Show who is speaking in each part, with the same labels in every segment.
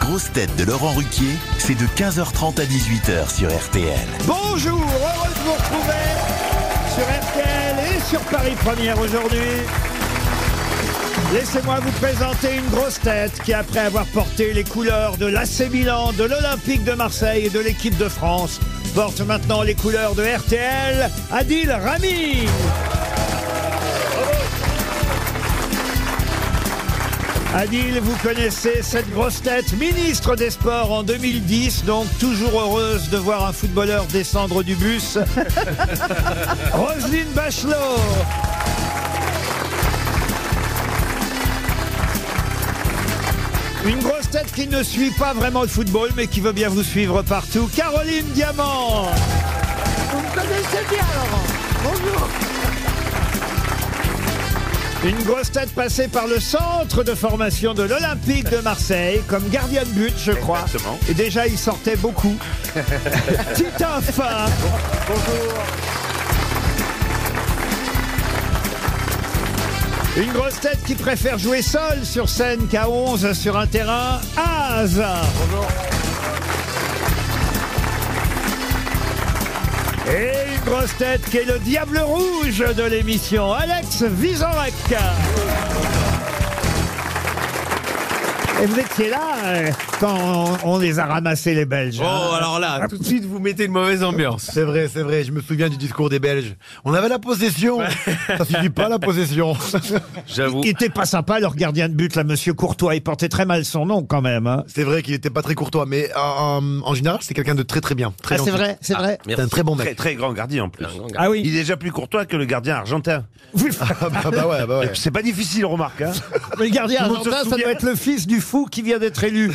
Speaker 1: grosses têtes de Laurent Ruquier, c'est de 15h30 à 18h sur RTL.
Speaker 2: Bonjour, heureux de vous retrouver sur RTL et sur Paris Première aujourd'hui. Laissez-moi vous présenter une grosse tête qui, après avoir porté les couleurs de l'AC Milan, de l'Olympique de Marseille et de l'équipe de France, porte maintenant les couleurs de RTL, Adil Rami. Adil, vous connaissez cette grosse tête, ministre des Sports en 2010, donc toujours heureuse de voir un footballeur descendre du bus. Roselyne Bachelot. Une grosse tête qui ne suit pas vraiment le football, mais qui veut bien vous suivre partout. Caroline Diamant.
Speaker 3: Vous me connaissez bien, Laurent. Bonjour.
Speaker 2: Une grosse tête passée par le centre de formation de l'Olympique de Marseille, comme gardien de but, je crois.
Speaker 4: Exactement.
Speaker 2: Et déjà, il sortait beaucoup. Titoff
Speaker 4: Bonjour.
Speaker 2: Une grosse tête qui préfère jouer seule sur scène qu'à 11 sur un terrain. Az Et une grosse tête qui est le diable rouge de l'émission, Alex Vizorek. Et vous étiez là euh, quand on, on les a ramassés, les Belges.
Speaker 5: Oh,
Speaker 2: hein.
Speaker 5: alors là, tout de suite, vous mettez une mauvaise ambiance.
Speaker 6: Ah. C'est vrai, c'est vrai, je me souviens du discours des Belges. On avait la possession Ça suffit pas la possession
Speaker 5: J'avoue.
Speaker 2: Il était pas sympa, leur gardien de but, là, monsieur Courtois. Il portait très mal son nom, quand même. hein.
Speaker 6: C'est vrai qu'il était pas très courtois, mais euh, en, en général, c'est quelqu'un de très très bien. Très
Speaker 2: Ah, c'est
Speaker 6: gentil.
Speaker 2: vrai, c'est vrai.
Speaker 6: C'est un très bon
Speaker 4: Très
Speaker 6: mec.
Speaker 4: très grand gardien en plus.
Speaker 2: Ah
Speaker 4: Il
Speaker 2: oui.
Speaker 4: est déjà plus courtois que le gardien argentin.
Speaker 2: Vous-
Speaker 6: Ah bah, bah ouais, bah ouais.
Speaker 4: C'est pas difficile, remarque. hein.
Speaker 2: Mais le gardien
Speaker 4: Tout le monde se
Speaker 2: argentin, ça
Speaker 4: souvient.
Speaker 2: doit être le fils du fou qui vient d'être élu.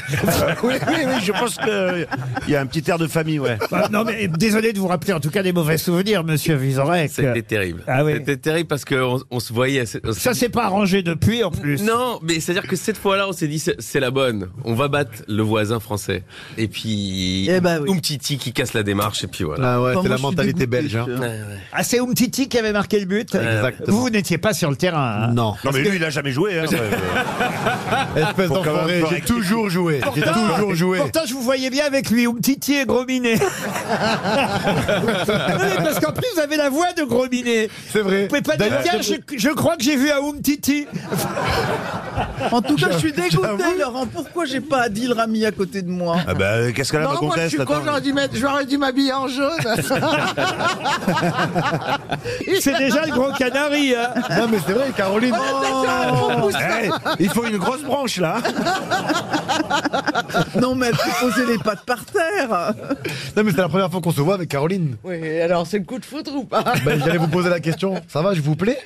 Speaker 4: oui, oui, oui, je pense qu'il y a un petit air de famille, ouais.
Speaker 2: Bah, non, mais désolé de vous rappeler en tout cas des mauvais souvenirs, monsieur Vizorek.
Speaker 5: C'était terrible.
Speaker 2: Ah oui.
Speaker 5: C'était terrible parce qu'on on se voyait. à cette- on
Speaker 2: Ça
Speaker 5: s'est
Speaker 2: s'est pas arrangé depuis en
Speaker 5: dit-
Speaker 2: plus.
Speaker 5: Non, mais c'est-à-dire que cette fois-là, on s'est dit, c'est c'est la bonne. On va battre le voisin français. Et puis,
Speaker 7: Eh ben oui.
Speaker 5: Umtiti qui casse la démarche, et puis voilà.
Speaker 6: Ah ouais,
Speaker 7: Enfin,
Speaker 6: c'est
Speaker 7: moi,
Speaker 6: la
Speaker 7: je suis
Speaker 6: mentalité
Speaker 7: dégoûté,
Speaker 6: belge. hein.
Speaker 7: je-
Speaker 5: Ouais, ouais.
Speaker 2: Ah, c'est Umtiti qui avait marqué le but.
Speaker 6: Exactement.
Speaker 2: Vous, vous n'étiez pas sur le terrain. hein.
Speaker 6: Non.
Speaker 4: Non, mais lui, il a jamais joué. hein.
Speaker 6: Espèce
Speaker 4: quand même
Speaker 6: d'enfoiré,
Speaker 4: correct.
Speaker 6: j'ai toujours joué. J'ai toujours joué.
Speaker 2: Pourtant, je vous voyais bien avec lui, Umtiti et Grominet. non, mais Ah parce qu'en plus, vous avez la voix de Grominet.
Speaker 6: C'est vrai.
Speaker 2: Vous pouvez pas dire,
Speaker 6: D'ailleurs,
Speaker 2: tiens, je, je crois que j'ai vu à Umtiti.
Speaker 7: En tout cas, je suis dégoûté, Laurent. Pourquoi j'ai pas Adil Rami à côté de moi
Speaker 4: Ah bah, qu'est-ce qu'elle a me
Speaker 3: Non, moi, je
Speaker 4: conteste
Speaker 3: suis con,
Speaker 4: attends.
Speaker 3: j'aurais dû, mettre- j'aurais dû m'habiller en jaune.
Speaker 2: C'est déjà le gros canari. hein.
Speaker 6: Non, mais c'est vrai, Caroline.
Speaker 7: Oh,
Speaker 6: Oh.
Speaker 4: Eh, Il faut une grosse branche, là.
Speaker 7: Non, mais elle peut poser les pattes par terre.
Speaker 6: Non, mais c'est la première fois qu'on se voit avec Caroline.
Speaker 3: oui, alors c'est le coup de foudre ou pas
Speaker 6: Ben, j'allais vous poser la question. Ça va, je vous plaît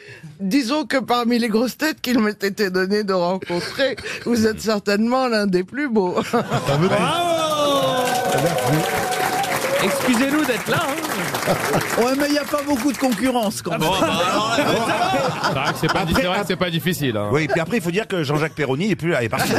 Speaker 3: Disons que parmi les grosses têtes qu'il m'était été donné de rencontrer, vous êtes certainement l'un des plus beaux.
Speaker 6: Ça veut dire.
Speaker 5: Excusez-nous d'être là. hein.
Speaker 7: Ouais, mais il n'y a pas beaucoup de concurrence quand même.
Speaker 8: C'est pas, c'est vrai que c'est pas difficile. hein.
Speaker 4: Oui, puis après, il faut dire que Jean-Jacques Perroni est plus là, il est parti.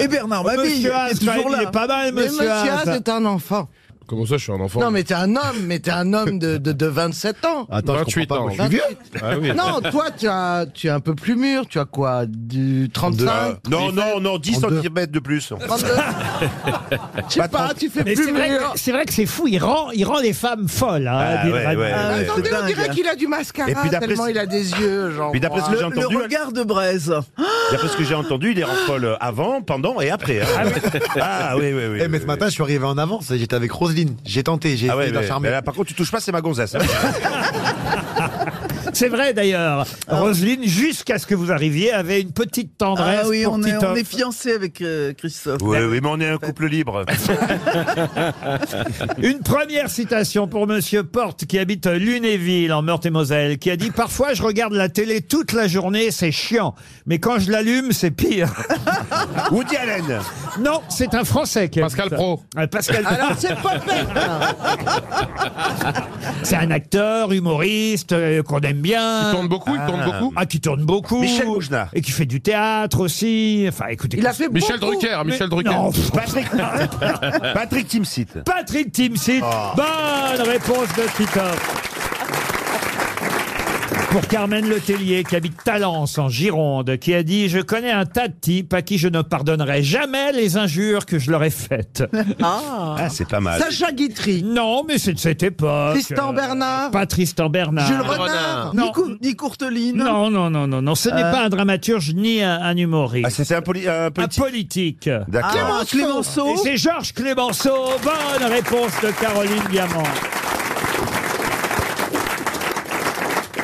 Speaker 7: Et Bernard Mabille
Speaker 2: Monsieur Haas,
Speaker 7: est toujours
Speaker 2: il
Speaker 7: là.
Speaker 2: est pas mal,
Speaker 3: Mais
Speaker 2: monsieur
Speaker 3: monsieur
Speaker 2: Haas.
Speaker 3: Haas est un enfant.
Speaker 8: Comment ça, je suis un enfant
Speaker 3: Non, mais t'es un homme, mais t'es un homme de, de, de 27 ans.
Speaker 6: Attends, je
Speaker 8: 28
Speaker 6: comprends
Speaker 8: ans.
Speaker 6: pas. moi, je suis vieux.
Speaker 8: Ah oui.
Speaker 3: Non, toi, tu, as, tu es un peu plus mûr. Tu as quoi Du 35
Speaker 4: Non, non, non, 10
Speaker 6: En deux.
Speaker 4: cm de plus.
Speaker 3: 32 Je sais pas, tu fais
Speaker 2: Mais
Speaker 3: plus
Speaker 2: c'est vrai,
Speaker 3: mûr.
Speaker 2: que- c'est vrai que c'est fou, il rend, il rend les femmes folles. hein,
Speaker 4: Ah,
Speaker 2: Adil
Speaker 4: ouais,
Speaker 2: Rami.
Speaker 4: ouais.
Speaker 7: Ah,
Speaker 3: Attendez,
Speaker 7: c'est
Speaker 3: on dirait
Speaker 7: dingue.
Speaker 3: qu'il a du mascara
Speaker 4: Et puis d'après
Speaker 3: tellement
Speaker 4: ce-
Speaker 3: il a des yeux, genre.
Speaker 4: Puis d'après ce que j'ai
Speaker 7: Le
Speaker 4: entendu,
Speaker 7: regard de Braise.
Speaker 4: d'après ce que j'ai entendu, il est en folle avant, pendant et après. hein. Ah oui, oui, oui.
Speaker 6: Eh, mais
Speaker 4: oui,
Speaker 6: ce matin, je suis arrivé en avance. et J'étais avec Roselyne. J'ai tenté, j'ai
Speaker 4: Ah ouais,
Speaker 6: essayé de la
Speaker 4: mais,
Speaker 6: charmer.
Speaker 4: mais là, par contre, tu touches pas, c'est ma gonzesse. hein.
Speaker 2: C'est vrai d'ailleurs.
Speaker 3: Ah.
Speaker 2: Roselyne, jusqu'à ce que vous arriviez, avait une petite tendresse.
Speaker 7: Ah oui,
Speaker 2: pour
Speaker 7: on est, on
Speaker 2: Titoff.
Speaker 7: est fiancés avec euh, Christophe.
Speaker 4: oui, oui, mais on est un couple libre.
Speaker 2: Une première citation pour Monsieur Porte, qui habite Lunéville, en Meurthe-et-Moselle, qui a dit Parfois, je regarde la télé toute la journée, c'est chiant. Mais quand je l'allume, c'est pire.
Speaker 4: Woody Allen.
Speaker 2: Non, c'est un Français qui a
Speaker 8: Pascal
Speaker 2: dit ça.
Speaker 8: Pro.
Speaker 2: Ah, Pascal Pro.
Speaker 3: Alors c'est pas hein. fait.
Speaker 2: C'est un acteur, humoriste, euh, qu'on aime bien.
Speaker 8: Il tourne beaucoup, il tourne beaucoup.
Speaker 2: Ah, qui tourne beaucoup.
Speaker 4: Michel Bougenat.
Speaker 2: Et qui fait du théâtre aussi. Enfin, écoutez.
Speaker 3: Il a fait
Speaker 8: Michel
Speaker 3: beaucoup.
Speaker 8: Drucker, Michel Drucker.
Speaker 2: Non, pff,
Speaker 4: Patrick, Patrick Timsit. Ah.
Speaker 2: Patrick Timsit. Bonne réponse de Titoff. pour Carmen Letellier, qui habite Talence, en Gironde, qui a dit « Je connais un tas de types à qui je ne pardonnerai jamais les injures que je leur ai faites.
Speaker 3: Ah.
Speaker 4: Ah, c'est pas mal.
Speaker 3: Sacha » Guitry,
Speaker 2: Non, mais c'est de cette époque.
Speaker 3: Tristan
Speaker 2: Euh,
Speaker 3: Bernard,
Speaker 2: Pas Tristan Bernard.
Speaker 3: Jules
Speaker 5: Renard.
Speaker 3: Renard.
Speaker 2: Non.
Speaker 7: Ni, Cou- ni Courteline.
Speaker 2: Non, non, non, non, non. Ce n'est pas un dramaturge ni un, un humoriste.
Speaker 4: Ah, c'est c'est un, poli- un
Speaker 2: un
Speaker 4: politique.
Speaker 2: politique. Ah,
Speaker 4: D'accord.
Speaker 7: Clémenceau.
Speaker 2: Et c'est Georges Clémenceau. Bonne réponse de Caroline Diamant.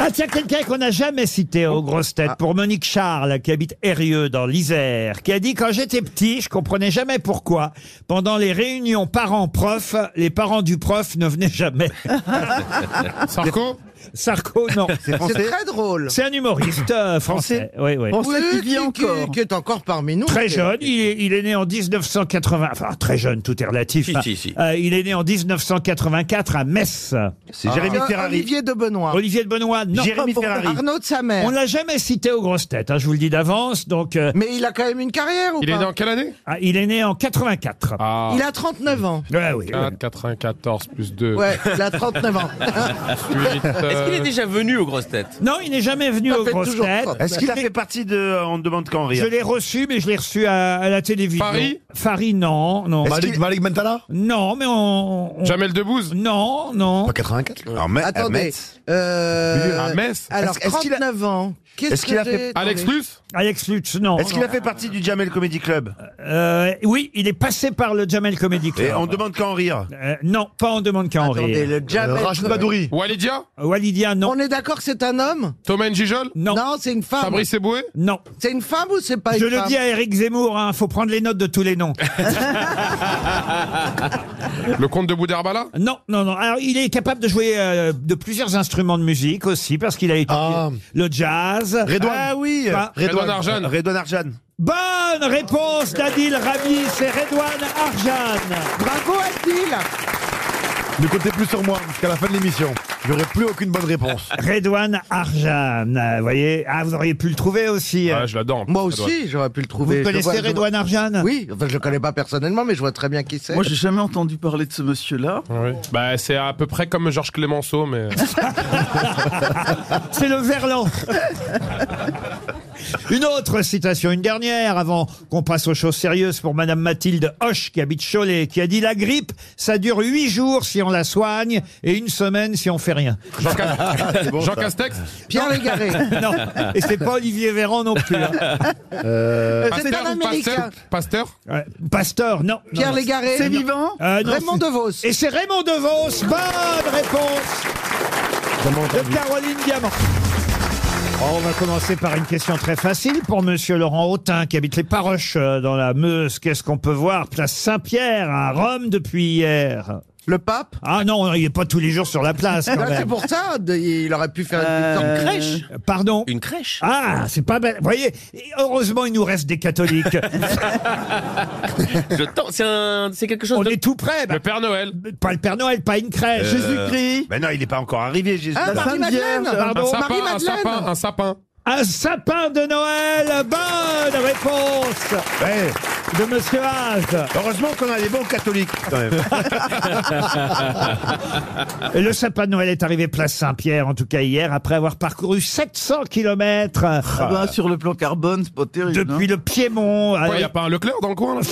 Speaker 2: Ah tiens, quelqu'un qu'on n'a jamais cité aux grosses têtes, Ah. pour Monique Charles, qui habite Hérieux dans l'Isère, qui a dit « Quand j'étais petit, je comprenais jamais pourquoi. Pendant les réunions parents-prof, les parents du prof ne venaient jamais.
Speaker 8: Sarko
Speaker 2: Sarko, non.
Speaker 3: c'est très drôle.
Speaker 2: C'est un humoriste euh, français. Oui, oui.
Speaker 7: Français qui
Speaker 3: Oui,
Speaker 7: vit encore.
Speaker 3: Qui, est encore parmi nous.
Speaker 2: Très
Speaker 3: qui-
Speaker 2: jeune, il est, il est né en 1980. Enfin, très jeune, tout est relatif.
Speaker 5: Si,
Speaker 2: hein.
Speaker 5: si, si.
Speaker 2: Euh, il est né en 1984 à Metz.
Speaker 4: C'est Jérémy
Speaker 3: Euh,
Speaker 4: Ferrari.
Speaker 3: Olivier de Benoît.
Speaker 2: Olivier de Benoît, non.
Speaker 4: Jérémy Ferrari.
Speaker 3: Arnaud de sa
Speaker 2: On
Speaker 3: mère.
Speaker 2: l'a jamais cité aux grosses têtes, hein, je vous le dis d'avance. Donc, euh,
Speaker 3: Mais il a quand même une carrière ou
Speaker 8: Il
Speaker 3: pas
Speaker 8: est né en quelle année
Speaker 2: ah, il est né en 84.
Speaker 8: Ah.
Speaker 3: Il a 39 ans.
Speaker 2: Ouais, Ah oui.
Speaker 8: 4, 94 plus 2.
Speaker 3: Ouais, il a 39 ans.
Speaker 8: euh,
Speaker 5: Est-ce qu'il est déjà venu aux grosses têtes
Speaker 2: Non, il n'est jamais venu
Speaker 3: Ça
Speaker 2: aux
Speaker 3: fait
Speaker 2: grosses
Speaker 3: toujours
Speaker 2: têtes.
Speaker 3: ça.
Speaker 4: Est-ce qu'il a fait partie de euh, On ne demande qu'en
Speaker 2: Je
Speaker 4: rire
Speaker 2: l'ai reçu, mais je l'ai reçu à, à la télévision.
Speaker 8: Paris
Speaker 2: Farid, non, non.
Speaker 6: Malik, Malik Bentala
Speaker 2: Non, mais on. on-
Speaker 8: Jamel Debbouze
Speaker 2: Non, non.
Speaker 6: Pas 84 là.
Speaker 4: Alors, Ah, mais- à
Speaker 3: Attendez.
Speaker 4: Metz.
Speaker 3: euh,
Speaker 8: À Metz
Speaker 3: Alors,
Speaker 4: Est-ce- est-ce qu'il a-
Speaker 3: 39 ans. Qu'est-ce
Speaker 4: Est-ce qu'il a
Speaker 3: que
Speaker 4: fait-
Speaker 3: j'ai-
Speaker 8: Alex
Speaker 3: Attendez.
Speaker 8: Luce
Speaker 2: Alex Lutz, non.
Speaker 4: Est-ce qu'il a fait partie du Jamel Comedy Club
Speaker 2: Euh, oui, il est passé par le Jamel Comedy Club.
Speaker 4: Et On ne demande qu'à en rire. Euh,
Speaker 2: Euh, non, pas on demande qu'à en
Speaker 3: Attendez,
Speaker 2: rire. Euh,
Speaker 3: le Jamel-
Speaker 6: Rachid Badouri.
Speaker 8: Walidia
Speaker 2: Walidia, non.
Speaker 3: On est d'accord que c'est un homme
Speaker 8: Thomas Njijol
Speaker 2: Non, non.
Speaker 3: Non, c'est une femme.
Speaker 8: Fabrice Eboué
Speaker 3: C'est une femme ou c'est pas
Speaker 2: Je
Speaker 3: Ah, une
Speaker 2: le
Speaker 3: femme
Speaker 2: dis à Eric Zemmour, hein, faut prendre les notes de tous les noms.
Speaker 8: Le comte de Boudherbala
Speaker 2: non, non, non. Alors, il est capable de jouer euh, de plusieurs instruments de musique aussi, parce qu'il a étudié
Speaker 6: Ah.
Speaker 2: le jazz.
Speaker 6: Redouane.
Speaker 2: Ah oui
Speaker 6: Pas-
Speaker 8: Redouane Arjan.
Speaker 4: Redouane Arjan.
Speaker 2: Bonne réponse d'Adil Rami, c'est Redouane Arjan.
Speaker 3: Bravo, Adil
Speaker 6: Ne comptez plus sur moi jusqu'à la fin de l'émission. J'aurai plus aucune bonne réponse.
Speaker 2: Redouane Arjan, euh, vous voyez Ah, vous auriez pu le trouver aussi. euh.
Speaker 8: Ah, je l'adore. en plus,
Speaker 3: Moi
Speaker 8: Redouane.
Speaker 3: aussi, j'aurais pu le
Speaker 2: vous
Speaker 3: trouver. Je
Speaker 2: connaissez
Speaker 3: vois- je vois-
Speaker 2: Redouane Arjan
Speaker 3: Oui, enfin, je le connais pas personnellement, mais je vois très bien qui c'est.
Speaker 7: Moi, j'ai jamais entendu parler de ce monsieur-là.
Speaker 8: Oui. Bah, c'est à peu près comme Georges Clémenceau, mais. Ah,
Speaker 2: C'est le verlan. Une autre citation, une dernière, avant qu'on passe aux choses sérieuses pour Madame Mathilde Hoche, qui habite Cholet, qui a dit La grippe, ça dure huit jours si on la soigne et une semaine si on fait rien.
Speaker 8: Jean, Cas- Jean Castex
Speaker 3: Pierre Légaré.
Speaker 2: Non, et c'est pas Olivier Véran non plus. hein.
Speaker 3: Euh, c'est
Speaker 8: Pasteur
Speaker 3: un
Speaker 8: ou
Speaker 3: Américain.
Speaker 8: Pasteur Pasteur
Speaker 2: Ouais, Pasteur, non. non,
Speaker 3: Pierre
Speaker 2: non.
Speaker 3: Légaré.
Speaker 7: C'est vivant
Speaker 2: Euh, non,
Speaker 3: Raymond
Speaker 2: c'est-
Speaker 3: DeVos.
Speaker 2: Et c'est Raymond DeVos, bonne réponse de Caroline Diamant. Oh, on va commencer par une question très facile pour Monsieur Laurent Autin qui habite les Paroches euh, dans la Meuse. Qu'est-ce qu'on peut voir Place Saint-Pierre à Rome depuis hier.
Speaker 3: Le pape.
Speaker 2: Ah non, il n'est pas tous les jours sur la place quand
Speaker 3: Là, Ah, c'est
Speaker 2: même.
Speaker 3: pour ça, de- il aurait pu faire
Speaker 7: Euh,
Speaker 3: une petite crèche.
Speaker 2: Pardon
Speaker 5: Une crèche
Speaker 2: Ah, c'est pas bête. Vous voyez, heureusement il nous reste des catholiques.
Speaker 5: Je tente- C'est un- c'est quelque chose
Speaker 2: on
Speaker 5: de...
Speaker 2: est tout près. bah,
Speaker 8: Le Père Noël
Speaker 2: pas le Père Noël, pas une crèche.
Speaker 7: Jésus-Christ.
Speaker 4: Ben non, il n'est pas encore arrivé, Euh, Jésus.
Speaker 3: Ah,
Speaker 7: La Sainte
Speaker 3: Marie-Madeleine.
Speaker 7: Vierge.
Speaker 8: Un
Speaker 2: Pardon
Speaker 8: sapin, un
Speaker 3: Marie-Madeleine.
Speaker 8: sapin, un sapin.
Speaker 2: Un sapin de Noël. Bonne réponse
Speaker 4: Ouais.
Speaker 2: de Monsieur Haas.
Speaker 4: Heureusement qu'on a des bons catholiques. Quand même.
Speaker 2: Et Le sapin de Noël est arrivé place Saint-Pierre, en tout cas hier, après avoir parcouru 700 kilomètres
Speaker 7: Ah bah, sur le plan carbone, c'est pas terrible.
Speaker 2: depuis
Speaker 7: hein.
Speaker 2: le Piémont.
Speaker 8: Il
Speaker 2: Alors,
Speaker 8: n'y a pas un Leclerc dans le coin là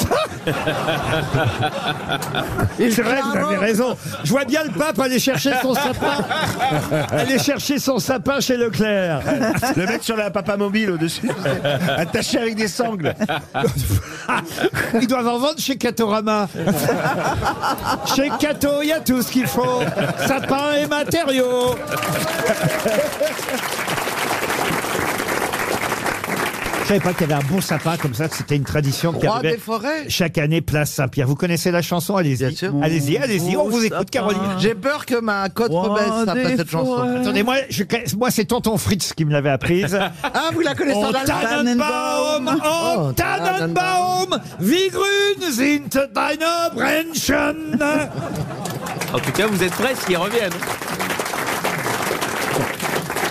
Speaker 2: c'est vrai, vous avez raison. Je vois bien le pape aller chercher son sapin, aller chercher son sapin chez Leclerc.
Speaker 4: Le mettre sur la papa mobile au-dessus, attaché avec des sangles.
Speaker 2: Ils doivent en vendre chez Catorama. chez Cato, il y a tout ce qu'il faut. Sapin et matériaux. Je savais pas qu'il y avait un bon sapin comme ça, que c'était une tradition qui
Speaker 3: Roi
Speaker 2: arrivait
Speaker 3: des forêts.
Speaker 2: chaque année place Saint-Pierre. Vous connaissez la chanson Allez-y.
Speaker 3: Bien sûr.
Speaker 2: Allez-y, allez-y. On
Speaker 7: beau
Speaker 2: vous écoute,
Speaker 7: sapin.
Speaker 2: Caroline.
Speaker 3: J'ai peur que ma cote
Speaker 7: Roi
Speaker 3: rebaisse après
Speaker 7: des
Speaker 3: cette chanson.
Speaker 7: forêts.
Speaker 2: Attendez, moi, je, moi c'est Tonton Fritz qui me l'avait apprise.
Speaker 3: Ah, vous la connaissez
Speaker 2: On
Speaker 3: en allemand
Speaker 2: Tannenbaum, on
Speaker 3: Oh, Tannenbaum.
Speaker 2: Tannenbaum, wie grün sind deine Brennchen.
Speaker 5: En tout cas, vous êtes prêts s'ils reviennent.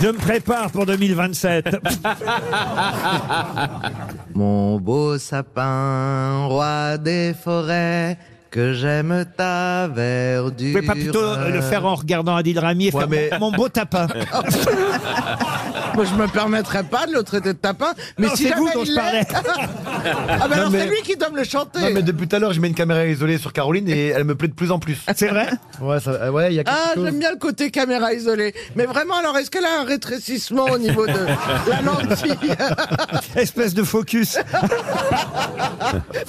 Speaker 2: Je me prépare pour 2027.
Speaker 3: Mon beau sapin, roi des forêts, que j'aime ta
Speaker 2: Vous
Speaker 3: verdure.
Speaker 2: pouvez pas plutôt euh, le faire en regardant Adil Rami et faire
Speaker 6: mais-
Speaker 2: mon mon beau tapin.
Speaker 3: Moi, je me permettrais pas de le traiter de tapin, mais
Speaker 2: Non,
Speaker 3: si
Speaker 2: c'est
Speaker 3: jamais
Speaker 2: vous dont
Speaker 3: il
Speaker 2: je
Speaker 3: l'est-
Speaker 2: parlais.
Speaker 3: ah ben alors
Speaker 6: mais-
Speaker 3: c'est lui qui doit me le chanter.
Speaker 6: Non, mais depuis tout à l'heure, je mets une caméra isolée sur Caroline et elle me plaît de plus en plus.
Speaker 2: C'est vrai
Speaker 6: Ouais, ça- euh, ouais, il y a quelque
Speaker 3: Ah,
Speaker 6: chose.
Speaker 3: j'aime bien le côté caméra isolée. Mais vraiment, alors, est-ce qu'elle a un rétrécissement au niveau de la lentille
Speaker 2: Espèce de focus.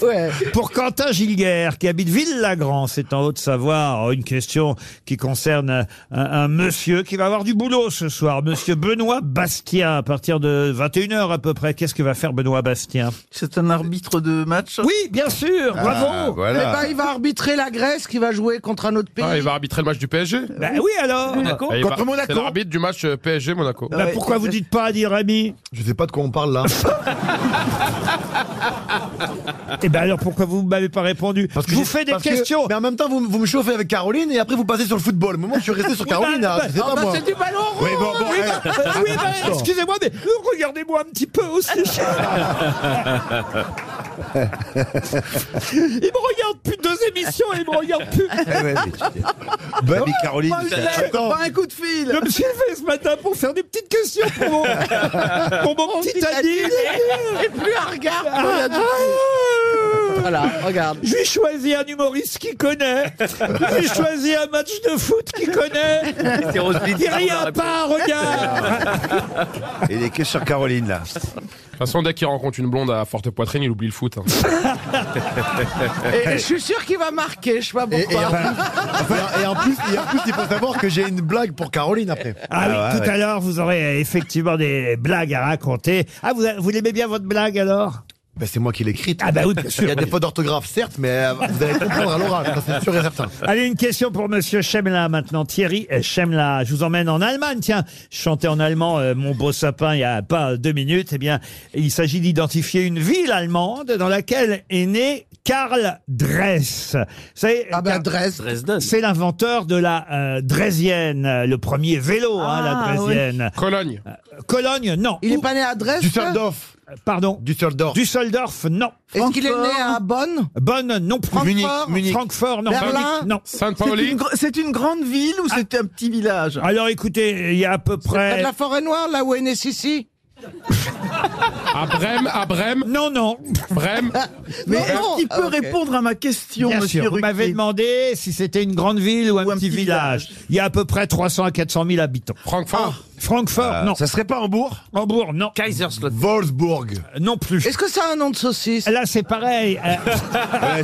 Speaker 3: Ouais.
Speaker 2: Pour Quentin Gilguerre, qui habite Ville-Lagrand, c'est en Haute-Savoie, Alors, une question qui concerne un, un monsieur qui va avoir du boulot ce soir, monsieur Benoît Bastien, à partir de 21h à peu près. Qu'est-ce que va faire Benoît Bastien
Speaker 7: C'est un arbitre de match
Speaker 2: Oui, bien sûr, bravo
Speaker 3: Eh ben, il va arbitrer la Grèce qui va jouer contre un autre pays.
Speaker 8: Ah, il va arbitrer le match du PSG
Speaker 2: Bah oui alors
Speaker 8: Ah, il va-
Speaker 6: Contre Monaco.
Speaker 8: C'est l'arbitre du match euh, PSG-Monaco.
Speaker 2: Bah, Pourquoi vous dites pas Adil Rami
Speaker 6: Je sais pas de quoi on parle là.
Speaker 2: Eh ben alors pourquoi vous m'avez pas répondu
Speaker 6: Parce que
Speaker 2: Je vous
Speaker 6: j'ai-
Speaker 2: fais des
Speaker 6: parce que-
Speaker 2: questions
Speaker 6: mais en même temps, vous, vous me chauffez avec Caroline et après vous passez sur le football. Moi, je suis resté
Speaker 2: Ah, Eh ben,
Speaker 6: sur Caroline.
Speaker 2: bah,
Speaker 6: là. C'est pas moi.
Speaker 3: du ballon rond
Speaker 4: Oui, bon, eh, bon,
Speaker 2: Oui, bah, euh, oui, bah, excusez-moi, mais euh, regardez-moi un petit peu aussi. Il me regarde plus de deux émissions et il me regarde plus.
Speaker 7: Eh Bah
Speaker 4: Ben, Caroline,
Speaker 6: Attends.
Speaker 7: Pas bah, un coup de fil
Speaker 2: Je me suis levé ce matin pour faire des petites questions pour mon, pour mon petit Adil.
Speaker 3: Et plus un regard. Voilà, regarde.
Speaker 2: Je lui ai choisi un humoriste qui connaît. Je lui ai choisi un match de foot qui connaît.
Speaker 5: C'est Roselyne
Speaker 2: Il
Speaker 3: hein,
Speaker 5: qui
Speaker 2: n'y a
Speaker 5: l'a
Speaker 2: pas, regarde.
Speaker 4: il est que sur Caroline, là.
Speaker 8: De toute façon, dès qu'il rencontre une blonde à forte poitrine, il oublie le foot. hein.
Speaker 3: Et, et je suis sûr qu'il va marquer, je sais pas
Speaker 6: Et,
Speaker 3: pourquoi.
Speaker 6: et en plus, enfin, et en plus- et en plus, il faut savoir que j'ai une blague pour Caroline après.
Speaker 2: Ah oui,
Speaker 4: Ah ouais,
Speaker 2: tout à l'heure, vous aurez effectivement des blagues à raconter. Ah, vous, vous l'aimez bien votre blague alors
Speaker 6: Ben, c'est moi qui l'écris.
Speaker 2: Ah bah oui, bien
Speaker 6: Il y
Speaker 2: sûr.
Speaker 6: a des fautes d'orthographe, certes, mais euh, vous allez comprendre à l'oral, ça, c'est sûr et certain.
Speaker 2: Allez, une question pour Monsieur Chemla maintenant. Thierry Chemla, je vous emmène en Allemagne. Tiens, je chantais en allemand euh, Mon beau sapin il y a pas deux minutes. Eh bien, il s'agit d'identifier une ville allemande dans laquelle est né Karl Dress. C'est
Speaker 3: Ah ben, Dresde.
Speaker 5: Dresden.
Speaker 2: c'est l'inventeur de la euh, Dresienne, le premier vélo, hein, la
Speaker 7: Ah,
Speaker 2: Dresienne.
Speaker 8: Cologne.
Speaker 2: Cologne, non.
Speaker 3: Il est
Speaker 2: Ou-
Speaker 3: pas né à Dresde
Speaker 6: Düsseldorf.
Speaker 2: Pardon.
Speaker 6: Düsseldorf.
Speaker 2: Düsseldorf, non.
Speaker 3: Est-ce qu'il est né
Speaker 7: Francfort.
Speaker 3: à Bonn
Speaker 2: Bonne, non. plus.
Speaker 3: Munich, Munich.
Speaker 2: Francfort, non.
Speaker 3: Berlin.
Speaker 2: Non. Ah.
Speaker 7: C'est
Speaker 8: Sainte-Pauli.
Speaker 7: une, gr- c'est une grande ville ou c'est un petit village
Speaker 2: Alors écoutez, il y a à peu
Speaker 3: Près de
Speaker 2: près...
Speaker 3: la forêt noire, là où est né Sissi
Speaker 8: À Brême. À Brême.
Speaker 2: Non, non.
Speaker 8: Brême.
Speaker 7: Mais
Speaker 3: Non, non.
Speaker 7: est-ce qu'il
Speaker 3: Ah,
Speaker 7: peut
Speaker 3: ok.
Speaker 7: répondre à ma question,
Speaker 2: Bien
Speaker 7: monsieur
Speaker 2: sûr, vous
Speaker 7: Ruquier
Speaker 2: m'avez demandé si c'était une grande ville ou un, petit, village. Il y a à peu près 300 à 400 000 habitants.
Speaker 8: Francfort.
Speaker 7: Ah.
Speaker 2: Francfort,
Speaker 7: Euh,
Speaker 2: non.
Speaker 4: Ça serait pas Hambourg
Speaker 2: Hambourg, non.
Speaker 5: Kaiserslautern.
Speaker 6: Wolfsburg.
Speaker 2: Non plus.
Speaker 3: Est-ce que ça a un nom de saucisse
Speaker 2: Là, c'est pareil. Euh,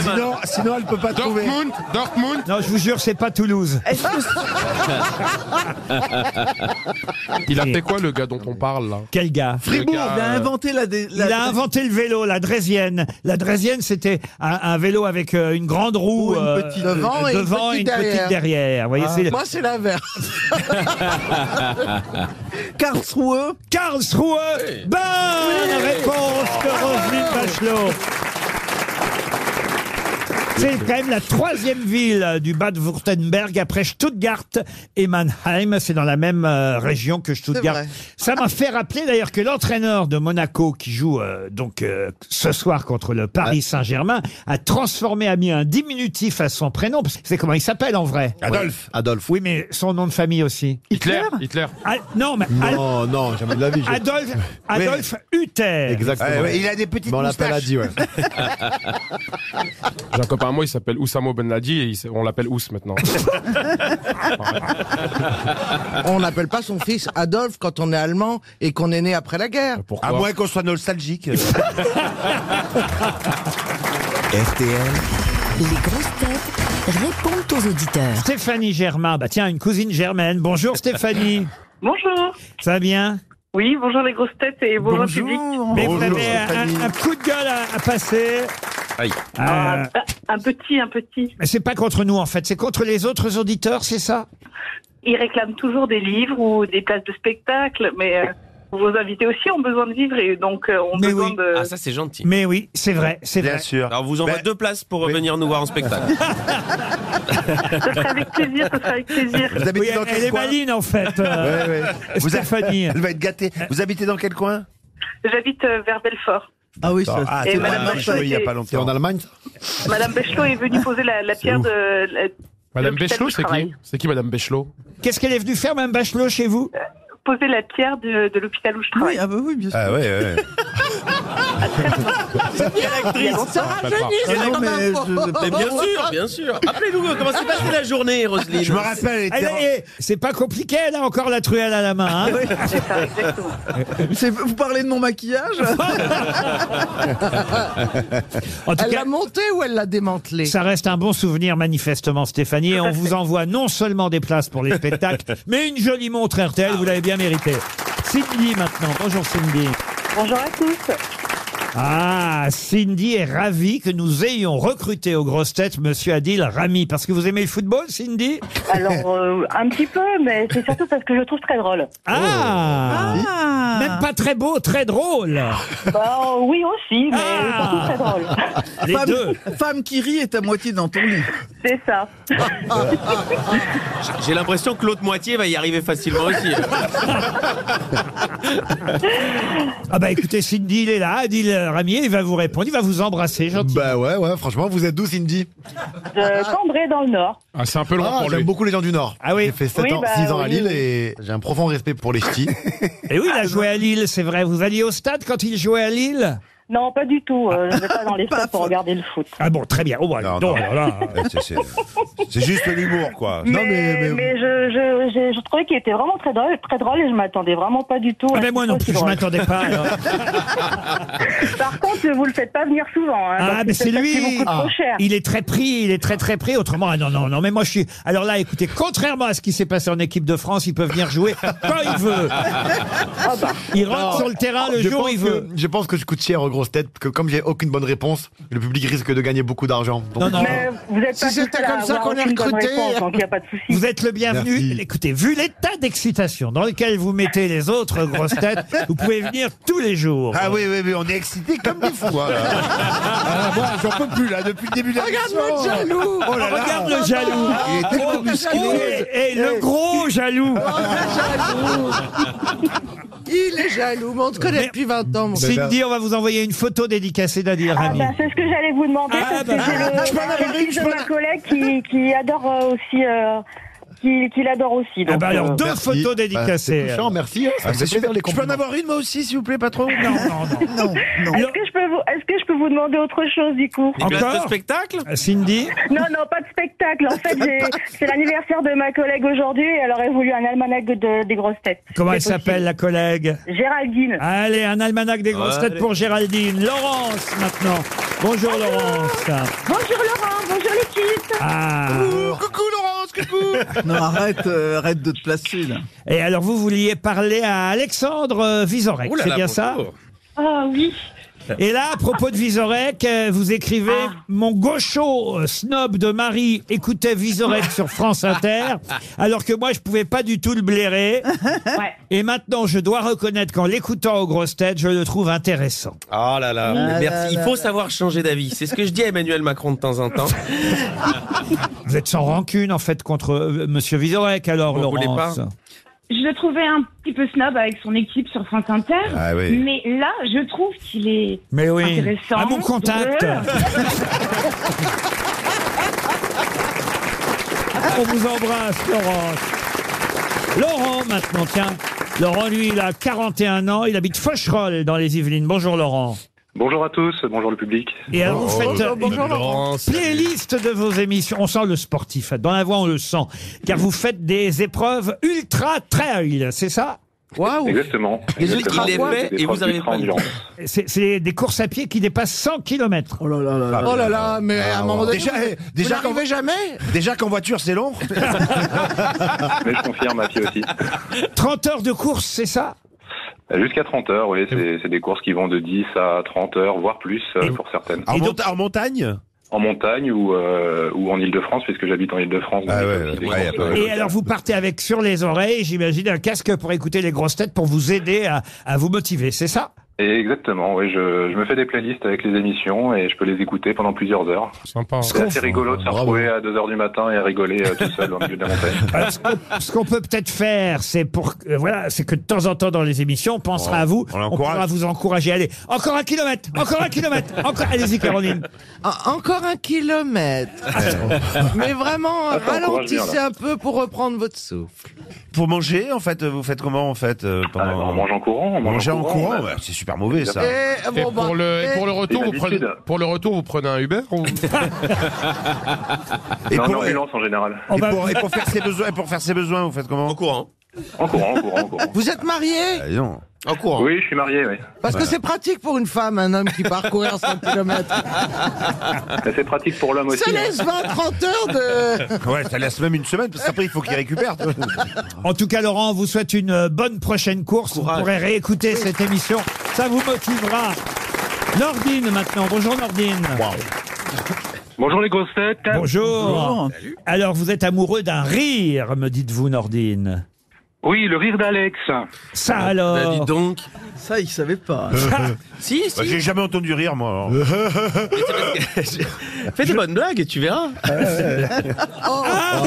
Speaker 6: Sinon, sinon, elle peut pas trouver.
Speaker 8: Dortmund. Dortmund.
Speaker 2: non, je vous jure, c'est pas Toulouse.
Speaker 7: Est-ce que c'est-
Speaker 8: Il a fait quoi, le gars dont on parle, là
Speaker 2: Quel gars
Speaker 8: Fribourg.
Speaker 7: il
Speaker 2: ben,
Speaker 7: a inventé la, dé- la-
Speaker 2: il a inventé le vélo, la draisienne. La draisienne, c'était un, un vélo avec euh, une grande roue
Speaker 7: Ou une
Speaker 2: euh,
Speaker 7: petite Ah.
Speaker 3: devant et une
Speaker 2: devant et une
Speaker 3: petite
Speaker 2: petite
Speaker 3: derrière. Ah,
Speaker 2: derrière. Vous voyez, c'est le-
Speaker 3: Moi, c'est l'inverse.
Speaker 7: Karlsruhe.
Speaker 2: Karlsruhe. Bah Bonne réponse de Roselyne Bachelot. C'est quand même la troisième ville du Bade-Württemberg après Stuttgart et Mannheim. C'est dans la même euh, région que Stuttgart.
Speaker 3: vrai.
Speaker 2: Ça m'a fait rappeler d'ailleurs que l'entraîneur de Monaco qui joue euh, donc euh, ce soir contre le Paris Saint-Germain a transformé, a mis un diminutif à son prénom. Parce que C'est comment il s'appelle en vrai
Speaker 6: Adolphe. Adolphe.
Speaker 2: Oui, mais son nom de famille aussi.
Speaker 8: Hitler. Hitler.
Speaker 2: Ah, non, mais Al-
Speaker 6: Non, non, jamais de la vie. je-
Speaker 2: Adolphe, Adolphe Hutter.
Speaker 6: Exactement.
Speaker 4: Ouais, ouais, Il a des petites
Speaker 6: Mais on l'appelle
Speaker 4: moustaches.
Speaker 6: Adi, ouais.
Speaker 8: J'ai un copain à moi, il s'appelle Oussamo Ben Ladi et il s- on l'appelle Ous maintenant.
Speaker 3: On n'appelle pas son fils Adolphe quand on est allemand et qu'on est né après la guerre.
Speaker 8: Pourquoi
Speaker 4: À moins qu'on soit nostalgique.
Speaker 1: RTL,
Speaker 9: Les grosses têtes répondent aux auditeurs.
Speaker 2: Stéphanie Germain, bah tiens, une cousine germaine. Bonjour Stéphanie.
Speaker 10: Bonjour.
Speaker 2: Ça va bien
Speaker 10: Oui, bonjour les grosses têtes et bonjour, public.
Speaker 2: Mais vous
Speaker 6: Bonjour,
Speaker 2: avez un,
Speaker 6: Stéphanie.
Speaker 2: un coup de gueule à, à passer.
Speaker 5: Aïe.
Speaker 2: Euh,
Speaker 10: Ah, un petit, un petit.
Speaker 2: mais c'est pas contre nous en fait, c'est contre les autres auditeurs, c'est ça
Speaker 10: Ils réclament toujours des livres ou des places de spectacle, mais euh, vos invités aussi ont besoin de vivre et donc euh, ont
Speaker 2: Mais
Speaker 10: besoin
Speaker 2: oui.
Speaker 10: de.
Speaker 5: Ah, ça, c'est gentil.
Speaker 2: Mais oui, c'est vrai, c'est vrai.
Speaker 4: Bien sûr.
Speaker 5: Alors, on vous envoie
Speaker 4: Ben,
Speaker 5: deux places pour euh, venir nous voir en spectacle.
Speaker 10: Ce sera avec plaisir, ce sera avec plaisir.
Speaker 4: Vous
Speaker 2: Oui,
Speaker 4: habitez dans
Speaker 2: elle, elle
Speaker 4: quel
Speaker 2: est
Speaker 4: coin
Speaker 2: maligne en fait. euh,
Speaker 4: Ouais, ouais. Vous a-
Speaker 2: Stéphanie.
Speaker 4: Elle va être gâtée. Vous habitez dans quel coin
Speaker 10: J'habite euh, vers Belfort.
Speaker 7: Ah oui, ça.
Speaker 4: Ah,
Speaker 11: Et
Speaker 4: t'es
Speaker 11: Madame
Speaker 4: dans un
Speaker 11: Bachelot
Speaker 4: Richelieu il y a
Speaker 11: était-
Speaker 4: pas
Speaker 6: C'est en
Speaker 4: longtemps.
Speaker 6: Allemagne, ça
Speaker 11: Madame Bechelot est venue poser la, la pierre
Speaker 6: ouf.
Speaker 11: de. la-
Speaker 8: Madame
Speaker 11: l'hôpital
Speaker 8: Béchelot,
Speaker 11: où je
Speaker 8: c'est qui
Speaker 11: travaille.
Speaker 8: C'est qui Madame Béchelot
Speaker 2: Qu'est-ce qu'elle est venue faire, Mme Bachelot, chez vous
Speaker 10: Euh,
Speaker 11: Poser la pierre de, de l'hôpital où je
Speaker 7: Oui,
Speaker 11: travaille.
Speaker 7: ah bah oui, bien sûr.
Speaker 4: Ah ouais, ouais.
Speaker 7: Ah non, mais je-
Speaker 5: Mais bien sûr, bien sûr. Appelez-nous, comment s'est passée la journée, Roselyne
Speaker 4: Je me rappelle, elle
Speaker 2: Elle
Speaker 5: Ah,
Speaker 4: était
Speaker 2: est- C'est pas compliqué, elle a encore la truelle à la main. hein.
Speaker 11: C'est ça, exactement.
Speaker 7: c'est- Vous parlez de mon maquillage
Speaker 2: en tout
Speaker 3: Elle
Speaker 2: cas,
Speaker 3: l'a monté ou elle l'a démantelé
Speaker 2: ça reste un bon souvenir, manifestement, Stéphanie. Et on vous envoie non seulement des places pour les spectacles, mais une jolie montre RTL, vous l'avez bien mérité. Cindy maintenant. Bonjour Cindy.
Speaker 11: Bonjour à tous.
Speaker 2: Ah, Cindy est ravie que nous ayons recruté aux grosses têtes Monsieur Adil Rami. Parce que vous aimez le football, Cindy
Speaker 11: Alors, euh, un petit peu, mais c'est surtout parce que je le trouve très drôle.
Speaker 6: Oh.
Speaker 2: Ah, Même pas très beau, très drôle.
Speaker 11: Bah, euh, oui aussi, mais
Speaker 2: Ah.
Speaker 11: surtout très drôle.
Speaker 2: Les
Speaker 7: femme,
Speaker 2: deux.
Speaker 7: femme qui rit est à moitié dans ton lit.
Speaker 11: C'est ça.
Speaker 5: J'ai l'impression que l'autre moitié va y arriver facilement aussi.
Speaker 2: Ah bah écoutez, Cindy, il est là. Adil Rami, il va vous répondre. Il va vous embrasser gentiment.
Speaker 6: Bah ouais, ouais, franchement, vous êtes d'où, Cindy
Speaker 11: De Cambrai dans le Nord.
Speaker 8: Ah, c'est un peu loin
Speaker 6: Ah,
Speaker 8: pour
Speaker 6: j'aime
Speaker 8: lui.
Speaker 6: beaucoup les gens du Nord.
Speaker 2: Ah oui.
Speaker 6: J'ai fait 7
Speaker 11: Oui,
Speaker 6: ans,
Speaker 11: bah,
Speaker 6: 6 ans à
Speaker 11: oui,
Speaker 6: Lille
Speaker 11: oui.
Speaker 6: et j'ai un profond respect pour les ch'tis.
Speaker 2: Et Eh oui, il a joué à Lille, c'est vrai. Vous alliez au stade quand il jouait à Lille
Speaker 11: Non, pas du tout. euh, je ne vais pas dans les stades pour regarder le foot.
Speaker 2: Ah bon, très bien. Oh, bah,
Speaker 4: Non,
Speaker 2: donc,
Speaker 4: non.
Speaker 2: alors là,
Speaker 4: Ouais, c'est- c'est- C'est juste l'humour,
Speaker 7: Ah,
Speaker 4: quoi.
Speaker 11: mais, mais, je, je, je, je trouvais qu'il était vraiment très drôle, très drôle et je m'attendais vraiment pas du tout.
Speaker 2: Ah
Speaker 11: à
Speaker 2: ben
Speaker 11: ce
Speaker 2: moi
Speaker 11: qu'il
Speaker 2: non
Speaker 11: soit aussi
Speaker 2: plus, je
Speaker 11: drôle.
Speaker 2: m'attendais pas. alors.
Speaker 11: Par contre, vous le faites pas venir souvent. Hein,
Speaker 2: Ah,
Speaker 11: parce que
Speaker 2: mais c'est
Speaker 11: ça
Speaker 2: lui.
Speaker 11: qui vous coûte
Speaker 2: Ah.
Speaker 11: trop cher.
Speaker 2: Il est très pris, il est très très pris. Autrement, ah non, non, non, mais moi je suis. Alors là, écoutez, contrairement à ce qui s'est passé en équipe de France, il peut venir jouer quand il veut.
Speaker 11: Ah, bah.
Speaker 2: Il rentre
Speaker 6: Non.
Speaker 2: sur le terrain le
Speaker 6: je
Speaker 2: jour où
Speaker 6: pense
Speaker 2: il
Speaker 6: que-
Speaker 2: veut.
Speaker 6: Je pense que je coûte cher aux grosses têtes, que comme j'ai aucune bonne réponse, le public risque de gagner beaucoup d'argent. Donc,
Speaker 2: Non, non.
Speaker 11: Mais vous êtes
Speaker 3: Si
Speaker 11: pas
Speaker 3: c'était
Speaker 11: tout seul à
Speaker 3: comme ça
Speaker 11: avoir
Speaker 3: qu'on est
Speaker 11: aucune bonne
Speaker 3: recruté.
Speaker 11: réponse, Donc il n'y a pas de souci.
Speaker 2: Vous êtes le bienvenu.
Speaker 6: Merci.
Speaker 2: Écoutez, vu l'état d'excitation dans lequel vous mettez les autres grosses têtes, vous pouvez venir tous les jours.
Speaker 4: Ah oui, oui, oui, on est excités comme des fous. hein, là. Ah, moi, j'en peux plus, là, depuis le début de la
Speaker 3: Regarde-moi jaloux
Speaker 4: Oh là là.
Speaker 2: Regarde le jaloux.
Speaker 3: Ah,
Speaker 4: Il est tellement
Speaker 2: Oh,
Speaker 4: musclé.
Speaker 2: et, et le gros jaloux.
Speaker 4: Ah.
Speaker 3: Il est jaloux, mais on te connaît
Speaker 2: Mais-
Speaker 3: depuis 20 ans. mon gars.
Speaker 2: Cindy, on va vous envoyer une photo dédicacée d'Adil
Speaker 11: Ah
Speaker 2: Rami.
Speaker 11: bah, c'est ce que j'allais vous demander
Speaker 2: Ah
Speaker 11: parce
Speaker 2: bah,
Speaker 11: que j'ai le,
Speaker 4: je peux en avoir
Speaker 11: j'ai le
Speaker 4: une,
Speaker 11: fils
Speaker 4: je
Speaker 11: de
Speaker 4: peux
Speaker 11: ma
Speaker 4: en-
Speaker 11: collègue qui, qui adore euh, aussi, euh, qui, qui l'adore aussi.
Speaker 2: Ah
Speaker 11: Donc,
Speaker 2: bah alors
Speaker 11: euh,
Speaker 2: deux
Speaker 6: merci.
Speaker 2: photos
Speaker 6: Bah, c'est
Speaker 2: dédicacées. euh. Ah,
Speaker 6: touchant, merci. hein, ça me fait plaisir, les
Speaker 4: Je peux en
Speaker 6: compliments.
Speaker 4: avoir une, moi aussi, s'il vous plaît, patron
Speaker 2: non, non, non.
Speaker 7: Non, non.
Speaker 11: est-ce que je peux vous, est-ce que je peux vous demander autre chose du coup
Speaker 5: Une place
Speaker 2: Encore
Speaker 5: de spectacle
Speaker 2: Cindy
Speaker 11: Non, non, pas de spectacle. En fait, j'ai- c'est l'anniversaire de ma collègue aujourd'hui et elle aurait voulu un almanach de- des grosses têtes.
Speaker 2: Comment
Speaker 11: C'est
Speaker 2: elle s'appelle, la collègue
Speaker 11: possible. Géraldine.
Speaker 2: Allez, un almanach des grosses têtes
Speaker 5: Allez.
Speaker 2: pour Géraldine. Laurence, maintenant. Bonjour, Laurence.
Speaker 11: Bonjour Laurent, bonjour l'équipe.
Speaker 2: Ah.
Speaker 4: Coucou Laurence, coucou
Speaker 7: Non, arrête, euh, arrête de te placer là.
Speaker 2: Et alors, vous vouliez parler à Alexandre euh, Vizorek,
Speaker 5: Ouh là
Speaker 2: c'est
Speaker 5: là,
Speaker 2: bien ça
Speaker 5: bonjour.
Speaker 11: Ah oui.
Speaker 2: Et là, à propos de Vizorek, euh, vous écrivez
Speaker 11: Ah.
Speaker 2: Mon gaucho euh, snob de Marie écoutait Vizorek sur France Inter, alors que moi, je pouvais pas du tout le blairer.
Speaker 11: Ouais.
Speaker 2: Et maintenant, je dois reconnaître qu'en l'écoutant aux grosses têtes, je le trouve intéressant.
Speaker 5: Oh là là,
Speaker 7: Ah là
Speaker 5: merci. Il
Speaker 7: là
Speaker 5: faut
Speaker 7: là.
Speaker 5: savoir changer d'avis. C'est ce que je dis à Emmanuel Macron de temps en temps.
Speaker 2: Vous êtes sans rancune, en fait, contre euh, Monsieur Vizorek, alors,
Speaker 5: Vous voulez
Speaker 2: Laurence.
Speaker 5: pas
Speaker 11: Je le trouvais un petit peu snob avec son équipe sur France Inter.
Speaker 4: Ah oui.
Speaker 11: Mais là, je trouve qu'il est
Speaker 2: Mais oui,
Speaker 11: Intéressant.
Speaker 2: à mon contact.
Speaker 11: Drôle.
Speaker 2: Ah, On vous embrasse, Laurence. Laurent, maintenant, tiens. Laurent, lui, il a 41 ans, il habite Faucherolles dans les Yvelines. Bonjour, Laurent.
Speaker 12: Bonjour à tous, bonjour le public.
Speaker 2: Et alors, vous faites euh, une
Speaker 5: Laurence.
Speaker 2: playlist de vos émissions. On sent le sportif. Dans la voix, on le sent. Car vous faites des épreuves ultra trail, c'est ça
Speaker 7: Waouh
Speaker 12: Exactement.
Speaker 5: Les
Speaker 12: Exactement.
Speaker 5: ultra quoi
Speaker 12: Des
Speaker 5: Et vous arrivez pas à
Speaker 12: ultra-ambulants.
Speaker 2: C'est- C'est des courses à pied qui dépassent 100 km.
Speaker 7: Oh là là là. Ah,
Speaker 3: Oh là là, mais à un moment donné,
Speaker 4: Déjà, eh,
Speaker 3: vous,
Speaker 4: déjà
Speaker 3: vous n'arrivez jamais
Speaker 4: Déjà qu'en voiture, c'est long.
Speaker 12: Mais je confirme, ma fille aussi.
Speaker 2: 30 heures de course, c'est ça
Speaker 12: Jusqu'à 30 heures, oui, c'est c'est des courses qui vont de 10 à 30 heures, voire plus euh,
Speaker 2: Et-
Speaker 12: pour certaines.
Speaker 4: En,
Speaker 2: Et donc- ah,
Speaker 4: monta- en montagne
Speaker 12: En montagne ou, euh, ou en Ile-de-France, puisque j'habite en Ile-de-France.
Speaker 4: Ah
Speaker 12: donc
Speaker 4: ouais,
Speaker 12: il y a aussi des
Speaker 4: ouais,
Speaker 12: courses,
Speaker 4: ouais,
Speaker 12: euh,
Speaker 4: ouais.
Speaker 2: Et alors vous partez avec sur les oreilles, j'imagine, un casque pour écouter les grosses têtes pour vous aider à, à vous motiver, c'est ça
Speaker 13: Et exactement, oui, je, je me fais des playlists avec les émissions et je peux les écouter pendant plusieurs heures.
Speaker 8: Sympa. hein.
Speaker 13: C'est assez rigolo de se retrouver à 2h du matin et à rigoler euh, tout seul au milieu de la montagne.
Speaker 2: Alors, Euh, ce qu'on- ce qu'on peut peut-être faire, c'est pour euh, voilà, c'est que de temps en temps dans les émissions, on pensera à vous,
Speaker 4: on
Speaker 2: on,
Speaker 4: l'encourage.
Speaker 2: pourra vous encourager. Allez, encore un kilomètre, encore un kilomètre, encore. Allez-y, Caroline.
Speaker 3: En- Ah, encore un kilomètre.
Speaker 4: Euh,
Speaker 3: Mais vraiment,
Speaker 4: Attends, courage
Speaker 3: ralentissez
Speaker 4: bien, là.
Speaker 3: un peu pour reprendre votre souffle.
Speaker 4: Pour manger, en fait, vous faites comment, en fait euh, pendant...
Speaker 13: on mange Ah, en courant. Eh, On
Speaker 4: Manger en courant, ouais, c'est super mauvais, ça.
Speaker 3: Et,
Speaker 8: Et
Speaker 3: bon, bah,
Speaker 8: pour, le, et pour le
Speaker 3: et-
Speaker 8: retour,
Speaker 13: et
Speaker 8: vous prenez,
Speaker 13: d'habitude.
Speaker 8: pour le retour, vous prenez un Uber ou...
Speaker 4: Et
Speaker 13: Non, en
Speaker 4: pour, et,
Speaker 13: ambulance en général.
Speaker 2: On va-
Speaker 4: pour- et pour faire ses besoins, et pour faire ses besoins, vous faites comment En courant.
Speaker 13: En courant, en courant, en courant.
Speaker 3: Vous êtes
Speaker 2: Euh,
Speaker 4: Ah,
Speaker 3: marié
Speaker 5: En courant.
Speaker 13: Oui, je suis marié, oui.
Speaker 3: Parce que c'est pratique pour une femme, un homme qui parcourir 100 km.
Speaker 13: Mais c'est pratique pour l'homme aussi.
Speaker 3: Ça
Speaker 13: hein.
Speaker 3: laisse 20-30 heures de...
Speaker 4: Ouais, ça laisse même une semaine, parce qu'après, il faut qu'il récupère. toi.
Speaker 2: En tout cas, Laurent, on vous souhaite une euh, bonne prochaine course.
Speaker 5: Courage.
Speaker 2: Vous pourrez réécouter cette émission. Ça vous motivera. Nordine maintenant. Bonjour Nordine.
Speaker 13: Bonjour les grosses têtes.
Speaker 2: Bonjour. Alors, vous êtes amoureux d'un rire, me dites-vous Nordine.
Speaker 13: Oui, le rire d'Alex.
Speaker 2: Ça
Speaker 5: Bah, dis
Speaker 2: alors.
Speaker 5: donc.
Speaker 7: Ça, il savait pas.
Speaker 5: Si,
Speaker 4: Bah,
Speaker 5: si.
Speaker 4: J'ai jamais entendu rire, moi.
Speaker 5: Fais des bonnes blagues et tu verras.
Speaker 4: Ah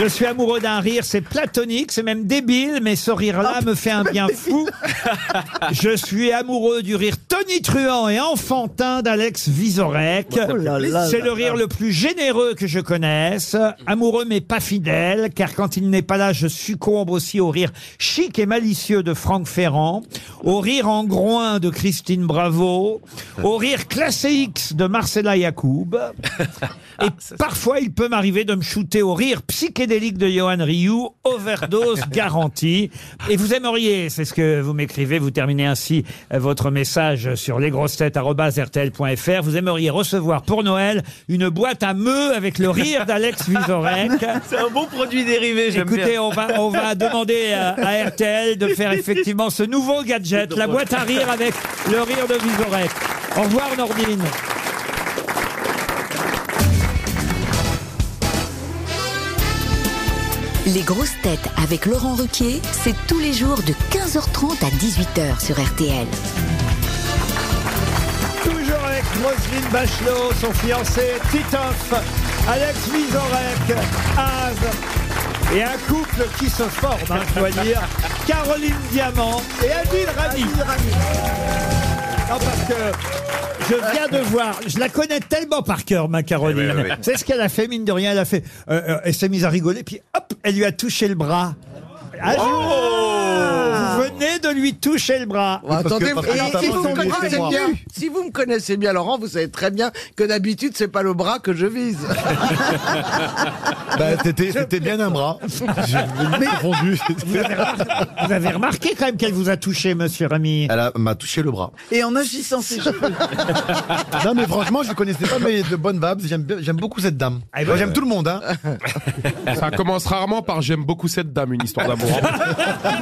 Speaker 2: Je suis amoureux d'un rire, c'est platonique, c'est même débile, mais ce
Speaker 7: Ah,
Speaker 2: rire-là me fait un bien fou. Je suis amoureux du rire tonitruant et enfantin d'Alex Vizorek.
Speaker 7: Oh là là
Speaker 2: C'est
Speaker 7: là
Speaker 2: le
Speaker 7: là.
Speaker 2: rire le plus généreux que je connaisse. Amoureux mais pas fidèle, car quand il n'est pas là, je succombe aussi au rire chic et malicieux de Franck Ferrand, au rire en groin de Christine Bravo, au rire classé X de Marcella Yacoub.
Speaker 5: Ah,
Speaker 2: Et parfois, il peut m'arriver de me shooter au rire psychédélique de Johan Rioux, overdose garantie. Et vous aimeriez, c'est ce que vous m'écrivez, vous terminez ainsi euh, votre message sur lesgrossetêtes.rtl.fr, vous aimeriez recevoir pour Noël une boîte à meux avec le rire d'Alex Vizorek.
Speaker 5: C'est un bon produit dérivé, j'aime bien.
Speaker 2: Écoutez, on va, on va demander à, à RTL de faire effectivement ce nouveau gadget, la boîte à rire avec le rire de Vizorek. Au revoir, Nordine.
Speaker 9: Les grosses têtes avec Laurent Ruquier, c'est tous les jours de 15h30 à 18h sur RTL.
Speaker 2: Toujours avec Roselyne Bachelot, son fiancé Titoff, Alex Vizorek, Az, et un couple qui se forme, hein, je dois dire, Caroline Diamant et Adil Rami. Non, parce que je viens de voir, je la connais tellement par cœur, ma
Speaker 6: Eh
Speaker 2: Caroline. C'est ce qu'elle a fait, mine de rien, elle a fait, euh, euh, elle s'est mise à rigoler, puis hop, elle lui a touché le bras. Ah, je- Vous venez de lui toucher le bras.
Speaker 3: Bon, attendez,
Speaker 6: Ah. parce
Speaker 3: et-
Speaker 6: que
Speaker 3: et
Speaker 6: notamment,
Speaker 3: si, vous
Speaker 6: c'est
Speaker 3: me
Speaker 6: lui,
Speaker 3: connaissez
Speaker 6: c'est moi.
Speaker 3: bien, si vous me connaissez bien, Laurent, vous savez très bien que d'habitude, c'est pas le bras que je vise.
Speaker 6: Bah, c'était, c'était bien un bras. J'ai confondu.
Speaker 2: Vous avez remarqué quand même qu'elle vous a touché, monsieur Rami.
Speaker 6: Elle a- m'a touché le bras.
Speaker 7: Et en agissant ses cheveux.
Speaker 6: Non, mais franchement, je connaissais pas, mais de bonnes vibes. J'aime, bien- j'aime beaucoup cette dame.
Speaker 2: Ah,
Speaker 6: Moi,
Speaker 2: ouais.
Speaker 6: j'aime tout le monde, hein.
Speaker 8: Ça commence rarement par j'aime beaucoup cette dame, une histoire d'amour. hein.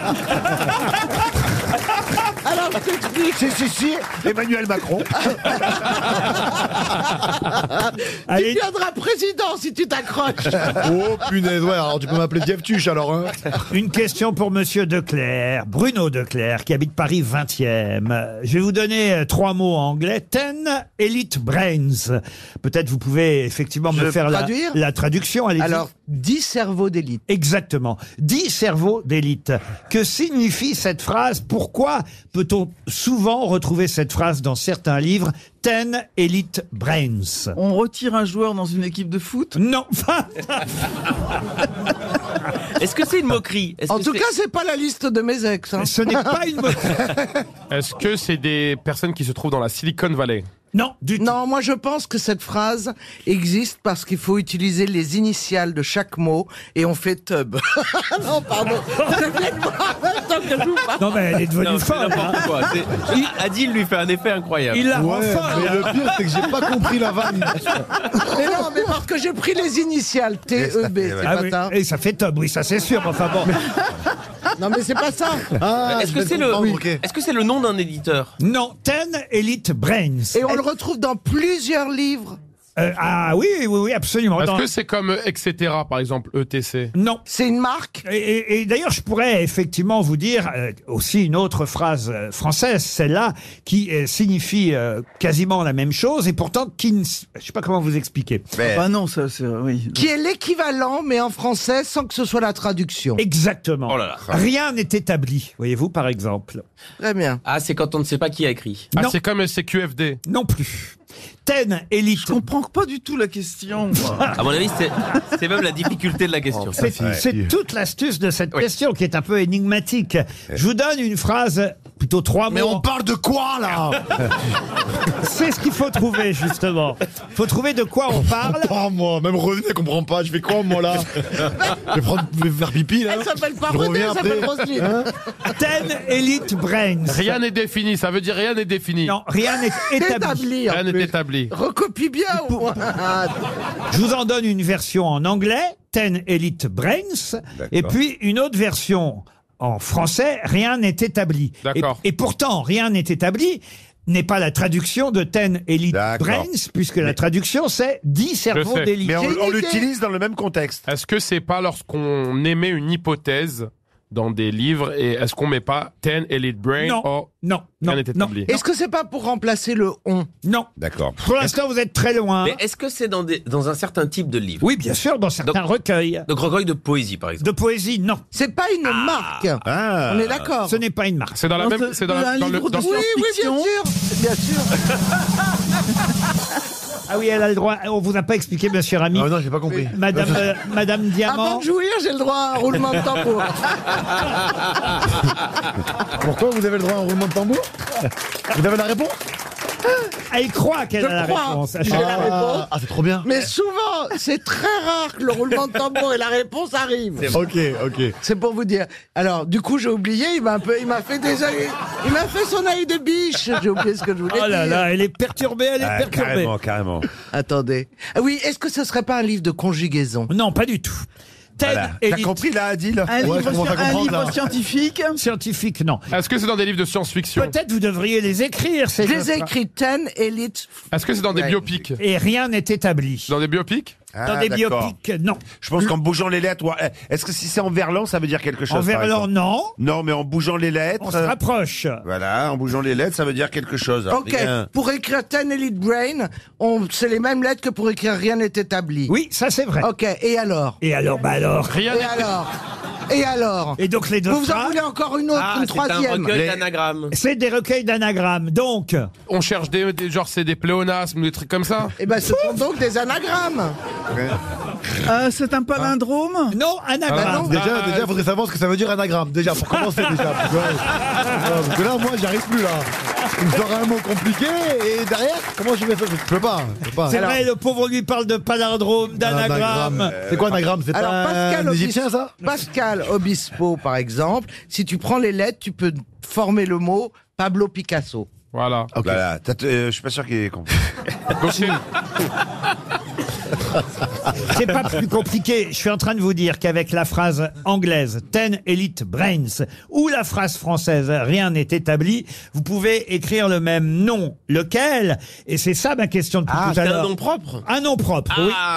Speaker 3: Alors, je t'explique.
Speaker 4: si, si, si, Emmanuel Macron.
Speaker 3: Tu
Speaker 2: Allez,
Speaker 3: deviendras président si tu t'accroches.
Speaker 6: Oh, punaise, ouais. Alors, tu peux m'appeler Diev Tuche, alors, hein.
Speaker 2: une question pour Monsieur Declerc, Bruno Declerc, qui habite Paris 20e. Euh, Je vais vous donner euh, trois mots en anglais. Ten Elite Brains. Peut-être vous pouvez effectivement me
Speaker 3: Je
Speaker 2: faire la,
Speaker 3: traduire
Speaker 2: la traduction. allez-y.
Speaker 3: Alors, 10 cerveaux d'élite.
Speaker 2: Exactement. Dix cerveaux d'élite. Que signifie cette phrase Pourquoi peut-on souvent retrouver cette phrase dans certains livres Ten Elite Brains.
Speaker 7: On retire un joueur dans une équipe de foot.
Speaker 2: Non,
Speaker 5: Est-ce que c'est une moquerie Est-ce
Speaker 3: En
Speaker 5: que
Speaker 3: tout
Speaker 5: c'est-
Speaker 3: cas, c'est pas la liste de mes ex. hein.
Speaker 2: ce n'est pas une moquerie.
Speaker 8: Est-ce que c'est des personnes qui se trouvent dans la Silicon Valley
Speaker 2: Non, du tout.
Speaker 3: Non, moi je pense que cette phrase existe parce qu'il faut utiliser les initiales de chaque mot et on fait tub. non, pardon. Je viens de voir en même temps que je vous parle.
Speaker 2: Non, mais elle est devenue
Speaker 5: Non, c'est
Speaker 2: folle. hein.
Speaker 5: n'importe quoi. C'est- Il- Adil lui fait un effet incroyable.
Speaker 2: Il la rend
Speaker 6: Ouais,
Speaker 2: folle.
Speaker 6: mais le pire, c'est que j'ai pas compris la vanne.
Speaker 3: Mais non, mais parce que j'ai pris les initiales T-E-B. E C'est
Speaker 2: Ah
Speaker 3: pas
Speaker 2: oui,
Speaker 3: ça.
Speaker 2: Et ça fait Tom, oui, ça c'est sûr. mais Enfin bon.
Speaker 3: Non, mais c'est pas ça.
Speaker 6: Ah,
Speaker 5: Est-ce
Speaker 6: je
Speaker 5: que
Speaker 6: vais
Speaker 5: c'est le,
Speaker 6: comprendre, ok.
Speaker 5: est-ce que c'est le nom d'un éditeur
Speaker 2: Non, Ten Elite Brains.
Speaker 3: Et on le retrouve dans plusieurs livres.
Speaker 2: Euh, ah oui, oui, oui, absolument.
Speaker 8: Est-ce
Speaker 2: Oh, Dans-
Speaker 8: que c'est comme euh, etc. par exemple E ETC
Speaker 2: Non. C'est une marque Et, et- et d'ailleurs, je pourrais effectivement vous dire euh, aussi une autre phrase euh, française, celle-là, qui euh, signifie euh, quasiment la même chose et pourtant qui ne... s- Je sais pas comment vous expliquer.
Speaker 7: Ah non, ça, c'est. Oui.
Speaker 3: Qui est l'équivalent, mais en français, sans que ce soit la traduction.
Speaker 2: Exactement.
Speaker 5: Oh là là.
Speaker 2: Rien n'est établi, voyez-vous, par exemple.
Speaker 3: Très bien.
Speaker 5: Ah, c'est quand on ne sait pas qui a écrit.
Speaker 8: Ah, c'est comme CQFD.
Speaker 2: Non plus. Ten, élite. Je
Speaker 7: comprends pas du tout la question. moi.
Speaker 5: À mon avis, c'est c'est même la difficulté de la question.
Speaker 2: Oh, C'est c'est toute l'astuce de cette question qui est un peu énigmatique. Je vous donne une phrase, plutôt trois mots. Mais on
Speaker 6: parle de quoi là
Speaker 2: C'est ce qu'il faut trouver justement. Faut trouver de quoi on parle.
Speaker 6: Oh moi, même René comprend pas, je fais quoi moi là je, vais prendre- je vais faire pipi là.
Speaker 3: Elle s'appelle pas
Speaker 6: Je
Speaker 3: René,
Speaker 6: reviens
Speaker 3: elle s'appelle
Speaker 6: après.
Speaker 3: Roselyne.
Speaker 6: Hein
Speaker 2: hein. Ten Elite Brains.
Speaker 8: Rien n'est défini, ça veut dire rien n'est défini.
Speaker 2: Non, rien n'est établi.
Speaker 8: Rien n'est établi.
Speaker 3: Recopie bien au moins.
Speaker 2: Je vous en donne une version en anglais, Ten Elite Brains, et puis une autre version en français, Rien n'est établi. Et,
Speaker 8: D'accord.
Speaker 2: et pourtant, Rien n'est établi n'est pas la traduction de Ten Elite Brains, puisque la traduction c'est 10 cerveaux d'élite.
Speaker 4: Mais on, on l'utilise dans le même contexte.
Speaker 8: Est-ce que c'est pas lorsqu'on émet une hypothèse dans des livres et est-ce qu'on met pas 10 Elite Brain
Speaker 2: Non,
Speaker 8: or
Speaker 2: non, non,
Speaker 8: rien n'est
Speaker 2: non.
Speaker 8: établi
Speaker 3: Est-ce que c'est pas pour remplacer le on
Speaker 2: Non.
Speaker 4: D'accord.
Speaker 2: Pour l'instant, vous êtes très loin.
Speaker 5: Mais est-ce que c'est dans, des- dans un certain type de livre
Speaker 2: Hein Oui, bien sûr, dans certains recueils.
Speaker 5: Donc, recueil de poésie, par exemple. Ah.
Speaker 2: De poésie, non.
Speaker 3: C'est pas une marque. On est d'accord.
Speaker 2: Ce n'est pas une marque.
Speaker 8: Ah. C'est dans la même. C'est dans, la- dans le. Dans
Speaker 3: Oui, oui, bien sûr. Bien sûr.
Speaker 2: Ah oui, elle a le droit. On vous a pas expliqué, monsieur Rami.
Speaker 6: Ah non, j'ai pas compris.
Speaker 2: Madame, euh, Madame
Speaker 3: Avant
Speaker 2: Diamant.
Speaker 3: de jouir, j'ai le droit à un roulement de tambour.
Speaker 6: Pourquoi vous avez le droit à un roulement de tambour Vous avez la réponse
Speaker 2: Elle croit qu'elle
Speaker 3: Je
Speaker 2: a la
Speaker 3: crois.
Speaker 2: réponse. à
Speaker 3: J'ai
Speaker 2: chaque
Speaker 3: la
Speaker 2: fois.
Speaker 3: réponse.
Speaker 6: Ah c'est trop bien.
Speaker 3: Mais souvent, c'est très rare que le roulement de tambour et la réponse arrivent.
Speaker 6: Ok, ok.
Speaker 3: C'est pour vous dire. Alors, du coup, j'ai oublié. Il m'a un peu, il m'a fait des yeux- Il m'a fait son œil de biche. J'ai oublié ce que je voulais
Speaker 2: Oh
Speaker 3: dire.
Speaker 2: là là, elle est perturbée, elle est
Speaker 4: Ah,
Speaker 2: perturbée.
Speaker 4: carrément, carrément.
Speaker 3: Attendez. Ah oui, est-ce que ce serait pas un livre de conjugaison
Speaker 2: Non, pas du tout. Ted
Speaker 4: Voilà.
Speaker 2: Elite.
Speaker 4: T'as compris là, Adil
Speaker 7: Un
Speaker 6: Ouais, je
Speaker 7: livre,
Speaker 6: comprends
Speaker 7: sur-
Speaker 6: pas
Speaker 7: un
Speaker 6: comprendre,
Speaker 7: livre
Speaker 6: là.
Speaker 7: scientifique.
Speaker 2: Scientifique, non.
Speaker 8: Est-ce que c'est dans des livres de science-fiction
Speaker 2: Peut-être vous devriez les écrire, ces
Speaker 3: Je
Speaker 2: choses
Speaker 3: les ai écrits Ten, Elite.
Speaker 8: Est-ce que c'est dans des
Speaker 3: Ouais.
Speaker 8: biopics
Speaker 2: Et rien n'est établi.
Speaker 8: Dans des biopics
Speaker 4: Ah,
Speaker 2: Dans des
Speaker 4: d'accord.
Speaker 2: biopics, non.
Speaker 4: Je pense qu'en bougeant les lettres, ouais. eh, est-ce que si c'est en verlan, ça veut dire quelque chose
Speaker 2: En
Speaker 4: par
Speaker 2: verlan,
Speaker 4: exemple
Speaker 2: non.
Speaker 4: Non, mais en bougeant les
Speaker 2: On
Speaker 4: lettres.
Speaker 2: se
Speaker 4: euh,
Speaker 2: rapproche.
Speaker 4: Voilà, en bougeant les lettres, ça veut dire quelque chose.
Speaker 3: Ok.
Speaker 4: Rien.
Speaker 3: Pour écrire Ten, Elite Brain, on, c'est les mêmes lettres que pour écrire Rien n'est établi.
Speaker 2: Oui, ça c'est vrai.
Speaker 3: Ok. Et alors
Speaker 2: Et alors, bah alors.
Speaker 8: Rien
Speaker 3: Et
Speaker 8: n'est.
Speaker 3: alors Et alors
Speaker 2: Et donc les deux
Speaker 3: Vous vous en
Speaker 2: phrases,
Speaker 3: voulez encore une autre,
Speaker 5: Ah,
Speaker 3: une
Speaker 5: c'est un
Speaker 3: troisième
Speaker 5: recueil d'anagrammes.
Speaker 2: c'est des recueils d'anagrammes. Donc,
Speaker 8: On cherche des, des genre c'est des pléonasmes ou des trucs comme ça.
Speaker 3: Eh ben, ce sont donc des anagrammes.
Speaker 7: Euh, c'est un palindrome.
Speaker 2: non, anagramme.
Speaker 6: Déjà, déjà, faudrait savoir ce que ça veut dire anagramme. Déjà, pour commencer, déjà. Parce que, ouais, parce que là, moi, j'arrive plus là. Il me sort un mot compliqué et derrière, comment je vais faire Je peux pas. Je peux pas.
Speaker 2: C'est vrai, le pauvre lui parle de palindrome, d'anagramme.
Speaker 6: C'est quoi anagramme C'est
Speaker 3: Alors,
Speaker 6: pas
Speaker 3: Pascal
Speaker 6: un égyptien,
Speaker 3: Obispo,
Speaker 6: ça
Speaker 3: Pascal Obispo, par exemple, si tu prends les lettres, tu peux former le mot Pablo Picasso.
Speaker 8: Voilà.
Speaker 4: Voilà, t'as- euh, je suis pas sûr qu'il ait compris.
Speaker 8: Donc c'est-
Speaker 2: C'est pas plus compliqué. Je suis en train de vous dire qu'avec la phrase anglaise Ten Elite Brains ou la phrase française Rien n'est établi, vous pouvez écrire le même nom. Lequel Et c'est ça ma question depuis tout à
Speaker 5: Ah, C'est un
Speaker 2: l'heure.
Speaker 5: nom propre Ah.
Speaker 2: Un nom propre, oui.
Speaker 6: Ah.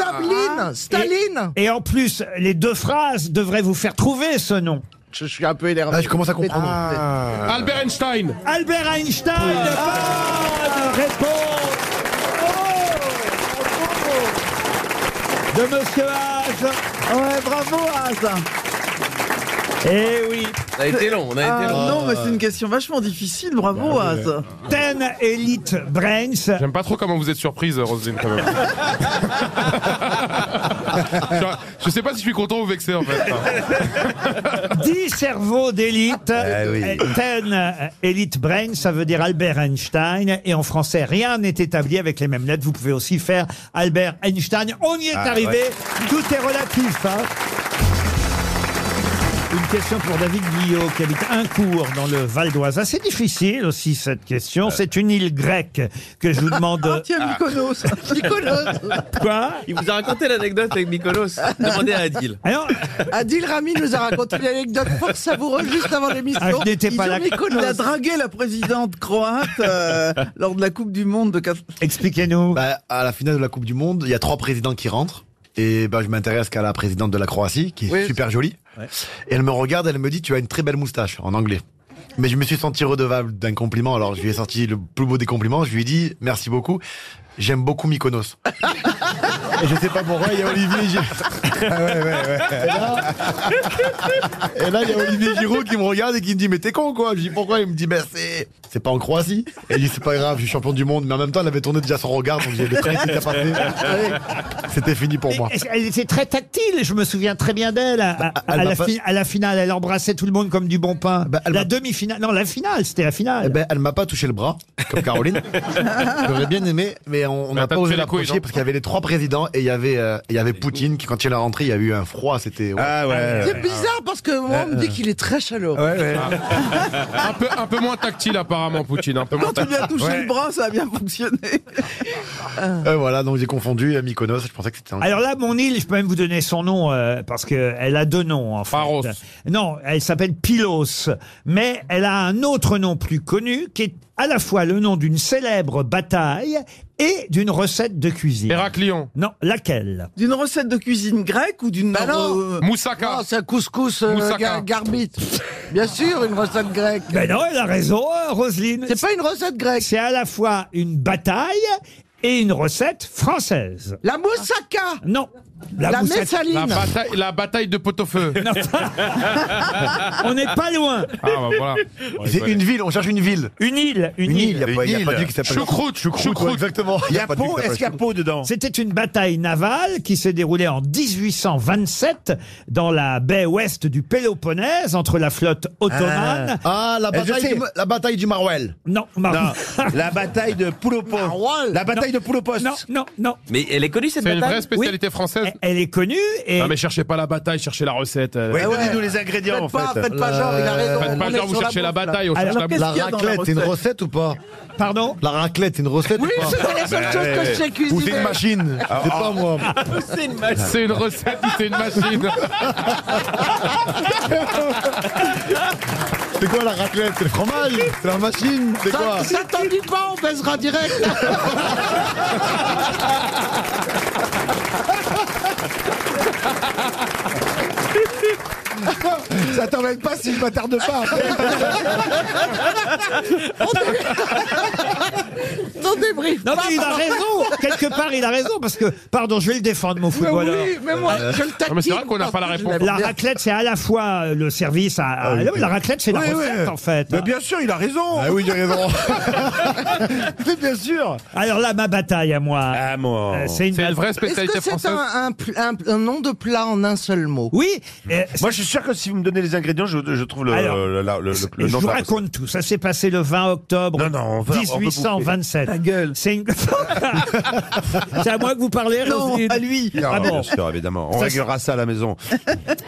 Speaker 3: Staline Staline
Speaker 2: Et en plus, les deux phrases devraient vous faire trouver ce nom.
Speaker 3: je, suis un peu énervé.
Speaker 6: Ah, je commence à comprendre.
Speaker 5: Ah.
Speaker 8: Albert Einstein.
Speaker 2: Albert Einstein,
Speaker 5: Ah.
Speaker 2: bonne réponse
Speaker 3: Ah.
Speaker 2: de Monsieur Haas.
Speaker 7: Ouais, bravo, Asa.
Speaker 2: Eh oui,
Speaker 5: On a été long, on a été long.
Speaker 7: Euh, non, mais c'est une question vachement difficile. Bravo, Asa.
Speaker 2: Ten Elite Brains.
Speaker 8: J'aime pas trop comment vous êtes surprise, Roselyne, quand même. je, je sais pas si je suis content ou vexé, en fait.
Speaker 2: 10 cerveaux d'élite.
Speaker 4: Eh oui.
Speaker 2: Euh, Ten euh, Elite Brain, ça veut dire Albert Einstein. Et en français, rien n'est établi avec les mêmes lettres. Vous pouvez aussi faire Albert Einstein. On y est
Speaker 4: Ah,
Speaker 2: arrivé. Tout est relatif. hein. Une question pour David Guillot qui habite un cours dans le Val d'Oise. Ah, C'est difficile aussi cette question. C'est une île grecque que je vous demande. Ah.
Speaker 7: Ah, tiens, Mykonos. Mykonos.
Speaker 2: Quoi
Speaker 5: Il vous a raconté l'anecdote avec Mykonos. Demandez à Adil.
Speaker 2: Alors,
Speaker 7: Adil Rami nous a raconté une anecdote fort savoureuse juste avant l'émission.
Speaker 5: Ah, je n'étais pas
Speaker 7: Ils ont
Speaker 5: là.
Speaker 7: mis Konos. Il a dragué la présidente croate euh, lors de la Coupe du Monde de 4...
Speaker 2: Expliquez-nous.
Speaker 6: Bah, à la finale de la Coupe du Monde, il y a trois présidents qui rentrent. Et bah, je m'intéresse qu'à la présidente de la Croatie, qui est super jolie. Et elle me regarde, elle me dit Tu as une très belle moustache, en anglais. Mais je me suis senti redevable d'un compliment. Alors je lui ai sorti le plus beau des compliments. Je lui ai dit Merci beaucoup. J'aime beaucoup Mykonos. Et je sais pas pourquoi, il y a Olivier
Speaker 2: Ah
Speaker 6: Giroud. Et là- Et là, il y a Olivier Giroud qui me regarde et qui me dit Mais t'es con quoi Je lui dis Pourquoi Il me dit Bah, c'est. C'est pas en Croatie. Et il dit C'est pas grave, je suis champion du monde. Mais en même temps, elle avait tourné déjà son regard, donc j'avais très vite à passer. C'était fini pour moi.
Speaker 2: Et- Elle était très tactile, je me souviens très bien d'elle. À, à-
Speaker 6: elle
Speaker 2: à
Speaker 6: m'a
Speaker 2: la
Speaker 6: pas-
Speaker 2: fi- à la finale, elle embrassait tout le monde comme du bon pain. la demi-finale, non, la finale, c'était la finale.
Speaker 6: ben, elle m'a pas touché le bras, comme Caroline. J'aurais bien aimé, mais on on n'a
Speaker 8: t'as
Speaker 6: pas
Speaker 8: touché
Speaker 6: osé
Speaker 8: les couilles,
Speaker 6: l'approcher
Speaker 8: non
Speaker 6: parce qu'il y avait les trois présidents et il y avait, euh, il y avait Poutine qui, quand il est rentré, il y a eu un froid. C'était. Ah
Speaker 4: ouais.
Speaker 7: C'est bizarre parce que moi, on me dit qu'il est très chaleureux. Ah.
Speaker 8: un, peu, un peu moins tactile apparemment, Poutine. Un peu moins
Speaker 7: Quand on lui a
Speaker 8: tactile.
Speaker 7: touché
Speaker 8: Ouais.
Speaker 7: le bras, ça a bien fonctionné.
Speaker 6: Euh, voilà, donc j'ai confondu euh, Mykonos. Je pensais que c'était. un-
Speaker 2: Alors là, mon île, je peux même vous donner son nom, euh, parce qu'elle a deux noms, en fait. Non, elle s'appelle Pylos, mais elle a un autre nom plus connu, qui est à la fois le nom d'une célèbre bataille et d'une recette de cuisine.
Speaker 8: Héraclion
Speaker 2: Non, laquelle
Speaker 7: D'une recette de cuisine grecque ou d'une. euh,
Speaker 3: non.
Speaker 8: Moussaka.
Speaker 3: Non, c'est un couscous euh,
Speaker 8: Moussaka.
Speaker 3: gar- garbite. Bien sûr, une recette grecque.
Speaker 2: Ben non, elle a raison, hein, Roselyne.
Speaker 3: C'est pas une recette grecque.
Speaker 2: C'est à la fois une bataille et une recette française.
Speaker 3: La moussaka
Speaker 2: Non.
Speaker 3: La
Speaker 2: moussaka-
Speaker 3: messaline.
Speaker 8: La bataille, la bataille de pot-au-feu.
Speaker 2: On n'est pas loin.
Speaker 8: Ah bah voilà.
Speaker 6: C'est une ville, on cherche une ville.
Speaker 2: Une île, une,
Speaker 6: Une île, il
Speaker 2: île.
Speaker 6: n'y a, pas d'île qui s'appelle.
Speaker 8: Choucroute, choucroute.
Speaker 6: ouais, exactement.
Speaker 4: Il y
Speaker 6: Y
Speaker 4: a
Speaker 6: pas de
Speaker 4: peau,
Speaker 6: ville qui
Speaker 4: est-ce qu'il y a
Speaker 6: s'appelle
Speaker 4: peau dedans
Speaker 2: C'était une bataille navale qui s'est déroulée en 1827 dans la baie ouest du Péloponnèse entre la flotte ottomane.
Speaker 6: Ah, la
Speaker 4: Eh, je
Speaker 6: bataille,
Speaker 4: sais.
Speaker 6: du, la bataille du Marwell.
Speaker 2: Non, Mar-
Speaker 4: Non, la bataille de Poulopos. La bataille de Poulopos.
Speaker 2: non, non, non.
Speaker 5: Mais elle est connue cette
Speaker 8: C'est une
Speaker 5: bataille
Speaker 8: vraie spécialité française.
Speaker 2: Elle est connue et
Speaker 8: Non mais cherchez pas la bataille, cherchez la recette. euh.
Speaker 4: Oui, donnez-nous Ah les ingrédients, en
Speaker 3: Faites
Speaker 4: fait. Euh,
Speaker 3: pas, faites pas genre, il a raison.
Speaker 8: Faites
Speaker 3: On
Speaker 8: pas
Speaker 3: est
Speaker 8: genre vous
Speaker 3: sur
Speaker 8: cherchez
Speaker 4: Ah,
Speaker 8: la
Speaker 3: bouffe, là.
Speaker 8: bataille, on cherche
Speaker 2: Alors,
Speaker 8: la
Speaker 7: qu'est-ce
Speaker 6: La
Speaker 7: qu'il y a dans la
Speaker 6: raclette, c'est une
Speaker 7: recette
Speaker 6: recette ou pas
Speaker 2: pardon.
Speaker 6: La raclette, c'est une recette
Speaker 7: Oui,
Speaker 6: ou pas
Speaker 7: c'est la seule chose que je sais
Speaker 6: Ou c'est
Speaker 7: cuisiner.
Speaker 6: une machine C'est pas moi.
Speaker 5: C'est une machine.
Speaker 8: C'est une recette ou c'est une machine
Speaker 6: C'est quoi la raclette C'est le fromage C'est la machine C'est quoi
Speaker 3: Ça, ça t'en dit pas, on baisera direct.
Speaker 6: Ça t'emmène pas si je m'attarde pas.
Speaker 3: T'en débrief.
Speaker 2: Non mais il a raison. Quelque part, il a raison parce que pardon, je vais le défendre mon
Speaker 3: Mais
Speaker 2: footballeur. Euh,
Speaker 3: oui, mais moi, je le
Speaker 8: Non,
Speaker 3: taquine.
Speaker 8: mais c'est vrai qu'on n'a pas la réponse.
Speaker 2: La raclette, c'est à la fois euh, le service à, à-
Speaker 6: oui.
Speaker 2: la raclette, c'est la
Speaker 4: Ah Oui, oui.
Speaker 2: recette en fait.
Speaker 4: Mais bien sûr, il a raison.
Speaker 6: Ah oui, j'ai raison. Mais bien sûr.
Speaker 2: Alors là, ma bataille à moi,
Speaker 4: Ah, moi.
Speaker 2: euh, c'est une.
Speaker 8: C'est une vraie
Speaker 3: Est-ce
Speaker 8: spécialité
Speaker 3: que c'est
Speaker 8: française.
Speaker 3: un, un pl- un- un nom de plat en un seul mot
Speaker 2: Oui. euh,
Speaker 4: Moi, je suis sûr que si vous me donnez les ingrédients, je, je trouve le,
Speaker 2: Alors,
Speaker 4: le- la- le- le- le
Speaker 2: je
Speaker 4: nom de
Speaker 2: vous
Speaker 4: la recette.
Speaker 2: raconte tout. Ça s'est passé le 20 octobre
Speaker 4: Non, non, on va- on va bouffer.
Speaker 2: 1827. C'est une. c'est à moi que vous parlez,
Speaker 7: Non,
Speaker 2: Roselyne
Speaker 7: à lui.
Speaker 4: Ah,
Speaker 2: Ah bon
Speaker 4: bien sûr, évidemment. On
Speaker 2: Ça,
Speaker 4: réglera ça à la maison.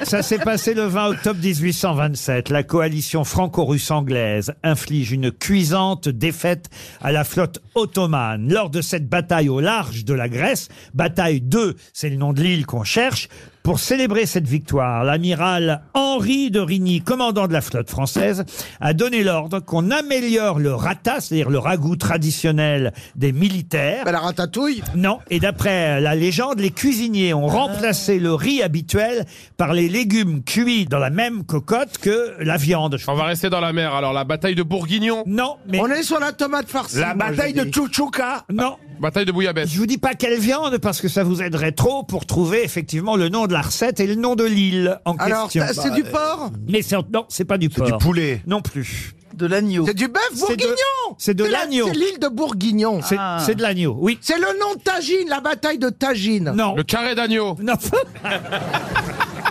Speaker 2: Ça s'est passé le 20 octobre 1827. La coalition franco-russe anglaise inflige une cuisante défaite à la flotte ottomane. Lors de cette bataille au large de la Grèce, bataille 2, c'est le nom de l'île qu'on cherche, pour célébrer cette victoire, l'amiral Henri de Rigny, commandant de la flotte française, a donné l'ordre qu'on améliore le ratat, c'est-à-dire le ragoût traditionnel des militaires,
Speaker 3: Bah, La ratatouille
Speaker 2: non, et d'après la légende, les cuisiniers ont remplacé le riz habituel par les légumes cuits dans la même cocotte que la viande. Je-
Speaker 8: On va rester dans la mer. Alors la bataille de Bourguignon,
Speaker 2: Non, mais
Speaker 3: On est sur la tomate farcie.
Speaker 4: La
Speaker 3: moi,
Speaker 4: bataille
Speaker 3: je
Speaker 4: de
Speaker 3: dis.
Speaker 4: Tchouchouka.
Speaker 2: non.
Speaker 8: bataille de Bouillabaisse.
Speaker 2: Je vous dis pas quelle viande parce que ça vous aiderait trop pour trouver effectivement le nom de la recette et le nom de l'île en
Speaker 3: Alors,
Speaker 2: question.
Speaker 3: t'as- c'est du porc
Speaker 2: Mais c'est, non, c'est pas du porc.
Speaker 6: Du poulet.
Speaker 2: Non plus.
Speaker 7: De l'agneau.
Speaker 3: C'est du bœuf
Speaker 2: C'est de-
Speaker 3: bourguignon
Speaker 2: c'est de
Speaker 3: la-
Speaker 2: l'agneau.
Speaker 3: C'est l'île de Bourguignon.
Speaker 2: C'est,
Speaker 7: Ah.
Speaker 2: c'est de l'agneau. Oui.
Speaker 3: C'est le nom de Tagine, la bataille de Tagine.
Speaker 2: Non.
Speaker 8: Le carré d'agneau.
Speaker 2: Non.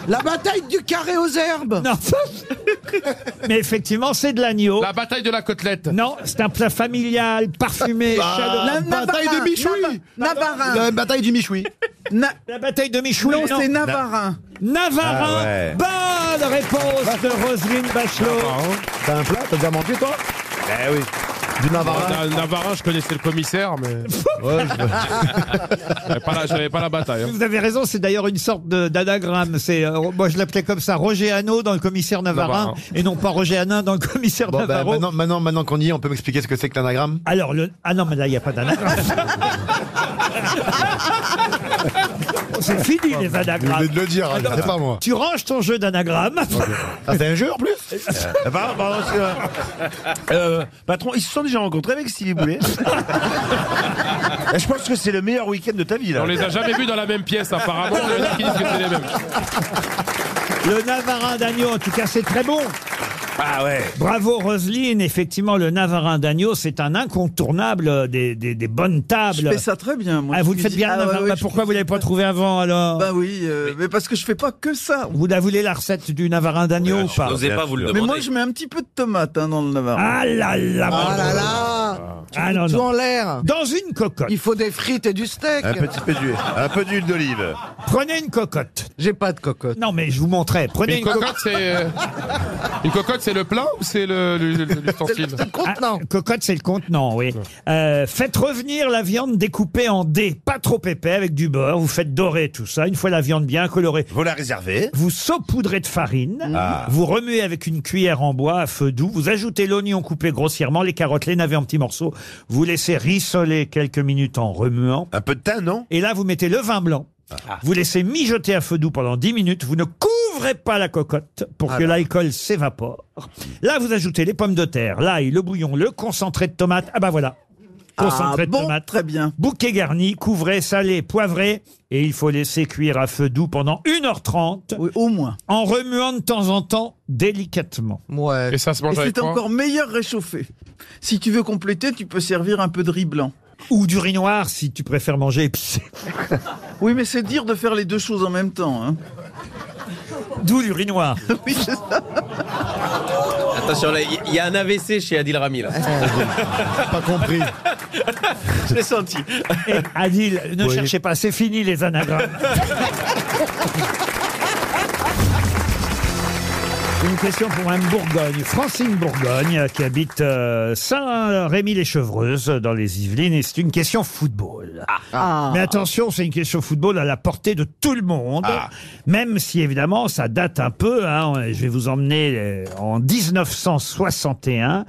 Speaker 3: La bataille du carré aux herbes
Speaker 2: Mais effectivement, c'est de l'agneau.
Speaker 8: La bataille de la côtelette.
Speaker 2: Non, c'est un plat familial, parfumé,
Speaker 3: Bah,
Speaker 6: Ah, la
Speaker 2: chaleureux.
Speaker 6: bataille de Michoui.
Speaker 7: Navarin.
Speaker 6: La bataille du Michoui.
Speaker 2: La bataille de Michoui.
Speaker 7: Non, c'est Navarin.
Speaker 2: Navarin.
Speaker 6: Ah ouais.
Speaker 2: Bonne réponse de Roselyne Bachelot.
Speaker 6: Ah,
Speaker 2: Ah,
Speaker 6: T'as un plat Ben, T'as déjà mangé, toi Oh,
Speaker 4: Eh oui.
Speaker 6: Du Navarin.
Speaker 8: Na- Navarin, je connaissais le commissaire, mais. J'avais pas la- J'avais pas la bataille. hein.
Speaker 2: Vous avez raison, c'est d'ailleurs une sorte de- d'anagramme. C'est, euh, moi, je l'appelais comme ça, Roger Hano dans le commissaire Navarin,
Speaker 6: Navarin.
Speaker 2: et non pas Roger Hanin dans le commissaire
Speaker 6: Bon, bah,
Speaker 2: Navarro.
Speaker 6: maintenant, maintenant, maintenant qu'on y est, on peut m'expliquer ce que c'est que l'anagramme
Speaker 2: Alors, le... ah non, mais là, il n'y a pas d'anagramme. C'est fini les anagrammes.
Speaker 6: Ah, Vous venez de le dire, hein,
Speaker 2: Ah non,
Speaker 6: c'est pas moi.
Speaker 2: Tu ranges ton jeu d'anagrammes.
Speaker 6: Ah, c'est un jeu en plus
Speaker 4: Euh, pardon, pardon, parce que, euh, patron, ils se sont déjà rencontrés avec Stevie Boulet. Et je pense que c'est le meilleur week-end de ta vie. Là.
Speaker 8: On les a jamais vus dans la même pièce, apparemment. Il y en a qui disent que c'est les mêmes.
Speaker 2: Le Navarin d'agneau, en tout cas, c'est très bon.
Speaker 4: Ah ouais.
Speaker 2: Bravo Roselyne, effectivement le Navarin d'agneau, c'est un incontournable des, des- des bonnes tables.
Speaker 7: Je fais ça très bien, moi.
Speaker 2: Ah, vous le
Speaker 7: Je
Speaker 2: faites
Speaker 7: dis-
Speaker 2: bien,
Speaker 7: ah, ouais,
Speaker 2: Navarin.
Speaker 7: ouais,
Speaker 2: Bah,
Speaker 7: je
Speaker 2: pourquoi vous l'avez pas trouvé avant alors
Speaker 7: Bah oui, euh, mais parce que je fais pas que ça.
Speaker 2: Vous la voulez la recette du Navarin d'agneau ou pas
Speaker 5: n'osais pas vous le
Speaker 7: Mais
Speaker 5: demander.
Speaker 7: moi, je mets un petit peu de tomate hein, dans le Navarin.
Speaker 2: Ah là là
Speaker 3: Oh
Speaker 2: bravo.
Speaker 3: là là
Speaker 2: Ah non,
Speaker 3: Tout
Speaker 2: non.
Speaker 3: en l'air
Speaker 2: Dans une cocotte.
Speaker 3: Il faut des frites et du steak
Speaker 4: Un petit peu d'huile, un peu d'huile d'olive.
Speaker 2: Prenez une cocotte.
Speaker 3: J'ai pas de cocotte.
Speaker 2: Non mais je vous montrais. Prenez
Speaker 8: Une
Speaker 2: une cocotte.
Speaker 8: cocotte, c'est. euh, Une cocotte, c'est le plat ou c'est le- le- le- l'ustensile
Speaker 3: Contenant
Speaker 2: Ah, cocotte, c'est le contenant, oui. Euh, faites revenir la viande découpée en dés, pas trop épais, avec du beurre. Vous faites dorer tout ça. Une fois la viande bien colorée,
Speaker 4: Vous la réservez. Ah.
Speaker 2: Vous saupoudrez de farine, vous remuez avec une cuillère en bois à feu doux, vous ajoutez l'oignon coupé grossièrement, les carottes, les navets en petits morceaux, vous laissez rissoler quelques minutes en remuant,
Speaker 4: Un peu de thym, non Ah.
Speaker 2: et là vous mettez le vin blanc, vous laissez mijoter à feu doux pendant 10 minutes, vous ne couvrez pas la cocotte pour
Speaker 7: Ah
Speaker 2: que l'alcool s'évapore. Là vous ajoutez les pommes de terre, l'ail, le bouillon, le concentré de tomate, ah bah voilà, concentré
Speaker 7: Ah,
Speaker 2: de
Speaker 7: bon,
Speaker 2: tomate.
Speaker 7: très bien.
Speaker 2: Bouquet garni, couvrez, salé, poivré, et il faut laisser cuire à feu doux pendant 1h30
Speaker 7: Oui, au moins.
Speaker 2: en remuant de temps en temps délicatement.
Speaker 3: Ouais.
Speaker 8: Et ça se
Speaker 7: Et
Speaker 8: mange avec
Speaker 7: c'est
Speaker 8: quoi
Speaker 7: encore meilleur réchauffé. Si tu veux compléter, tu peux servir un peu de riz blanc.
Speaker 2: Ou du riz noir si tu préfères manger épicé.
Speaker 7: Oui, mais c'est dire de faire les deux choses en même temps. hein.
Speaker 2: D'où du riz noir.
Speaker 7: Oui, c'est ça.
Speaker 5: Attention, là, il y- y a un AVC chez Adil Rami, là.
Speaker 6: Pas compris.
Speaker 5: Je l'ai senti.
Speaker 2: Et Adil, ne
Speaker 6: Oui.
Speaker 2: cherchez pas, c'est fini les anagrammes. Une question pour Mme Bourgogne, Francine Bourgogne, qui habite euh, Saint-Rémy-les-Chevreuses, dans les Yvelines, et c'est une question football. Ah.
Speaker 3: Ah.
Speaker 2: Mais attention, c'est une question football à la portée de tout le monde,
Speaker 3: Ah.
Speaker 2: même si évidemment ça date un peu. hein. Je vais vous emmener euh, en 1961.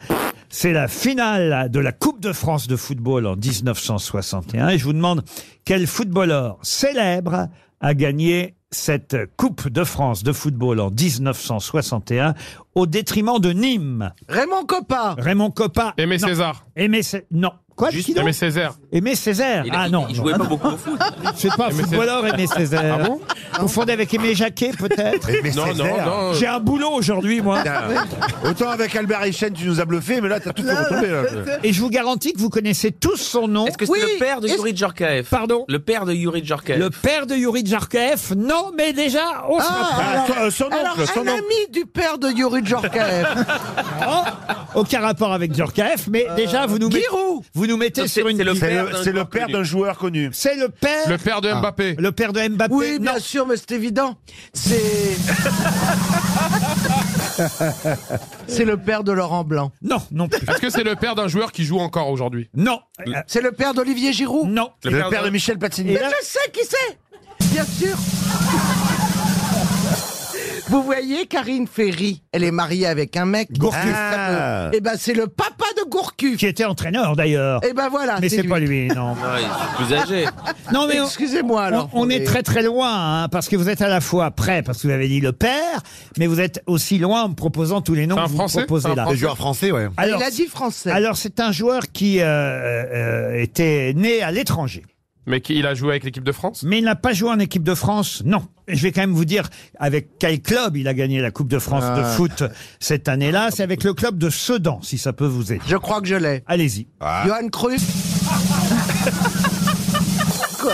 Speaker 2: C'est la finale de la Coupe de France de football en 1961. Et je vous demande quel footballeur célèbre a gagné cette Coupe de France de football en 1961 au détriment de Nîmes.
Speaker 3: Raymond Coppa
Speaker 2: Raymond Coppa.
Speaker 8: Aimé
Speaker 2: non.
Speaker 8: César.
Speaker 2: Aimé Cé- Non. Quoi qui donc
Speaker 8: Aimé Césaire.
Speaker 2: Aimé Césaire.
Speaker 5: Il,
Speaker 2: ah non.
Speaker 5: il
Speaker 2: non.
Speaker 5: jouait pas beaucoup au foot.
Speaker 2: C'est pas un
Speaker 8: Aimé
Speaker 2: footballeur, Aimé Césaire.
Speaker 8: Ah bon
Speaker 2: Confondez avec Aimé Jacquet, peut-être
Speaker 4: Mais
Speaker 8: Non, non,
Speaker 4: Césaire.
Speaker 8: non.
Speaker 2: J'ai un boulot aujourd'hui, moi.
Speaker 4: Putain. Autant avec Albert Einstein, tu nous as bluffé, mais là, t'as tout fait retomber. là.
Speaker 2: Et je vous garantis que vous connaissez tous son nom.
Speaker 5: Est-ce que c'est
Speaker 2: Oui,
Speaker 5: le père de
Speaker 2: est-ce-
Speaker 5: Yuri Djorkaeff
Speaker 2: Pardon
Speaker 5: Le père de Yuri Djorkaeff.
Speaker 2: Le père de Yuri Djarkaev Non, mais déjà, on se rapproche.
Speaker 4: Ah, son- euh, son oncle,
Speaker 3: Alors,
Speaker 4: son
Speaker 3: un
Speaker 4: oncle.
Speaker 3: ami du père de Yuri Djorkaeff.
Speaker 2: Oh, Aucun rapport avec Djarkaeff, mais déjà, vous nous, met-
Speaker 3: Euh, Giroud
Speaker 2: vous nous mettez
Speaker 5: Donc,
Speaker 2: sur
Speaker 5: c'est-
Speaker 2: une...
Speaker 5: c'est le
Speaker 2: piste.
Speaker 4: C'est
Speaker 5: père
Speaker 4: le-
Speaker 5: d'un
Speaker 4: c'est le
Speaker 5: joueur
Speaker 4: père
Speaker 5: connu.
Speaker 4: d'un joueur connu.
Speaker 2: C'est le père...
Speaker 8: Le père de Mbappé.
Speaker 2: Ah. Le père de Mbappé.
Speaker 3: Oui,
Speaker 2: non.
Speaker 3: bien sûr, mais c'est évident. C'est. c'est le père de Laurent Blanc.
Speaker 2: non, non plus.
Speaker 8: Est-ce que c'est le père d'un joueur qui joue encore aujourd'hui
Speaker 2: Non. Euh,
Speaker 3: C'est le père d'Olivier Giroud.
Speaker 2: non.
Speaker 4: Le, père, de Michel Platini.
Speaker 2: Et là-
Speaker 3: Je sais qui c'est Bien sûr Vous voyez, Karine Ferry, elle est mariée avec un mec.
Speaker 2: Gourcuff.
Speaker 4: Ah.
Speaker 3: Et ben, c'est le papa de Gourcuff.
Speaker 2: Qui était entraîneur, d'ailleurs.
Speaker 3: Et ben voilà.
Speaker 2: Mais c'est pas lui, non.
Speaker 5: Ouais, il est plus âgé.
Speaker 2: Non, mais... on-
Speaker 3: Excusez-moi alors.
Speaker 2: on, on est
Speaker 3: Mais-
Speaker 2: très très loin, hein, parce que vous êtes à la fois près, parce que vous avez dit le père, mais vous êtes aussi loin en me proposant tous les noms
Speaker 8: C'est
Speaker 2: que
Speaker 8: un
Speaker 2: vous
Speaker 8: Français Ah, C'est
Speaker 2: proposez
Speaker 8: un
Speaker 2: là.
Speaker 6: Les joueurs français, ouais.
Speaker 2: Alors,
Speaker 3: Ah, Il a dit français.
Speaker 2: alors c'est un joueur qui euh, euh, était né à l'étranger,
Speaker 8: Mais qui, il a joué avec l'équipe de France
Speaker 2: mais il n'a pas joué en équipe de France, non. Et Je vais quand même vous dire avec quel club il a gagné la Coupe de France de
Speaker 3: Ah.
Speaker 2: foot cette année-là. C'est avec le club de Sedan, si ça peut vous aider.
Speaker 3: Je crois que je l'ai. Ah.
Speaker 2: Allez-y.
Speaker 3: Johan Cruyff. Quoi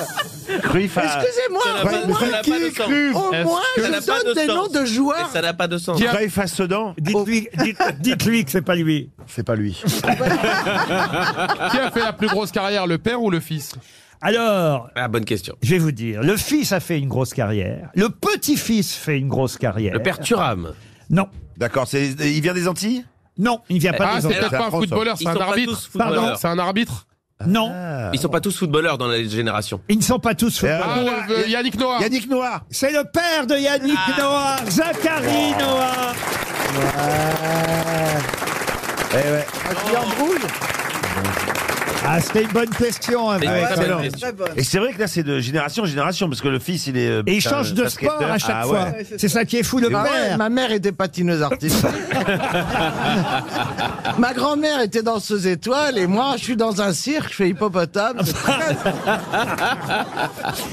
Speaker 4: Cruyff a-
Speaker 3: Excusez-moi,
Speaker 4: Ça n'a
Speaker 3: au
Speaker 4: pas-
Speaker 3: moins-
Speaker 4: ça n'a pas de
Speaker 3: qui
Speaker 4: sens.
Speaker 3: Cruyff Au
Speaker 4: Est-ce
Speaker 3: moins, je
Speaker 4: que- Ça n'a pas
Speaker 3: donne
Speaker 4: de
Speaker 3: des
Speaker 4: sens.
Speaker 3: noms de joueurs.
Speaker 4: Et ça n'a pas de sens. Cruyff à Sedan
Speaker 2: Dites-lui dites- dites-lui que c'est pas lui.
Speaker 6: C'est pas lui.
Speaker 8: Qui a fait la plus grosse carrière, le père ou le fils
Speaker 2: Alors,
Speaker 5: Ah, bonne question.
Speaker 2: je vais vous dire, le fils a fait une grosse carrière, le petit-fils fait une grosse carrière.
Speaker 5: Le père Thuram.
Speaker 2: Non.
Speaker 4: D'accord, c'est- il vient des Antilles
Speaker 2: Non, il vient pas
Speaker 8: Ah,
Speaker 2: des
Speaker 8: c'est
Speaker 2: Antilles.
Speaker 8: peut-être pas un footballeur, c'est
Speaker 5: Ils
Speaker 8: un
Speaker 5: sont pas
Speaker 8: arbitre.
Speaker 5: tous footballeurs.
Speaker 8: Pardon, C'est un arbitre.
Speaker 2: Non.
Speaker 5: Ils sont pas tous footballeurs dans la génération.
Speaker 2: Ah. Ils ne sont pas tous
Speaker 8: Ah,
Speaker 2: footballeurs.
Speaker 8: le- le- Yannick Noah.
Speaker 4: Euh, Yannick Noah. Ah.
Speaker 2: C'est le père de Yannick Noah, Zachary Noah.
Speaker 4: Eh
Speaker 2: Ah, c'était une bonne question. hein,
Speaker 4: Ah,
Speaker 2: vous.
Speaker 4: ouais, excellent.
Speaker 7: Très bonne.
Speaker 4: Et c'est vrai que là, c'est de génération en génération, parce que le fils, il est. euh,
Speaker 2: Et il
Speaker 4: putain,
Speaker 2: change de
Speaker 4: basketteur.
Speaker 2: sport à chaque
Speaker 4: Ah,
Speaker 2: fois.
Speaker 4: ouais.
Speaker 2: C'est ça qui est fou, le
Speaker 3: Ah ouais,
Speaker 2: père.
Speaker 3: ma mère était patineuse artistique. ma grand-mère était danseuse étoile et moi, je suis dans un cirque, je fais hippopotame. C'est très-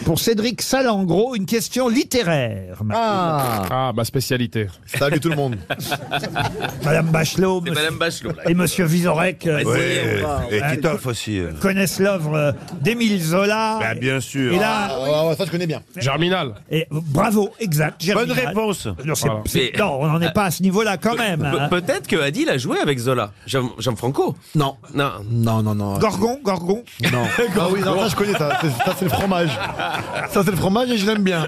Speaker 2: Pour Cédric Salangro, une question littéraire.
Speaker 3: Ah.
Speaker 8: Ah, ma spécialité.
Speaker 6: Salut tout le monde.
Speaker 2: Madame Bachelot
Speaker 5: C'est
Speaker 2: monsieur-
Speaker 5: Madame Bachelot. là.
Speaker 2: et Monsieur Vizorek euh, Hein,
Speaker 5: Ouais, c'est-
Speaker 4: Et
Speaker 2: Ah,
Speaker 4: Kitov aussi. euh.
Speaker 2: connaissent l'œuvre euh, d'Émile Zola.
Speaker 4: Bah, bien sûr.
Speaker 2: Et là,
Speaker 6: Ah, ouais, ça, je connais bien.
Speaker 8: Germinal.
Speaker 2: et- bravo, exact.
Speaker 4: Bonne
Speaker 2: Germinal.
Speaker 4: réponse.
Speaker 2: Non, c'est-
Speaker 8: Voilà.
Speaker 2: c'est-
Speaker 5: Mais-
Speaker 2: non, on n'en est pas à ce niveau-là quand même.
Speaker 5: Pe-
Speaker 2: hein.
Speaker 5: Peut-être que Adil a joué avec Zola. Jean- Gianfranco
Speaker 6: Non.
Speaker 5: Non.
Speaker 6: Non, non, non.
Speaker 2: Gorgon, Gorgon.
Speaker 6: Non. Ah oui, non, ça je connais, ça, C'est- ça, c'est le fromage. Ça c'est le fromage et je l'aime bien.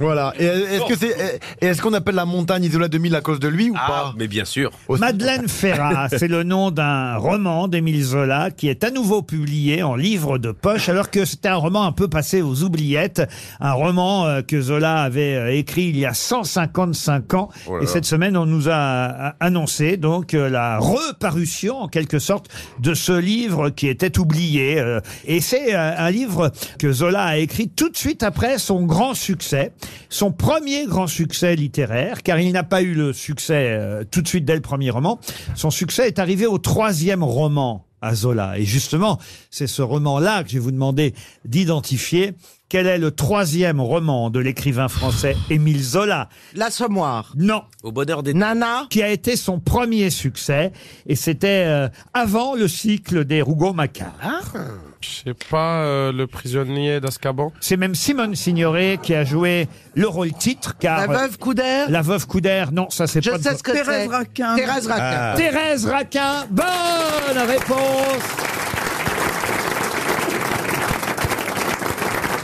Speaker 6: Voilà. Et est-ce que c'est, et est-ce qu'on appelle la montagne Isola 2000 à cause de lui ou
Speaker 5: Ah,
Speaker 6: pas
Speaker 5: mais bien sûr.
Speaker 6: Aussi-
Speaker 2: Madeleine Ferrat, c'est le nom d'un roman d'Émile Zola qui est à nouveau publié en livre de poche, alors que c'était un roman un peu passé aux oubliettes, un roman euh, que Zola avait euh, écrit il y a 155 ans.
Speaker 4: Oh
Speaker 2: et cette semaine, on nous a euh, annoncé donc euh, la reparution, en quelque sorte, de ce livre qui était oublié. euh, et c'est euh, un livre que Zola a écrit tout de suite après son grand succès, son premier grand succès littéraire, car il n'a pas eu le succès euh, tout de suite dès le premier roman. Son succès est arrivé au troisième roman à Zola. Et justement, c'est ce roman-là que je vais vous demander d'identifier. Quel est le troisième roman de l'écrivain français Émile Zola
Speaker 3: L'assommoir.
Speaker 2: Non,
Speaker 5: Au bonheur des
Speaker 3: Nana.
Speaker 2: qui a été son premier succès, et c'était euh, avant le cycle des Rougon-Macquart.
Speaker 3: Ah.
Speaker 8: Je sais pas, euh, le prisonnier d'Azkaban.
Speaker 2: C'est même Simone Signoret qui a joué le rôle titre, car
Speaker 3: La veuve Couder.
Speaker 2: La veuve Coudère, non, ça c'est
Speaker 3: Je
Speaker 2: pas. de
Speaker 3: sais
Speaker 2: vo-
Speaker 3: ce que c'est.
Speaker 7: Thérèse Raquin.
Speaker 3: Thérèse
Speaker 2: Ah.
Speaker 3: Raquin.
Speaker 2: Thérèse Raquin, bonne réponse.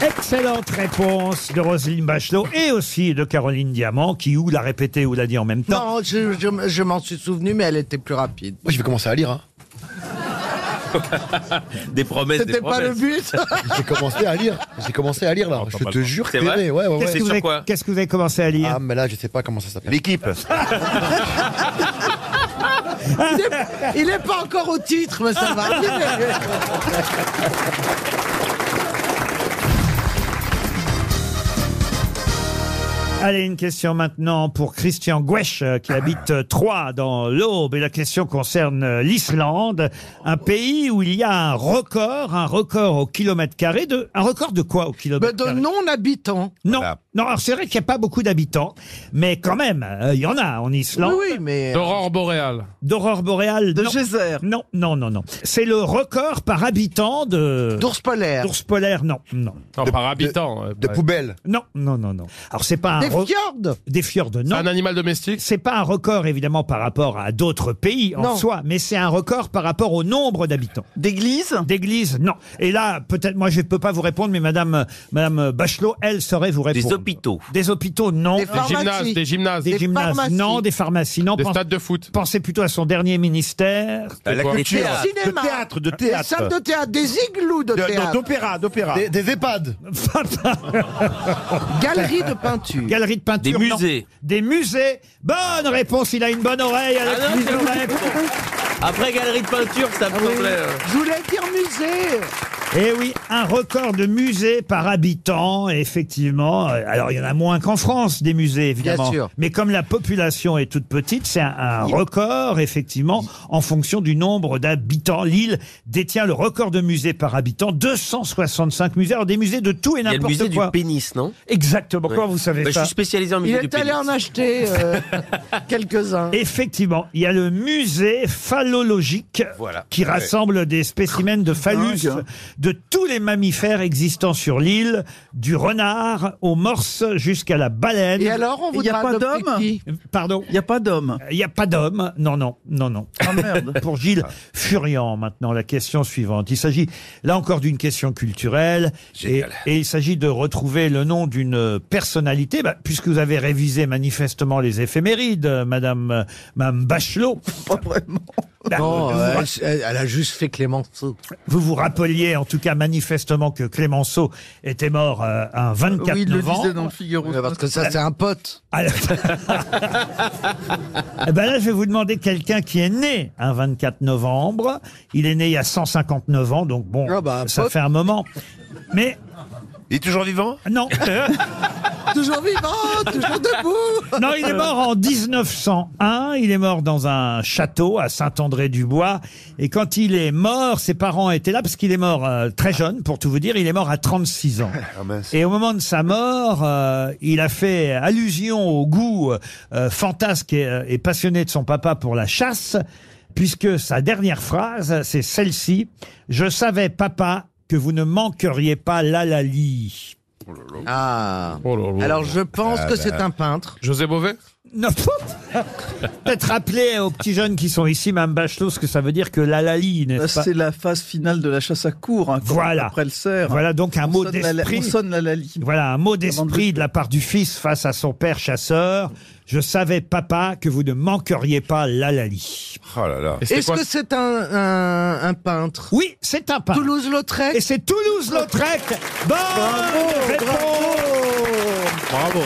Speaker 2: Excellente réponse de Roselyne Bachelot et aussi de Caroline Diamant, qui ou l'a répété ou l'a dit en même temps.
Speaker 3: Non, je, je- je m'en suis souvenu, mais elle était plus rapide.
Speaker 6: Moi, je vais commencer à lire. Hein.
Speaker 5: Des promesses, des
Speaker 3: C'était pas le
Speaker 5: promesses.
Speaker 3: but.
Speaker 6: J'ai commencé à lire. J'ai commencé à lire là. Je te jure,
Speaker 5: Ah, C'est
Speaker 6: t'es
Speaker 5: vrai
Speaker 6: né. ouais, ouais, ouais.
Speaker 2: Qu'est-ce que, vous
Speaker 5: sur
Speaker 2: avez-
Speaker 5: quoi
Speaker 2: qu'est-ce que vous avez commencé à lire
Speaker 6: Ah, mais là, je sais pas comment ça s'appelle.
Speaker 4: L'équipe.
Speaker 3: Il est- Il est pas encore au titre, mais ça va.
Speaker 2: Allez, une question maintenant pour Christian Gouesch, euh, qui habite euh, Troyes, dans l'Aube. Et la question concerne euh, l'Islande, un pays où il y a un record, un record au kilomètre carré de... Un record de quoi au
Speaker 3: Mais
Speaker 2: kilomètre
Speaker 3: Bah, de
Speaker 2: carré
Speaker 3: non-habitants.
Speaker 2: Non,
Speaker 4: Voilà.
Speaker 2: non alors c'est vrai qu'il n'y a pas beaucoup d'habitants, mais quand même, euh, il y en a en
Speaker 3: Oui,
Speaker 2: Islande.
Speaker 3: oui,
Speaker 2: euh,
Speaker 3: mais.
Speaker 8: D'aurore boréale.
Speaker 2: D'aurore boréale,
Speaker 7: De
Speaker 2: non.
Speaker 7: Geyser.
Speaker 2: Non, non, non, non. C'est le record par habitant de...
Speaker 3: D'ours polaire.
Speaker 2: D'ours polaire, non, non.
Speaker 8: Non, par habitant.
Speaker 6: De poubelle.
Speaker 2: Non, non, non, non. Alors c'est pas un...
Speaker 3: Des
Speaker 2: re-
Speaker 3: fjords.
Speaker 2: Des fjords, non.
Speaker 8: Un animal domestique.
Speaker 2: C'est pas un record évidemment par rapport à d'autres pays en
Speaker 3: Non.
Speaker 2: soi, mais c'est un record par rapport au nombre d'habitants.
Speaker 7: D'église.
Speaker 2: D'églises, non. Et là, peut-être, moi, je peux pas vous répondre, mais Madame, euh, Madame Bachelot, elle saurait vous répondre.
Speaker 5: Des hôpitaux.
Speaker 2: Des hôpitaux, non.
Speaker 3: Des
Speaker 2: Des,
Speaker 3: pharmacies.
Speaker 8: Des gymnases, des gymnases.
Speaker 3: Des
Speaker 8: Des,
Speaker 2: gymnases,
Speaker 3: pharmacies.
Speaker 2: non. Des pharmacies, non. Pense-
Speaker 8: stades de foot.
Speaker 2: Pensez plutôt à son dernier ministère. Ah,
Speaker 4: La
Speaker 8: quoi
Speaker 4: culture.
Speaker 3: Des cinémas.
Speaker 4: De théâtre, de
Speaker 3: Des
Speaker 4: théâtre.
Speaker 3: salles de théâtre, des igloos de
Speaker 4: De- de-
Speaker 3: théâtre,
Speaker 4: D'opéra, d'opéra.
Speaker 6: Des, des EHPAD.
Speaker 3: galeries de peinture.
Speaker 2: Galerie de peinture.
Speaker 5: Des
Speaker 2: non.
Speaker 5: musées.
Speaker 2: Des musées. Bonne réponse. Il a une bonne oreille. Alex
Speaker 5: Ah non, c'est
Speaker 2: Vizorek.
Speaker 5: Après galerie de peinture, ça
Speaker 2: Ah
Speaker 5: me
Speaker 3: Oui.
Speaker 5: semblait. euh,
Speaker 3: Je voulais dire musée.
Speaker 2: Eh oui, un record de musées par habitant, effectivement. Euh, Alors, il y en a moins qu'en France, des musées, évidemment.
Speaker 3: sûr.
Speaker 2: Mais comme la population est toute petite, c'est un, un record, effectivement, en fonction du nombre d'habitants. L'île détient le record de musées par habitant, 265 musées. Alors, des musées de tout et
Speaker 5: Il y a le musée
Speaker 2: n'importe
Speaker 5: du
Speaker 2: quoi.
Speaker 5: pénis, non
Speaker 2: Exactement, comment
Speaker 5: Ouais.
Speaker 2: vous savez
Speaker 5: Bah, Je
Speaker 2: ça
Speaker 5: suis spécialisé en
Speaker 3: Il
Speaker 5: musée du
Speaker 3: est allé
Speaker 5: pénis.
Speaker 3: en acheter euh, quelques-uns.
Speaker 2: Effectivement, il y a le musée phallologique
Speaker 5: Voilà.
Speaker 2: qui rassemble des spécimens de phallus
Speaker 7: Dingue, hein.
Speaker 2: de tous les mammifères existants sur l'île, du renard au morse jusqu'à la baleine.
Speaker 3: Et alors, on Et voudra y a pas adopter d'homme qui
Speaker 2: Pardon Il n'y a pas d'homme Ah, Il n'y a pas d'homme, non, non, non, non. Pour Gilles Furian, maintenant, la question suivante. Il s'agit, là encore, d'une question culturelle. Et, et il s'agit de retrouver le nom d'une personnalité, bah, puisque vous avez révisé manifestement les éphémérides, euh, Madame, euh, Madame Bachelot. Bah, Pas vraiment.
Speaker 14: Non, elle, elle- elle a juste fait Clémenceau.
Speaker 2: Vous vous rappeliez, en tout cas manifestement, que Clémenceau était mort euh, un 24
Speaker 14: Oui, il le disait
Speaker 2: novembre.
Speaker 14: dans le Figaro. Ouais, parce que ça, c'est un
Speaker 2: pote. Ah. ben là, je vais vous demander quelqu'un qui est né un 24 novembre. Il est né il y a 159 ans, donc bon,
Speaker 14: Ah bah,
Speaker 2: ça fait un moment. Mais... Il est toujours vivant Non.
Speaker 3: Toujours vivant, toujours debout.
Speaker 2: Non, il est mort en 1901. Il est mort dans un château à Saint-André-du-Bois. Et quand il est mort, ses parents étaient là parce qu'il est mort euh, très jeune, pour tout vous dire. Il est mort à 36 ans. Et au moment de sa mort, euh, il a fait allusion au goût euh, fantasque et, euh, et passionné de son papa pour la chasse, puisque sa dernière phrase, c'est celle-ci. Je savais, papa, que vous ne manqueriez pas l'alali.
Speaker 3: Ah. Alors, je pense que c'est un peintre.
Speaker 8: José Beauvais
Speaker 2: Non. Peut-être rappeler aux petits jeunes qui sont ici, Mme Bachelot, ce que ça veut dire que l'alali,
Speaker 7: Bah,
Speaker 2: n'est-ce pas
Speaker 7: C'est la phase finale de la chasse à court. hein, quand
Speaker 2: Voilà.
Speaker 7: Après le cerf.
Speaker 2: Voilà donc un
Speaker 7: On
Speaker 2: mot
Speaker 7: sonne la-
Speaker 2: d'esprit.
Speaker 7: On sonne la lali.
Speaker 2: Voilà, un mot d'esprit de la part du fils face à son père chasseur. Je savais, papa, que vous ne manqueriez pas l'alali.
Speaker 15: Oh là là.
Speaker 3: Est-ce que c'est un, un, un peintre
Speaker 2: Oui, c'est un peintre.
Speaker 3: Toulouse-Lautrec
Speaker 2: Et c'est Toulouse-Lautrec Bonne
Speaker 8: Oh Bravo.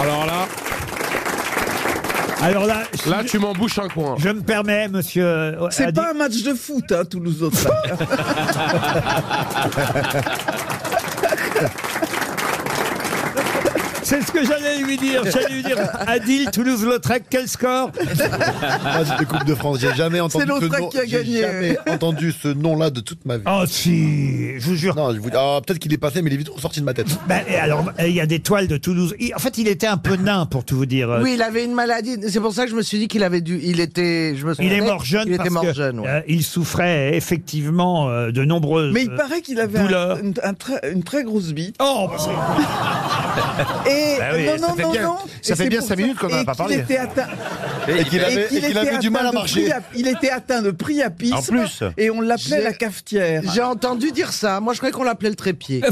Speaker 8: Alors là.
Speaker 2: Alors là.
Speaker 8: Là, tu m'embouches un coin.
Speaker 2: Je me permets, monsieur. euh,
Speaker 7: C'est pas un match de foot, hein, Toulouse-Lautrec.
Speaker 2: C'est ce que j'allais lui dire. J'allais lui dire, Adil, Toulouse-Lautrec, quel score
Speaker 6: Moi, c'était Coupe de France. J'ai jamais entendu
Speaker 2: C'est
Speaker 6: ce
Speaker 2: l'Autriche
Speaker 6: nom.
Speaker 2: qui a
Speaker 6: j'ai
Speaker 2: gagné.
Speaker 6: jamais entendu ce nom-là de toute ma vie.
Speaker 2: Oh si, je vous jure.
Speaker 6: Non, je vous... Ah, peut-être qu'il est passé, mais il est vite ressorti de ma tête.
Speaker 2: Ben, et alors, il y a des toiles de Toulouse. Il- en fait, il était un peu nain, pour tout vous dire.
Speaker 3: Oui, il avait une maladie. C'est pour ça que je me suis dit qu'il avait dû. Il était. Je me
Speaker 2: Il est
Speaker 3: souvenais,
Speaker 2: mort jeune
Speaker 3: Il
Speaker 2: parce
Speaker 3: était mort
Speaker 2: que,
Speaker 3: jeune. ouais.
Speaker 2: euh, il souffrait effectivement euh, de nombreuses.
Speaker 7: Mais il
Speaker 2: euh,
Speaker 7: paraît qu'il avait un-
Speaker 2: douleurs.
Speaker 7: une, un très- une très grosse bille.
Speaker 2: Oh
Speaker 7: Et
Speaker 2: Bah oui,
Speaker 7: non,
Speaker 2: ça
Speaker 7: non,
Speaker 2: fait
Speaker 7: non,
Speaker 2: bien-
Speaker 7: non.
Speaker 2: ça
Speaker 7: Et
Speaker 2: fait
Speaker 7: c'est
Speaker 2: bien
Speaker 7: pour
Speaker 2: cinq minutes qu'on en a
Speaker 7: et
Speaker 2: pas
Speaker 7: qu'il
Speaker 2: parlé.
Speaker 7: était atteint-
Speaker 2: Et qu'il avait- et qu'il
Speaker 7: était
Speaker 2: avait du mal à
Speaker 7: atteint de
Speaker 2: marcher.
Speaker 7: priap- Il était atteint de priapisme.
Speaker 2: En plus.
Speaker 7: Et on l'appelait
Speaker 3: J'ai-
Speaker 7: la cafetière.
Speaker 3: J'ai entendu dire ça. Moi, je croyais qu'on l'appelait le trépied.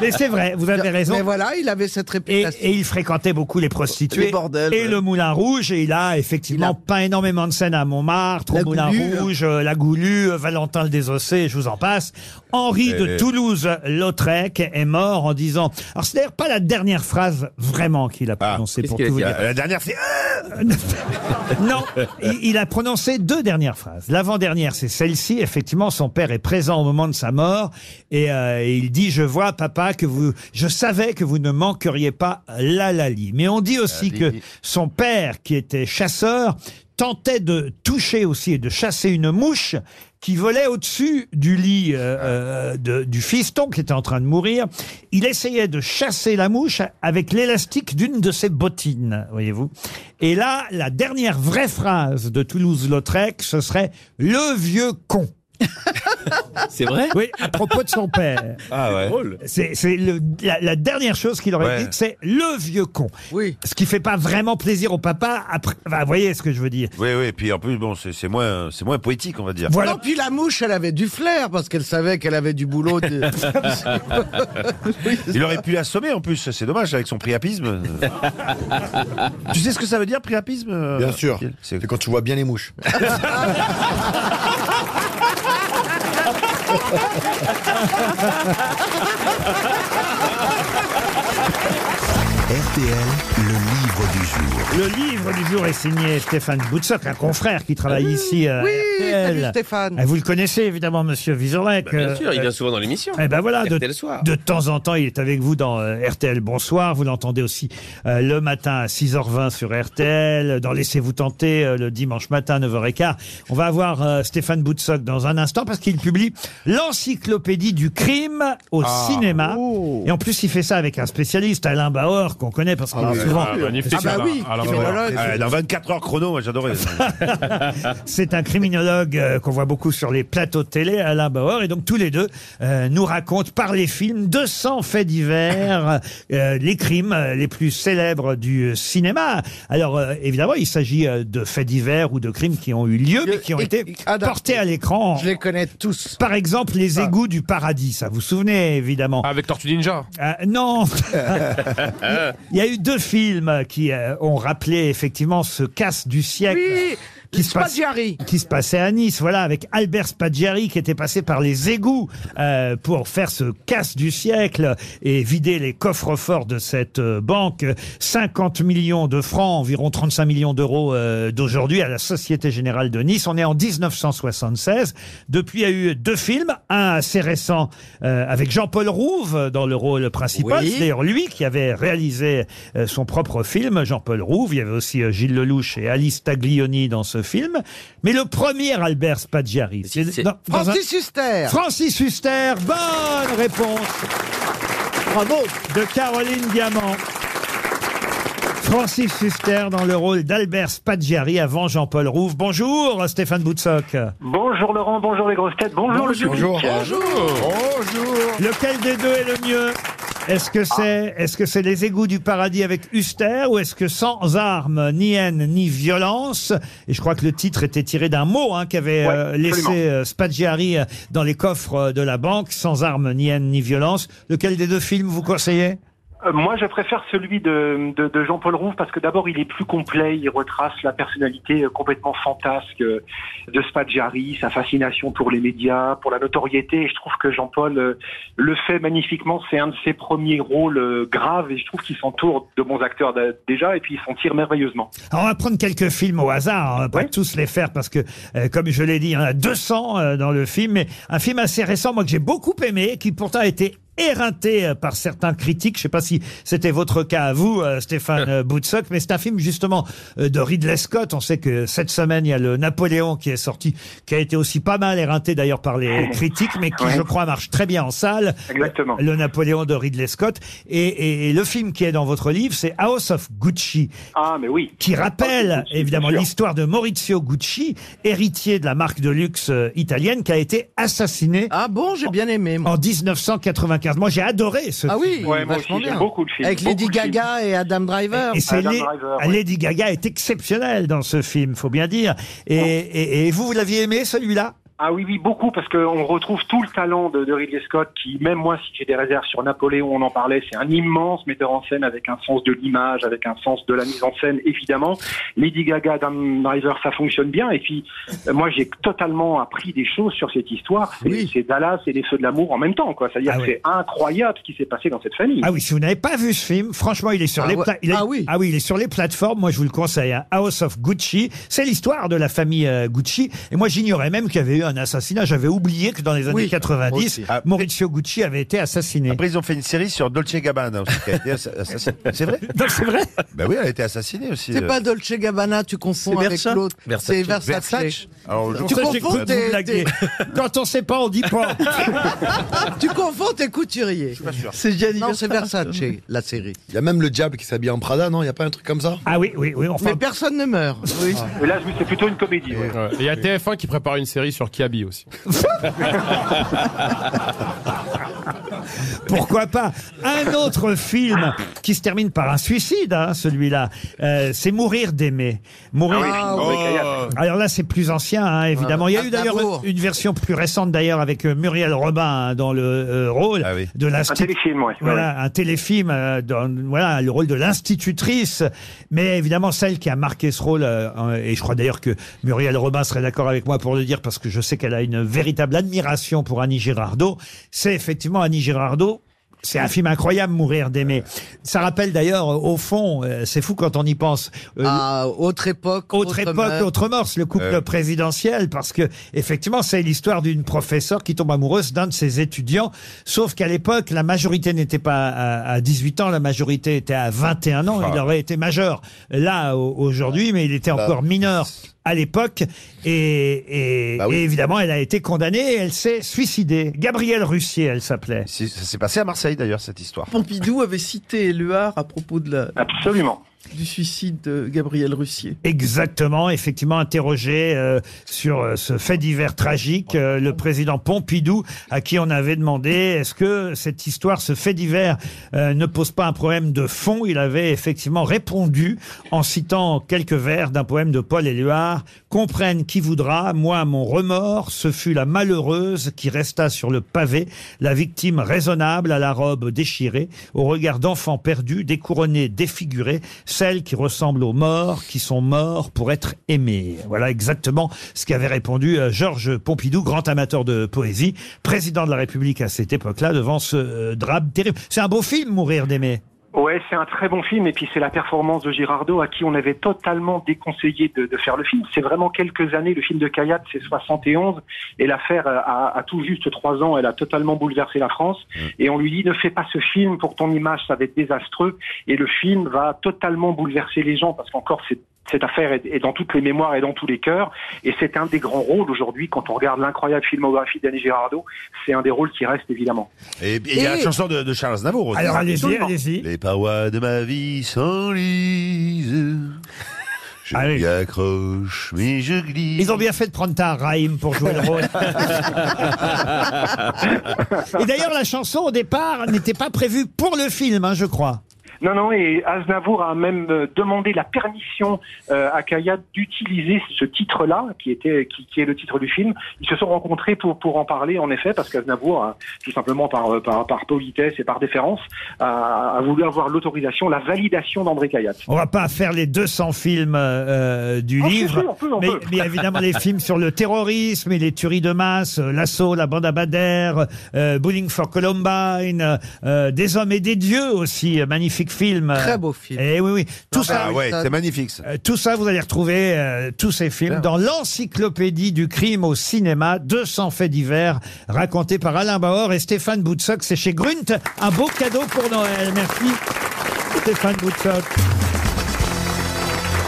Speaker 2: Mais c'est vrai, vous avez raison.
Speaker 3: Mais voilà, il avait cette
Speaker 2: Et,
Speaker 3: réputation.
Speaker 2: et il fréquentait beaucoup les prostituées
Speaker 3: Les bordels,
Speaker 2: et
Speaker 3: ouais.
Speaker 2: le Moulin Rouge. Et il a effectivement peint énormément de scènes à Montmartre,
Speaker 7: La
Speaker 2: au Moulin
Speaker 7: Goulue.
Speaker 2: Rouge, euh, la Goulue, euh, Valentin le Désossé, je vous en passe. Henri de
Speaker 15: Et-
Speaker 2: Toulouse-Lautrec est mort en disant. Alors c'est d'ailleurs pas la dernière phrase vraiment qu'il a prononcée pour
Speaker 15: qu'est-ce
Speaker 2: tout vous
Speaker 15: qu'il a
Speaker 2: dire.
Speaker 15: dit La dernière, c'est.
Speaker 2: Non, il, il a prononcé deux dernières phrases. L'avant-dernière, c'est celle-ci. Effectivement, son père est présent au moment de sa mort et euh, il dit Je vois, papa, que vous. Je savais que vous ne manqueriez pas l'alali. Mais on dit aussi que son père, qui était chasseur, tentait de toucher aussi et de chasser une mouche qui volait au-dessus du lit euh,
Speaker 15: Ah.
Speaker 2: euh, de- du fiston qui était en train de mourir. Il essayait de chasser la mouche avec l'élastique d'une de ses bottines, voyez-vous. Et là, la dernière vraie phrase de Toulouse-Lautrec, ce serait « le vieux con ».
Speaker 5: C'est vrai
Speaker 2: Oui, à propos de son père.
Speaker 15: Ah ouais.
Speaker 2: C'est c'est le- la, la dernière chose qu'il aurait
Speaker 15: Ouais.
Speaker 2: dit, c'est le vieux con. Oui. Ce qui fait pas vraiment plaisir au papa. Après, Enfin, vous voyez ce que je veux dire.
Speaker 15: Oui, oui, et puis en plus, bon, c'est c'est moins, c'est moins poétique, on va dire.
Speaker 3: Voilà. puis la mouche, elle avait du flair parce qu'elle savait qu'elle avait du boulot. de-
Speaker 15: Il aurait pu l'assommer en plus, c'est dommage avec son priapisme. tu sais ce que ça veut dire, priapisme euh,
Speaker 6: Bien sûr. C'est quand tu vois bien les mouches.
Speaker 1: RTL, le livre du jour.
Speaker 2: Le livre du jour est signé Stéphane Boutsock, un confrère qui travaille ici à
Speaker 3: Ah, Oui,
Speaker 2: RTL.
Speaker 3: salut Stéphane.
Speaker 2: Et Ah, Vous le connaissez évidemment, monsieur Vizorek.
Speaker 5: Bah, bien sûr, il
Speaker 2: Euh,
Speaker 5: vient souvent dans l'émission.
Speaker 2: Eh ben voilà, de,
Speaker 5: RTL soir.
Speaker 2: de temps en temps, il est avec vous dans euh, RTL Bonsoir. Vous l'entendez aussi euh, le matin à 6h20 sur RTL, euh, dans Laissez-vous tenter euh, le dimanche matin 9h15. On va avoir euh, Stéphane Boutsock dans un instant parce qu'il publie l'encyclopédie du crime au
Speaker 15: Ah.
Speaker 4: oh.
Speaker 2: cinéma. Et en plus, il fait ça avec un spécialiste, Alain Bauer, qu'on connais parce qu'on
Speaker 4: Ah
Speaker 2: en
Speaker 4: oui,
Speaker 2: souvent.
Speaker 4: ah, magnifique. Ah bah
Speaker 2: Alors-
Speaker 4: oui,
Speaker 2: alors-
Speaker 4: criminologue. Ah, dans 24 heures chrono, moi, j'adorais.
Speaker 2: C'est un criminologue euh, qu'on voit beaucoup sur les plateaux de télé, Alain Bauer, et donc tous les deux euh, nous racontent par les films 200 faits divers, euh, les crimes euh, les plus célèbres du euh, cinéma. Alors euh, évidemment, il s'agit euh, de faits divers ou de crimes qui ont eu lieu, mais qui ont été portés à l'écran. Je les connais tous. Ah. Par exemple, les égouts du paradis, ça vous vous souvenez évidemment.
Speaker 8: Avec Tortue Ninja
Speaker 2: Euh, non Il y a eu deux films qui euh, ont rappelé effectivement ce casse du siècle. qui se, passe- qui se passait à Nice, voilà, avec Albert Spaggiari qui était passé par les égouts euh, pour faire ce casse du siècle et vider les coffres forts de cette euh, banque. 50 millions de francs, environ 35 millions d'euros euh, d'aujourd'hui à la Société Générale de Nice. On est en 1976. Depuis, il y a eu deux films, un assez récent euh, avec Jean-Paul Rouve dans le rôle principal.
Speaker 11: Oui.
Speaker 2: C'est d'ailleurs lui qui avait réalisé euh, son propre film, Jean-Paul Rouve. Il y avait aussi euh, Gilles Lelouch et Alice Taglioni dans ce film. Mais le premier Albert Spaggiari, c'est dans- dans un-
Speaker 3: Francis Huster.
Speaker 2: Francis Huster, bonne réponse. Bravo. De Caroline Diamant. Francis Huster dans le rôle d'Albert Spaggiari avant Jean-Paul Rouve. Bonjour Stéphane Boutsock.
Speaker 12: Bonjour Laurent, bonjour les grosses têtes, bonjour, le public.
Speaker 2: Lequel des deux est le mieux Est-ce
Speaker 11: Ah.
Speaker 2: que c'est est-ce que c'est les égouts du paradis avec Huster ou est-ce que sans armes, ni haine, ni violence Et je crois que le titre était tiré d'un mot hein, qu'avait
Speaker 11: Ouais,
Speaker 2: euh, laissé
Speaker 11: absolument.
Speaker 2: euh, Spaggiari euh, dans les coffres euh, de la banque. Sans armes, ni haine, ni violence. Lequel des deux films vous conseillez
Speaker 12: Euh, Moi, je préfère celui de, de- de Jean-Paul Rouve parce que d'abord, il est plus complet. Il retrace la personnalité euh, complètement fantasque euh, de Spaggiari, sa fascination pour les médias, pour la notoriété. Et je trouve que Jean-Paul euh, le fait magnifiquement. C'est un de ses premiers rôles euh, graves et je trouve qu'il s'entoure de bons acteurs d'a- déjà et puis il s'en tire merveilleusement.
Speaker 2: Alors, on va prendre quelques films au hasard. On va pas tous les faire parce que, euh, comme je l'ai dit, il y en a 200 euh, dans le film. Mais un film assez récent, moi, que j'ai beaucoup aimé, qui pourtant a été éreinté euh, par certains critiques. Je sais pas si c'était votre cas à vous, euh, Stéphane euh, Boutsock, mais c'est un film justement euh, de Ridley Scott. On sait que cette semaine, il y a le Napoléon qui est sorti, qui a été aussi pas mal éreinté d'ailleurs par les critiques, mais qui, je crois, marche très bien en salle.
Speaker 12: Exactement.
Speaker 2: Le Napoléon de Ridley Scott. Et, et- et le film qui est dans votre livre, c'est House of Gucci
Speaker 12: Ah, mais oui.
Speaker 2: qui rappelle évidemment
Speaker 12: sûr.
Speaker 2: l'histoire de Maurizio Gucci, héritier de la marque de luxe euh, italienne, qui a été assassiné. Ah bon, j'ai bien aimé. En 1995. Moi, j'ai adoré ce
Speaker 14: Ah
Speaker 2: film.
Speaker 14: oui, Ouais, moi vachement aussi, j'aime bien. beaucoup le film,
Speaker 2: Avec
Speaker 14: Avec Lady beaucoup le film.
Speaker 2: Gaga et Adam Driver. Et, c'est
Speaker 14: Adam
Speaker 2: les-
Speaker 14: Driver,
Speaker 2: Lady Gaga est exceptionnelle dans ce film, faut bien dire. Et, et- et vous, vous l'aviez aimé celui-là
Speaker 12: Ah oui, oui, beaucoup, parce qu'on retrouve tout le talent de, de Ridley Scott, qui, même moi, si j'ai des réserves sur Napoléon, on en parlait, c'est un immense metteur en scène avec un sens de l'image, avec un sens de la mise en scène, évidemment. Lady Gaga, Adam Driver, ça fonctionne bien. Et puis, euh, moi, j'ai totalement appris des choses sur cette histoire. C'est c'est Dallas et les Feux de l'amour en même temps, quoi. C'est-à-dire que c'est incroyable ce qui s'est passé dans cette famille.
Speaker 2: Ah oui, si vous n'avez pas vu ce film, franchement, il est sur
Speaker 12: Ah
Speaker 2: les
Speaker 12: ouais.
Speaker 2: pla- il est-
Speaker 12: Ah oui.
Speaker 2: il est sur les plateformes. Moi, je vous le conseille. hein. House of Gucci, c'est l'histoire de la famille euh, Gucci. Et moi, j'ignorais même qu'il y avait eu un assassinat. J'avais oublié que dans les années
Speaker 15: Oui,
Speaker 2: 90,
Speaker 15: aussi. Ah.
Speaker 2: Maurizio Gucci avait été assassiné.
Speaker 15: Après, ils ont fait une série sur Dolce Gabbana aussi, qui a été assa- assassinée. C'est vrai
Speaker 2: Non, c'est vrai
Speaker 15: Ben oui, elle a été assassinée aussi.
Speaker 14: C'est
Speaker 15: euh.
Speaker 14: pas Dolce Gabbana, tu confonds
Speaker 15: C'est
Speaker 14: avec
Speaker 15: Versace
Speaker 14: l'autre.
Speaker 15: Versace.
Speaker 14: C'est Versace.
Speaker 15: Versace. Alors, je
Speaker 14: tu
Speaker 15: sais, j'ai
Speaker 14: confonds
Speaker 15: cru que vous
Speaker 14: tes,
Speaker 15: blaguiez.
Speaker 2: Quand on sait pas, on dit pas.
Speaker 14: tu confonds tes couturiers.
Speaker 7: C'est Gianni
Speaker 14: Non, c'est Versace.
Speaker 6: la série. Il y a même le diable qui s'habille en Prada, non Il y a pas un truc comme ça
Speaker 2: Ah oui, oui, oui.
Speaker 14: Mais personne ne meurt.
Speaker 2: Ah.
Speaker 12: Et là, c'est plutôt une comédie. ouais.
Speaker 8: Ouais. Ah. Et Il y a TF1 qui prépare une série sur Kiabi aussi.
Speaker 2: Pourquoi pas Un autre film qui se termine par un suicide, hein, celui-là, euh, c'est Mourir d'aimer. Mourir.
Speaker 11: Ah oui, oui. Oh.
Speaker 2: Alors là, c'est plus ancien, hein, évidemment. Il y a eu d'ailleurs
Speaker 11: Aznavour.
Speaker 2: une version plus récente, d'ailleurs, avec euh, Muriel Robin hein, dans le euh, rôle de
Speaker 12: Un
Speaker 2: l'institut.
Speaker 12: téléfilm, ouais.
Speaker 2: Voilà, un téléfilm, euh, dans, voilà, le rôle de l'institutrice. Mais évidemment, celle qui a marqué ce rôle, euh, et je crois d'ailleurs que Muriel Robin serait d'accord avec moi pour le dire, parce que je sais qu'elle a une véritable admiration pour Annie Girardot, c'est effectivement Annie Girardot. C'est un film incroyable, Mourir d'aimer. Ça rappelle d'ailleurs, euh, au fond, euh, c'est fou quand on y pense. Euh,
Speaker 14: Ah, autre époque,
Speaker 2: autre,
Speaker 14: autre
Speaker 2: époque,
Speaker 14: mœurs.
Speaker 2: autre morse, le couple
Speaker 14: Euh.
Speaker 2: présidentiel, parce que effectivement, c'est l'histoire d'une professeure qui tombe amoureuse d'un de ses étudiants. Sauf qu'à l'époque, la majorité n'était pas à, à 18 ans, la majorité était à 21 ans.
Speaker 11: Ah.
Speaker 2: Il aurait été majeur là au- aujourd'hui, mais il était encore mineur. à l'époque. Et, et-
Speaker 15: Bah
Speaker 2: et évidemment, elle a été condamnée et elle s'est suicidée. Gabrielle Russier, elle s'appelait.
Speaker 15: Ça s'est passé à Marseille d'ailleurs, cette histoire.
Speaker 7: Pompidou avait cité Éluard à propos de la...
Speaker 12: Absolument.
Speaker 7: Du suicide de Gabriel Russier.
Speaker 2: Exactement, effectivement interrogé euh, sur euh, ce fait divers tragique, euh, le président Pompidou, à qui on avait demandé est-ce que cette histoire, ce fait divers, euh, ne pose pas un problème de fond Il avait effectivement répondu en citant quelques vers d'un poème de Paul Éluard Comprenne qui voudra, moi, mon remords, ce fut la malheureuse qui resta sur le pavé, la victime raisonnable à la robe déchirée, au regard d'enfant perdu, découronné, défiguré, celle qui ressemble aux morts, qui sont morts pour être aimés. Voilà exactement ce qu'avait répondu euh, Georges Pompidou, grand amateur de poésie, président de la République à cette époque-là, devant ce euh, drame terrible. C'est un beau film, Mourir d'aimer.
Speaker 12: Ouais, c'est un très bon film et puis c'est la performance de Girardot à qui on avait totalement déconseillé de, de faire le film. C'est vraiment quelques années, le film de Kayat c'est 71 et l'affaire euh, a, a tout juste trois ans, elle a totalement bouleversé la France et on lui dit ne fais pas ce film pour ton image, ça va être désastreux et le film va totalement bouleverser les gens parce qu'encore c'est cette affaire est, est dans toutes les mémoires et dans tous les cœurs. Et c'est un des grands rôles aujourd'hui, quand on regarde l'incroyable filmographie d'Annie Girardot, c'est un des rôles qui reste évidemment.
Speaker 15: Et et il y a la chanson de, de Charles Aznavour aussi.
Speaker 12: Alors, allez-y, Absolument.
Speaker 2: allez-y.
Speaker 15: Les parois de ma vie s'enlisent. Je m'y accroche, mais je glisse.
Speaker 2: Ils ont bien fait de prendre ta Raïm pour jouer le rôle. Et d'ailleurs, la chanson, au départ, n'était pas prévue pour le film, hein, je crois.
Speaker 12: Non, non, et Aznavour a même euh, demandé la permission euh, à Kayad d'utiliser ce titre-là, qui était, qui, qui est le titre du film. Ils se sont rencontrés pour pour en parler, en effet, parce qu'Aznavour, a, tout simplement par euh, par, par politesse et par déférence, a, a voulu avoir l'autorisation, la validation d'André Kayad.
Speaker 2: On va pas faire les 200 films euh, du
Speaker 12: Oh, si,
Speaker 2: livre,
Speaker 12: si, on peut, on
Speaker 2: mais,
Speaker 12: peut.
Speaker 2: mais évidemment les films sur le terrorisme et les tueries de masse, euh, l'assaut, la bande à Bader, euh, Bowling for Columbine, euh, euh, Des hommes et des dieux aussi, euh, magnifique film. Très beau film. Et oui, oui, tout
Speaker 15: Ah,
Speaker 2: ça.
Speaker 15: ouais, c'est magnifique. ça.
Speaker 2: Euh, tout ça, vous allez retrouver euh, tous ces films dans l'encyclopédie du crime au cinéma, 200 faits divers racontés par Alain Bauer et Stéphane Boutsock. C'est chez Grunt, un beau cadeau pour Noël. Merci Stéphane Boutsock.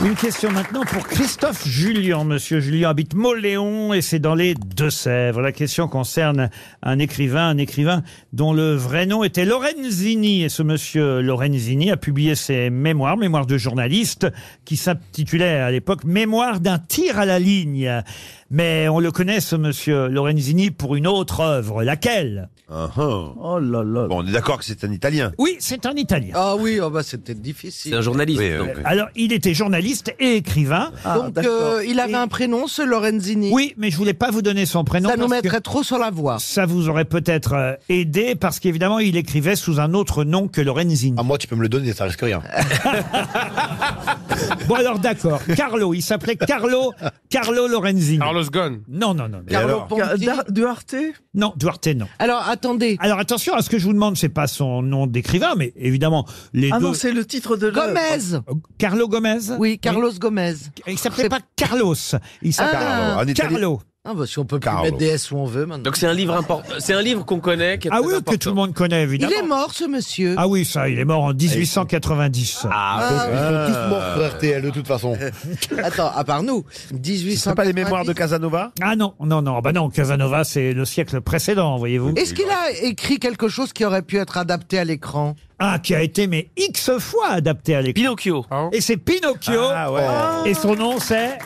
Speaker 2: Une question maintenant pour Christophe Julien. Monsieur Julien habite Mauléon et c'est dans les Deux-Sèvres. La question concerne un écrivain, un écrivain dont le vrai nom était Lorenzini. Et ce monsieur Lorenzini a publié ses mémoires, mémoires de journaliste, qui s'intitulait à l'époque Mémoires d'un tir à la ligne. Mais on le connaît, ce monsieur Lorenzini, pour une autre œuvre. Laquelle
Speaker 15: Oh
Speaker 7: là là.
Speaker 15: Bon, on est d'accord que c'est un Italien.
Speaker 2: Oui, c'est un Italien.
Speaker 14: Ah oui, oh bah, c'est peut-être difficile.
Speaker 15: Oui, oui.
Speaker 2: euh, Alors, il était journaliste et écrivain.
Speaker 3: Ah,
Speaker 14: Donc, euh, il avait un prénom, ce Lorenzini.
Speaker 2: Oui, mais je voulais pas vous donner son prénom.
Speaker 14: Ça nous
Speaker 2: parce
Speaker 14: mettrait
Speaker 2: que
Speaker 14: trop sur la voie.
Speaker 2: Ça vous aurait peut-être euh, aidé parce qu'évidemment, il écrivait sous un autre nom que Lorenzini.
Speaker 6: À Ah, moi, tu peux me le donner, ça risque rien.
Speaker 2: bon, alors d'accord. Carlo, il s'appelait Carlo, Carlo Lorenzini.
Speaker 8: Carlos Ghosn.
Speaker 2: Non, non, non. non.
Speaker 7: Car- Duarte
Speaker 2: Non, Duarte, non.
Speaker 14: Alors, attendez.
Speaker 2: Alors, attention à ce que je vous demande, c'est pas son nom d'écrivain, mais évidemment, les
Speaker 7: Ah
Speaker 2: deux.
Speaker 7: non, c'est le titre de l'œuvre.
Speaker 14: Gomez
Speaker 2: Carlo Gomez
Speaker 14: Oui, Carlos Gomez.
Speaker 2: Il s'appelait pas Carlos. Il s'appelait
Speaker 14: Ah. Carlo, en Italie.
Speaker 2: Carlo.
Speaker 14: Ah bah si on peut plus mettre des S où on veut maintenant.
Speaker 5: Donc c'est un livre important. C'est un livre qu'on connaît. Qui est
Speaker 2: Ah
Speaker 5: très
Speaker 2: oui, que
Speaker 5: important.
Speaker 2: tout le monde connaît,
Speaker 14: Il
Speaker 2: évidemment.
Speaker 14: est mort ce monsieur.
Speaker 2: Ah oui, ça, il est mort en 1890.
Speaker 14: Ah,
Speaker 2: oui.
Speaker 14: ils sont tous morts sur
Speaker 6: RTL de toute façon.
Speaker 14: Attends, à part nous, 1800.
Speaker 2: C'est pas les mémoires de
Speaker 15: Casanova
Speaker 2: Ah non, non, non. Bah non, Casanova, c'est le siècle précédent, voyez-vous.
Speaker 14: Est-ce qu'il a écrit quelque chose qui aurait pu être adapté à l'écran
Speaker 2: Ah, qui a été, mais X fois adapté à l'écran.
Speaker 5: Pinocchio.
Speaker 2: Et c'est Pinocchio.
Speaker 5: ouais.
Speaker 2: Et son nom, c'est.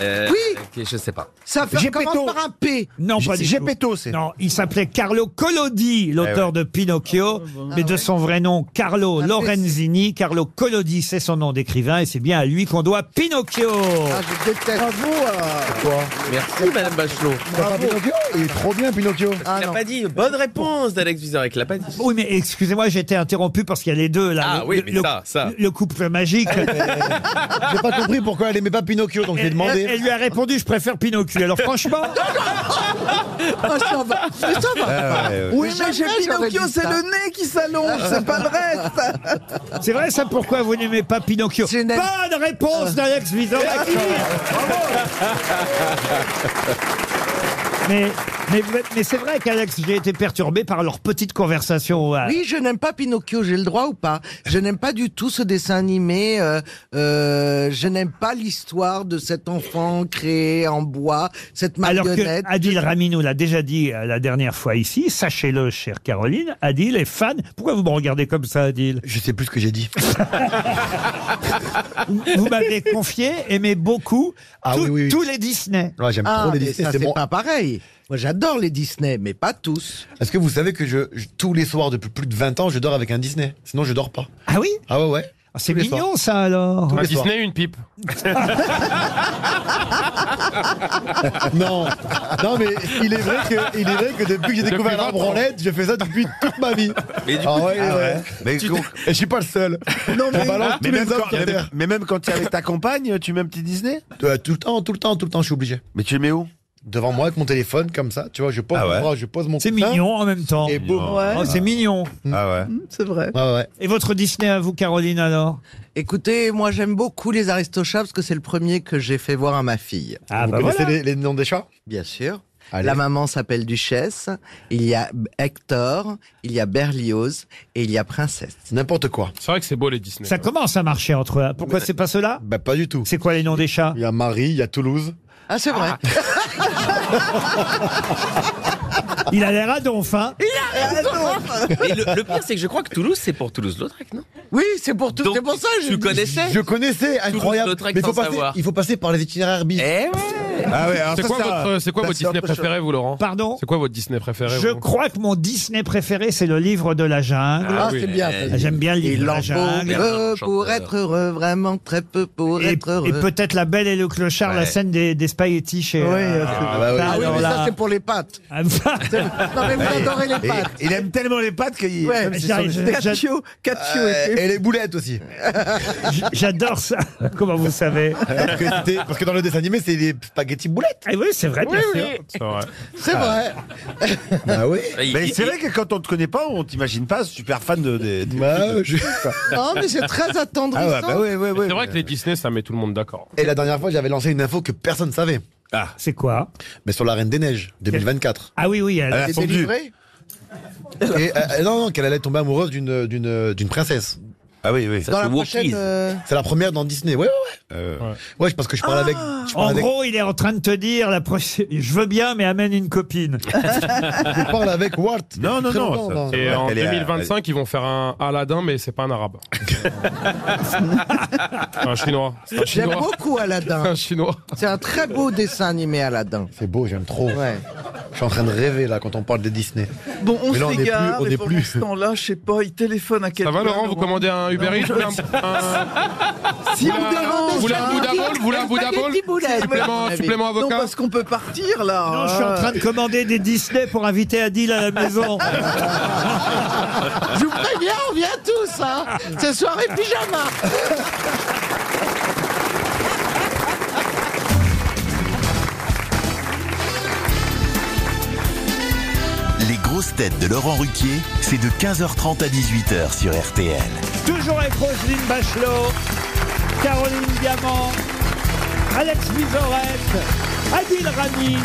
Speaker 5: Euh,
Speaker 2: Oui.
Speaker 5: ok, Je sais pas.
Speaker 14: Ça fait-
Speaker 2: Gepetto.
Speaker 14: commence par un P.
Speaker 2: Non, pas du tout. Non, il s'appelait Carlo Collodi, l'auteur de Pinocchio,
Speaker 14: Ah,
Speaker 2: mais de son vrai nom, Carlo Lorenzini. Carlo Collodi, c'est son nom d'écrivain, et c'est bien à lui qu'on doit Pinocchio.
Speaker 14: Ah, je déteste. Bravo
Speaker 2: euh.
Speaker 5: Merci Madame Bachelot.
Speaker 6: Pinocchio Il est trop bien, Pinocchio.
Speaker 2: Ah
Speaker 5: Il l'a pas dit. Bonne réponse d'Alex Vizorek. Il l'a pas dit.
Speaker 2: Oui, mais excusez-moi, j'ai été interrompu parce qu'il y a les deux là.
Speaker 5: Ah
Speaker 2: Le-
Speaker 5: oui,
Speaker 2: le-
Speaker 5: mais
Speaker 2: le,
Speaker 5: ça, ça.
Speaker 2: le couple magique.
Speaker 6: J'ai pas compris pourquoi elle aimait pas Pinocchio, donc j'ai demandé.
Speaker 2: Elle lui a répondu, je préfère Pinocchio. Alors franchement,
Speaker 7: Ah, ça va. Mais ça va.
Speaker 2: Ah, ouais, ouais.
Speaker 7: Oui,
Speaker 14: Mais
Speaker 7: mais j'ai
Speaker 14: jamais j'aurais
Speaker 7: Pinocchio,
Speaker 14: dit
Speaker 7: c'est
Speaker 14: ça.
Speaker 5: hein.
Speaker 7: le nez qui s'allonge, c'est pas le reste.
Speaker 2: c'est vrai ça pourquoi vous n'aimez pas Pinocchio Bonne réponse d'Alex
Speaker 7: Ah
Speaker 2: Vizorek. Mais Mais, vous êtes- mais c'est vrai qu'Alex, j'ai été perturbé par leur petite conversation. euh,
Speaker 3: Oui, je n'aime pas Pinocchio, j'ai le droit ou pas Je n'aime pas du tout ce dessin animé. euh, euh, je n'aime pas l'histoire de cet enfant créé en bois, cette
Speaker 2: Alors que
Speaker 3: marionnette.
Speaker 2: Adil Rami nous l'a déjà dit euh, la dernière fois ici, sachez-le, chère Caroline, Adil est fan. Pourquoi vous me regardez comme ça, Adil Je sais plus ce que j'ai dit. vous m'avez confié, aimé beaucoup
Speaker 6: Ah
Speaker 2: tout- tous les Disney.
Speaker 3: Ah, mais ça, C'est pas pareil. Moi, j'adore les Disney, mais pas tous.
Speaker 6: Est-ce que vous savez que je, je- tous les soirs depuis plus de 20 ans, je dors avec un Disney Sinon, je dors pas.
Speaker 2: Ah oui
Speaker 6: Ah ouais, ouais.
Speaker 2: C'est mignon, ça, alors.
Speaker 8: Un Disney, une pipe.
Speaker 6: non, non, mais il est vrai que, il est vrai que depuis que
Speaker 15: Depuis
Speaker 6: j'ai découvert
Speaker 15: 20
Speaker 6: la branlette, je fais ça depuis toute ma vie.
Speaker 15: Mais du
Speaker 6: Ah
Speaker 15: coup,
Speaker 6: ouais,
Speaker 15: tu- ah
Speaker 6: ouais.
Speaker 15: ouais. Mais
Speaker 6: Tu
Speaker 15: con-
Speaker 6: t'es- Et je suis pas le seul. Non, mais,
Speaker 4: On balance tous les
Speaker 6: même
Speaker 4: hommes
Speaker 6: quand,
Speaker 4: sur
Speaker 6: mais-
Speaker 4: Terre.
Speaker 6: mais même quand
Speaker 4: t'es avec ta
Speaker 6: compagne, tu mets un petit Disney Euh, Tout le temps, tout le temps, tout le temps, je suis obligé. Mais tu le mets où Devant moi, avec mon téléphone, comme ça. Tu vois, je pose
Speaker 2: Ah ouais.
Speaker 6: mon bras, je pose mon
Speaker 2: C'est
Speaker 6: coussin.
Speaker 2: mignon en même temps.
Speaker 6: Et boum.
Speaker 2: Ouais. Oh, c'est mignon.
Speaker 6: Ah ouais.
Speaker 3: C'est vrai.
Speaker 2: Et votre Disney à vous, Caroline, alors
Speaker 3: Écoutez, moi j'aime beaucoup les Aristochats parce que c'est le premier que j'ai fait voir à ma fille.
Speaker 6: Ah, Vous bah connaissez voilà. les- noms des chats
Speaker 3: Bien sûr.
Speaker 6: Allez.
Speaker 3: La maman s'appelle Duchesse, il y a Hector, il y a Berlioz et il y a Princesse.
Speaker 6: N'importe quoi.
Speaker 8: C'est vrai que c'est beau les Disney.
Speaker 2: Ça commence à marcher entre eux. Pourquoi c'est pas cela
Speaker 6: Bah pas du tout.
Speaker 2: C'est quoi les noms des chats
Speaker 6: Il y a Marie, il y a Toulouse.
Speaker 3: Ah, c'est vrai.
Speaker 5: Ah.
Speaker 2: Il a l'air adonf, hein
Speaker 3: Il a
Speaker 5: Et le, le pire, c'est que je crois que Toulouse, c'est pour Toulouse-Lautrec, non
Speaker 3: Oui, c'est pour tout. C'est pour ça.
Speaker 5: Tu connaissais
Speaker 6: Je connaissais, incroyable.
Speaker 5: Toulouse-Lautrec
Speaker 6: Mais il faut
Speaker 5: sans
Speaker 6: passer,
Speaker 5: savoir.
Speaker 6: il faut passer par les itinéraires bis.
Speaker 2: Ah Eh ouais,
Speaker 6: alors
Speaker 8: c'est
Speaker 6: ça,
Speaker 8: quoi,
Speaker 6: c'est un-
Speaker 8: votre, c'est quoi
Speaker 6: ça,
Speaker 8: votre
Speaker 6: c'est
Speaker 8: Disney
Speaker 6: autre chose.
Speaker 8: préféré, vous, Laurent
Speaker 2: Pardon
Speaker 8: C'est quoi votre Disney préféré
Speaker 2: Je
Speaker 8: vous
Speaker 2: crois que mon Disney préféré, c'est le livre de la jungle.
Speaker 8: Ah, Ah, oui. c'est bien,
Speaker 5: Eh.
Speaker 8: ça.
Speaker 2: J'aime bien le livre
Speaker 8: Il
Speaker 2: de
Speaker 8: en
Speaker 2: la
Speaker 8: faut
Speaker 2: jungle.
Speaker 3: Peu pour être heureux, vraiment très peu pour
Speaker 2: Et,
Speaker 3: être heureux.
Speaker 2: et peut-être La Belle et le Clochard, la
Speaker 3: Ouais.
Speaker 2: scène des, des spaghettis chez.
Speaker 3: Oui,
Speaker 2: euh,
Speaker 3: ah, bah oui. Ah oui,
Speaker 2: alors
Speaker 3: mais ça,
Speaker 2: là-
Speaker 3: c'est pour les pâtes.
Speaker 2: Ah, bah.
Speaker 3: Non, mais vous adorez les pâtes.
Speaker 4: Il aime tellement les pâtes qu'il.
Speaker 3: Ouais,
Speaker 4: même si
Speaker 2: j'ai-
Speaker 4: c'est son-
Speaker 2: j'ai-
Speaker 4: Cacio- Cacio
Speaker 6: Euh,
Speaker 4: était-
Speaker 6: et les boulettes aussi.
Speaker 2: J- J'adore ça. Comment vous savez
Speaker 6: Parce que, c'était- parce que dans le dessin animé, c'est des spaghettis boulettes.
Speaker 2: Ah oui, c'est vrai,
Speaker 6: bien sûr.
Speaker 8: C'est vrai.
Speaker 6: C'est vrai. Bah oui.
Speaker 4: Mais c'est vrai que quand on te connaît pas, on t'imagine pas super fan de. de, de- de-
Speaker 3: Non, mais c'est très attendrissant.
Speaker 6: Ah ouais, bah oui, oui, oui.
Speaker 8: C'est vrai que les Disney, ça met tout le monde d'accord.
Speaker 6: Et la dernière fois, j'avais lancé une info que personne ne savait.
Speaker 2: Ah. C'est quoi
Speaker 6: Mais sur la Reine des Neiges, 2024.
Speaker 2: Ah oui, oui, elle,
Speaker 6: Elle a fondu. Et, euh, non, non, qu'elle allait tomber amoureuse d'une, d'une, d'une princesse.
Speaker 4: Ah oui, oui.
Speaker 3: Ça, Dans c'est la Wookiees. prochaine, euh, Ah.
Speaker 6: C'est la première dans Disney, ouais, ouais, ouais.
Speaker 1: Euh.
Speaker 6: Ouais, parce que je parle avec. Je parle
Speaker 2: En
Speaker 6: avec-
Speaker 2: gros, il est en train de te dire la prochaine. Je veux bien, mais amène une copine.
Speaker 6: je parle avec Walt.
Speaker 4: Non,
Speaker 6: non, Très non, longtemps, ça, non. c'est
Speaker 8: Et
Speaker 6: vrai.
Speaker 8: en
Speaker 6: Elle est à-
Speaker 8: 2025, ils vont faire un Aladdin, mais c'est pas un arabe. un chinois. C'est un
Speaker 3: J'aime
Speaker 8: chinois.
Speaker 3: beaucoup Aladdin.
Speaker 8: C'est un chinois.
Speaker 3: C'est un très beau dessin animé Aladdin.
Speaker 6: C'est beau, j'aime trop.
Speaker 3: Ouais.
Speaker 6: Je suis en train de rêver là quand on parle des Disney.
Speaker 7: Bon, on
Speaker 6: Mais là, on est
Speaker 7: s'égare,
Speaker 6: plus- on
Speaker 7: et
Speaker 6: est
Speaker 7: pendant
Speaker 6: plus.
Speaker 7: ce temps-là, je sais pas, il téléphone à quelqu'un.
Speaker 8: va, Laurent, vous commandez un Uber Eats ou un-
Speaker 7: Si
Speaker 8: vous voulez un- vous voulez un Bouddha Bowl, vous voulez un Bouddha Bowl Supplément- supplément
Speaker 7: Non,
Speaker 8: avocat
Speaker 7: parce qu'on peut partir, là
Speaker 2: Non, je
Speaker 3: hein.
Speaker 2: suis en train de commander des Disney pour inviter Adil à la maison.
Speaker 3: Je vous préviens, Ah, on vient tous, hein C'est soirée pyjama
Speaker 1: Les grosses têtes de Laurent Ruquier, c'est de 15h30 à 18h sur RTL.
Speaker 2: Toujours avec Roselyne Bachelot, Caroline Diamant, Alex Vizorek, Adil Rami,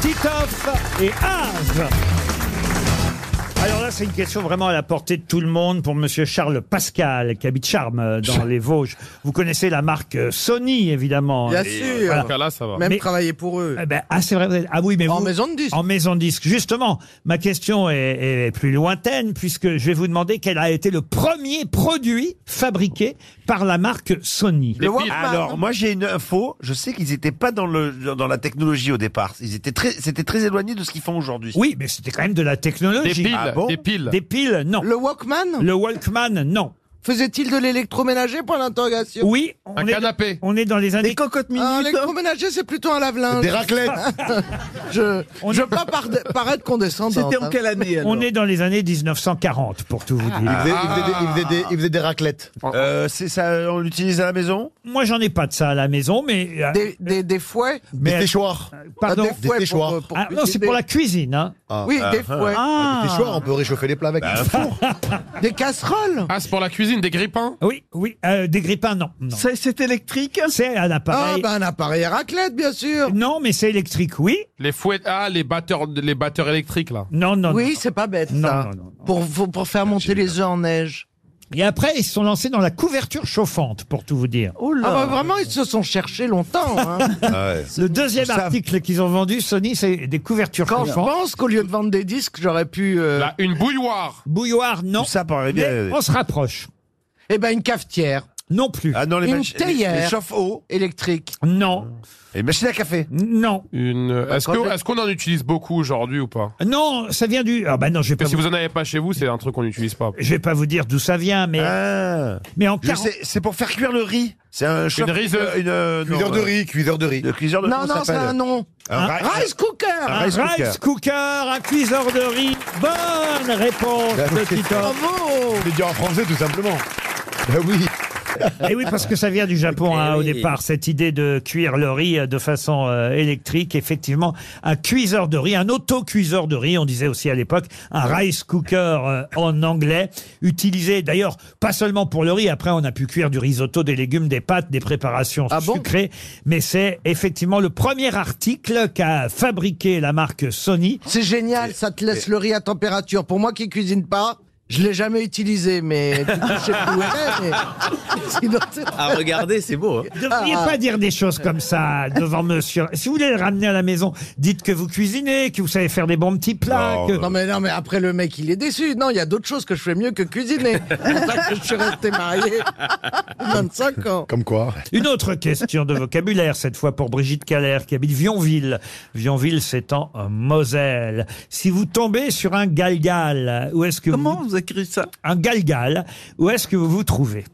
Speaker 2: Titoff et Az. Alors là, c'est une question vraiment à la portée de tout le monde pour Monsieur Charles Pascal, qui habite Charmes, euh, dans les Vosges. Vous connaissez la marque euh, Sony, évidemment.
Speaker 3: Bien
Speaker 2: Et,
Speaker 3: sûr.
Speaker 2: voilà.
Speaker 8: Là, ça va.
Speaker 3: Même
Speaker 2: Mais-
Speaker 3: travailler pour eux.
Speaker 2: Eh ben, ah, c'est vrai. vous êtes- Ah oui, mais
Speaker 3: En
Speaker 2: vous-
Speaker 3: maison de disque.
Speaker 2: En maison de disque. Justement, ma question est, est plus lointaine puisque je vais vous demander quel a été le premier produit fabriqué par la marque Sony.
Speaker 3: hein.
Speaker 4: Alors, moi, j'ai une info. Je sais qu'ils n'étaient pas dans, le, dans la technologie au départ. Ils étaient très, c'était très éloigné de ce qu'ils font aujourd'hui.
Speaker 2: Oui, mais c'était quand même de la technologie.
Speaker 4: Des piles,
Speaker 2: Ah bon
Speaker 4: des piles.
Speaker 2: Des piles, non.
Speaker 3: Le Walkman
Speaker 2: Le Walkman, non.
Speaker 3: Faisait-il de l'électroménager, point d'interrogation
Speaker 2: Oui. On est- on est dans les années.
Speaker 7: cocottes
Speaker 3: Ah, l'électroménager, c'est plutôt un lave-linge.
Speaker 2: Des raclettes.
Speaker 3: Je ne veux pas par- paraître condescendant. hein.
Speaker 2: On est dans les années 1940, pour tout
Speaker 3: Ah.
Speaker 4: Ah.
Speaker 2: vous
Speaker 6: Il
Speaker 2: dire.
Speaker 6: faisait, il faisait des- il faisait des- il faisait des raclettes.
Speaker 4: Euh, c'est ça, on l'utilise à la maison
Speaker 2: Moi, j'en ai pas de ça à la maison, mais. euh,
Speaker 3: Des, des, des fouets Ah,
Speaker 2: mais- euh,
Speaker 6: séchoirs.
Speaker 2: Pardon
Speaker 6: Des Des fouets séchoirs. pour- pour
Speaker 2: Ah, non, c'est
Speaker 6: cuisiner.
Speaker 2: pour la cuisine. Hein.
Speaker 3: Oui, des fouets.
Speaker 2: Ah.
Speaker 6: Avec des choix, on peut réchauffer les plats avec.
Speaker 3: Des casseroles
Speaker 8: Ah, c'est pour la cuisine, des grippins
Speaker 2: Oui, oui, euh, des grippins, non. non.
Speaker 7: C'est électrique
Speaker 2: C'est un
Speaker 3: Ah,
Speaker 2: appareil.
Speaker 3: bah un appareil à raclette, bien sûr
Speaker 2: Non, mais c'est électrique, oui.
Speaker 8: Les fouets, ah, les batteurs, les batteurs électriques, là.
Speaker 2: Non, non.
Speaker 3: Oui, c'est pas bête, ça. Pour, pour- pour faire monter les gens en neige.
Speaker 2: Et après, ils se sont lancés dans la couverture chauffante, pour tout vous dire.
Speaker 3: Ah bah vraiment, ils se sont cherchés longtemps. hein.
Speaker 4: Ah
Speaker 2: Le deuxième article qu'ils ont vendu, Sony, c'est des couvertures
Speaker 3: Quand je
Speaker 2: chauffantes.
Speaker 3: pense qu'au lieu de vendre des disques, j'aurais pu... euh,
Speaker 8: Bah, une bouilloire
Speaker 2: Bouilloire, non.
Speaker 4: Ça paraît
Speaker 2: bien,
Speaker 3: bien.
Speaker 2: oui. on se rapproche.
Speaker 3: Eh ben, une cafetière.
Speaker 2: Non plus.
Speaker 4: Ah non,
Speaker 3: une
Speaker 4: mach-
Speaker 3: théière.
Speaker 4: les chauffe-eau.
Speaker 3: Électrique.
Speaker 2: Non.
Speaker 4: Les machines à café.
Speaker 2: Non.
Speaker 8: Une,
Speaker 3: Euh,
Speaker 8: est-ce, que- est-ce qu'on en utilise beaucoup aujourd'hui ou pas
Speaker 2: Ah Non, ça vient du. Ah bah non, je vais pas.
Speaker 8: Parce que si
Speaker 2: vous-
Speaker 8: vous en avez pas chez vous, c'est un truc qu'on n'utilise pas.
Speaker 2: Je vais pas vous dire d'où ça vient, mais. Mais en
Speaker 4: Ah. Je sais, C'est pour faire cuire le riz. C'est un chauffe-
Speaker 8: riseuse.
Speaker 4: Une, euh, non,
Speaker 15: Cuiseur de
Speaker 4: euh,
Speaker 15: riz, cuiseur de riz.
Speaker 4: Le cuiseur de
Speaker 3: Non,
Speaker 4: comment ça
Speaker 3: non, c'est
Speaker 4: s'appelle
Speaker 3: un nom.
Speaker 4: Un
Speaker 3: Un
Speaker 4: ri-
Speaker 3: rice cooker.
Speaker 4: Un rice
Speaker 2: rice
Speaker 4: cooker.
Speaker 2: cooker, un cuiseur de riz. Bonne réponse,
Speaker 4: Bah,
Speaker 2: petit homme.
Speaker 3: Bravo
Speaker 15: C'est dit en français, tout simplement.
Speaker 3: Ah
Speaker 15: Ben oui.
Speaker 2: Et Eh oui, parce que ça vient du Japon hein,
Speaker 15: Eh
Speaker 2: au
Speaker 15: oui.
Speaker 2: départ, cette idée de cuire le riz euh, de façon euh, électrique. Effectivement, un cuiseur de riz, un autocuiseur de riz, on disait aussi à l'époque, un rice cooker euh, en anglais, utilisé d'ailleurs pas seulement pour le riz, après on a pu cuire du risotto, des légumes, des pâtes, des préparations sucrées, mais c'est effectivement le premier article qu'a fabriqué la marque Sony.
Speaker 3: C'est génial, ça te laisse le riz à température. Pour moi qui cuisine pas, je l'ai jamais utilisé, mais du coup, je sais plus où elle est, mais- Sinon, c'est-
Speaker 5: Ah, regardez, c'est beau. hein.
Speaker 2: Ne devriez pas dire des choses comme ça devant monsieur. Si vous voulez le ramener à la maison, dites que vous cuisinez, que vous savez faire des bons petits plats. que-
Speaker 3: Non mais non mais après le mec il est déçu. Non, il y a d'autres choses que je fais mieux que cuisiner. C'est pour ça que je suis resté marié 25 ans.
Speaker 6: Comme quoi
Speaker 2: Ah. Une autre question de vocabulaire, cette fois pour Brigitte Calère, qui habite Vionville. Vionville, c'est en euh, Moselle. Si vous tombez sur un galgal, où est-ce que Comment vous... écrivez ça Un galgal, où est-ce que vous vous trouvez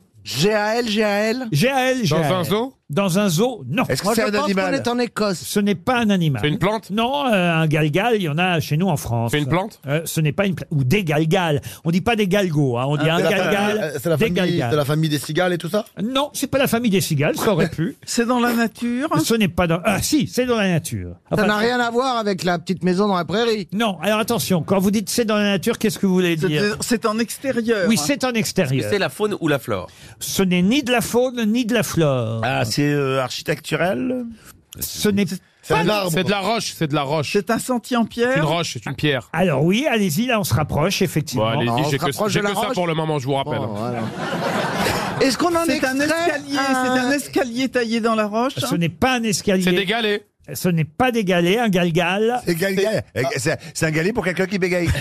Speaker 3: GAL GAL
Speaker 2: GAL,
Speaker 8: Dans
Speaker 2: GAL.
Speaker 8: un zoo
Speaker 2: Dans un zoo, non.
Speaker 3: Est-ce que Moi, c'est je un pense animal qu'on est en Écosse.
Speaker 2: Ce n'est pas un animal.
Speaker 8: C'est une plante
Speaker 2: Bah, Non, euh, un galgal, il y en a chez nous en France.
Speaker 8: C'est une plante
Speaker 2: Euh, Ce n'est pas une plante. Ou des galgals. On dit pas des galgos, hein, on dit un
Speaker 6: C'est la
Speaker 2: galgal,
Speaker 6: famille- euh, C'est la,
Speaker 2: des
Speaker 6: famille-
Speaker 2: galgals.
Speaker 6: c'est la famille des cigales et tout ça
Speaker 2: Non, c'est pas la famille des cigales, ça aurait pu.
Speaker 7: C'est dans la nature
Speaker 2: Ce n'est pas dans. Ah si, c'est dans la nature.
Speaker 3: Ça
Speaker 2: Enfin,
Speaker 3: n'a rien à voir avec la petite maison dans la prairie.
Speaker 2: Non, alors attention, quand vous dites c'est dans la nature, qu'est-ce que vous voulez dire
Speaker 7: C'est en extérieur. hein.
Speaker 2: Oui, c'est en
Speaker 5: Est-ce que
Speaker 2: extérieur.
Speaker 5: c'est la faune ou la flore
Speaker 2: Ce n'est ni de la faune, ni de la flore.
Speaker 4: Ah, c'est euh, architecturel
Speaker 2: Ce n'est pas.
Speaker 8: C'est de la roche, c'est de la roche.
Speaker 7: C'est un sentier en pierre.
Speaker 8: C'est une roche, c'est une pierre.
Speaker 2: Ah, Alors oui, allez-y, là on se rapproche,
Speaker 8: Bon,
Speaker 2: effectivement.
Speaker 8: allez-y, j'ai que, j'ai que ça pour le moment, je vous rappelle.
Speaker 3: Est-ce qu'on en
Speaker 7: C'est un
Speaker 3: extrait
Speaker 7: escalier, c'est un escalier taillé dans la roche. hein?
Speaker 2: Ce n'est pas un escalier.
Speaker 8: C'est des galets.
Speaker 2: Ce n'est pas des galets, un galgal.
Speaker 15: C'est galgal. Eh, C'est c'est un galet pour quelqu'un qui bégaye.